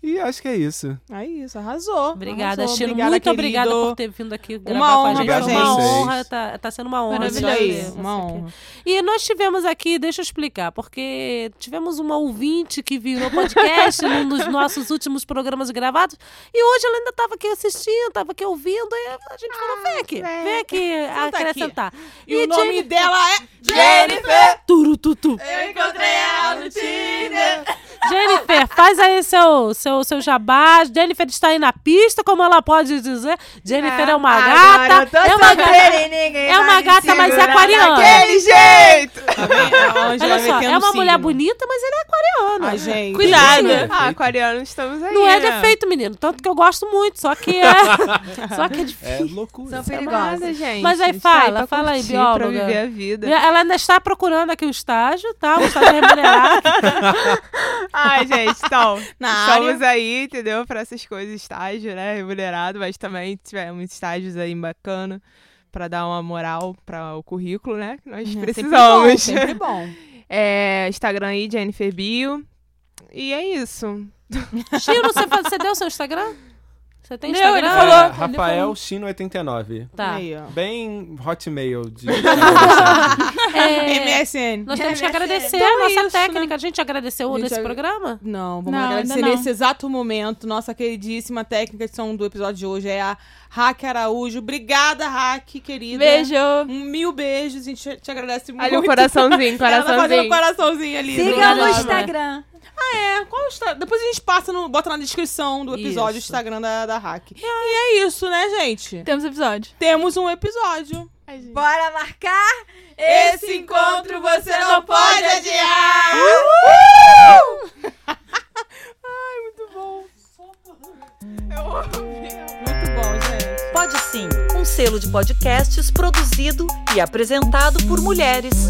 Speaker 5: E acho que é isso.
Speaker 4: É isso, arrasou.
Speaker 1: Obrigada,
Speaker 4: arrasou.
Speaker 1: Chino. Muito
Speaker 4: querido.
Speaker 1: obrigada por ter vindo aqui gravar
Speaker 4: Uma
Speaker 1: com a
Speaker 4: honra
Speaker 1: gente.
Speaker 5: pra
Speaker 1: É uma
Speaker 5: gente.
Speaker 1: honra, tá, tá sendo uma honra.
Speaker 4: Isso
Speaker 2: Maravilhoso.
Speaker 1: receber
Speaker 4: aí,
Speaker 1: você
Speaker 4: uma
Speaker 1: aqui.
Speaker 4: honra.
Speaker 1: E nós tivemos aqui, deixa eu explicar, porque tivemos uma ouvinte que virou podcast num dos nossos últimos programas gravados. E hoje ela ainda estava aqui assistindo, estava aqui ouvindo. E a gente falou: vem aqui, vem aqui
Speaker 4: Ah, Senta aqui.
Speaker 1: acrescentar.
Speaker 4: E, o nome
Speaker 1: Jennifer-
Speaker 4: dela é
Speaker 1: Jennifer! Turututu.
Speaker 4: Eu encontrei ela no Tinder.
Speaker 1: Jennifer, faz aí seu, seu, seu jabá. Jennifer está aí na pista, como ela pode dizer. Jennifer é, uma
Speaker 6: Agora
Speaker 1: gata.
Speaker 6: eu tô
Speaker 1: É uma
Speaker 6: solteira
Speaker 1: gata.
Speaker 6: e ninguém
Speaker 1: é
Speaker 6: vai
Speaker 1: uma
Speaker 6: me
Speaker 1: gata, mas é
Speaker 6: segurar
Speaker 1: aquariana.
Speaker 6: Daquele jeito!
Speaker 4: Tá vendo? A Angela
Speaker 1: Olha só,
Speaker 4: metendo
Speaker 1: é
Speaker 2: um
Speaker 1: uma
Speaker 4: signo.
Speaker 1: mulher bonita, mas ela é aquariana.
Speaker 4: Ai, gente.
Speaker 2: Cuidado.
Speaker 6: Ah, aquariano, estamos aí.
Speaker 1: É, né? Não é
Speaker 6: né?
Speaker 1: defeito, menino. Tanto que eu gosto muito, só que é. só que é
Speaker 5: É
Speaker 1: difícil.
Speaker 5: loucura.
Speaker 3: São
Speaker 6: É
Speaker 3: perigosas.
Speaker 6: nada, gente.
Speaker 1: Mas aí
Speaker 6: A gente tá
Speaker 1: fala,
Speaker 6: pra
Speaker 1: fala aí,
Speaker 6: curtir,
Speaker 1: bióloga.
Speaker 6: Pra viver a vida.
Speaker 1: Ela ainda está procurando aqui o estágio, tá? Um estágio remunerado.
Speaker 6: Ai, gente, então,
Speaker 4: Na
Speaker 6: estamos aí, entendeu? Pra essas coisas, estágio, né? Remunerado, mas também tivemos estágios aí bacana pra dar uma moral para o currículo, né? Que nós precisamos.
Speaker 4: Sempre bom, sempre bom.
Speaker 6: É, Instagram aí, Jennifer Bio. E é isso.
Speaker 1: Chiro, você, fa- você deu seu Instagram? Você tem
Speaker 2: Deu,
Speaker 1: Instagram?
Speaker 2: ele
Speaker 5: É,
Speaker 2: falou. ele
Speaker 5: Rafael Chino 89.
Speaker 1: Tá.
Speaker 4: Aí, ó.
Speaker 5: Bem hotmail de.
Speaker 1: É, Então
Speaker 4: MSN.
Speaker 1: nós temos que agradecer a nossa técnica. é né? A gente agradeceu
Speaker 4: Gente,
Speaker 1: nesse
Speaker 4: eu-
Speaker 1: programa?
Speaker 4: Não, vamos
Speaker 2: Não,
Speaker 4: agradecer
Speaker 2: ainda não.
Speaker 4: nesse exato momento. Nossa queridíssima técnica de som do episódio de hoje é a Raque Araújo. Obrigada, Raque, querida.
Speaker 2: Beijo.
Speaker 4: Um mil beijos. A gente te agradece muito.
Speaker 6: Ali o coraçãozinho,
Speaker 4: Ela tá fazendo um
Speaker 6: coraçãozinho.
Speaker 4: coraçãozinho ali.
Speaker 3: Siga
Speaker 1: Obrigada,
Speaker 3: no
Speaker 1: Bárbara.
Speaker 3: Instagram.
Speaker 4: É, qual o Insta- Depois a gente passa no, bota na descrição do episódio o
Speaker 1: Isso.
Speaker 4: Instagram da, da Hack. E é isso, né, gente?
Speaker 2: Temos episódio.
Speaker 4: Temos um episódio.
Speaker 3: Bora marcar?
Speaker 4: Esse encontro você não pode adiar! Ai, muito bom. Eu ouvi. É Muito bom, gente.
Speaker 7: Pode Sim, um selo de podcasts produzido e apresentado por mulheres.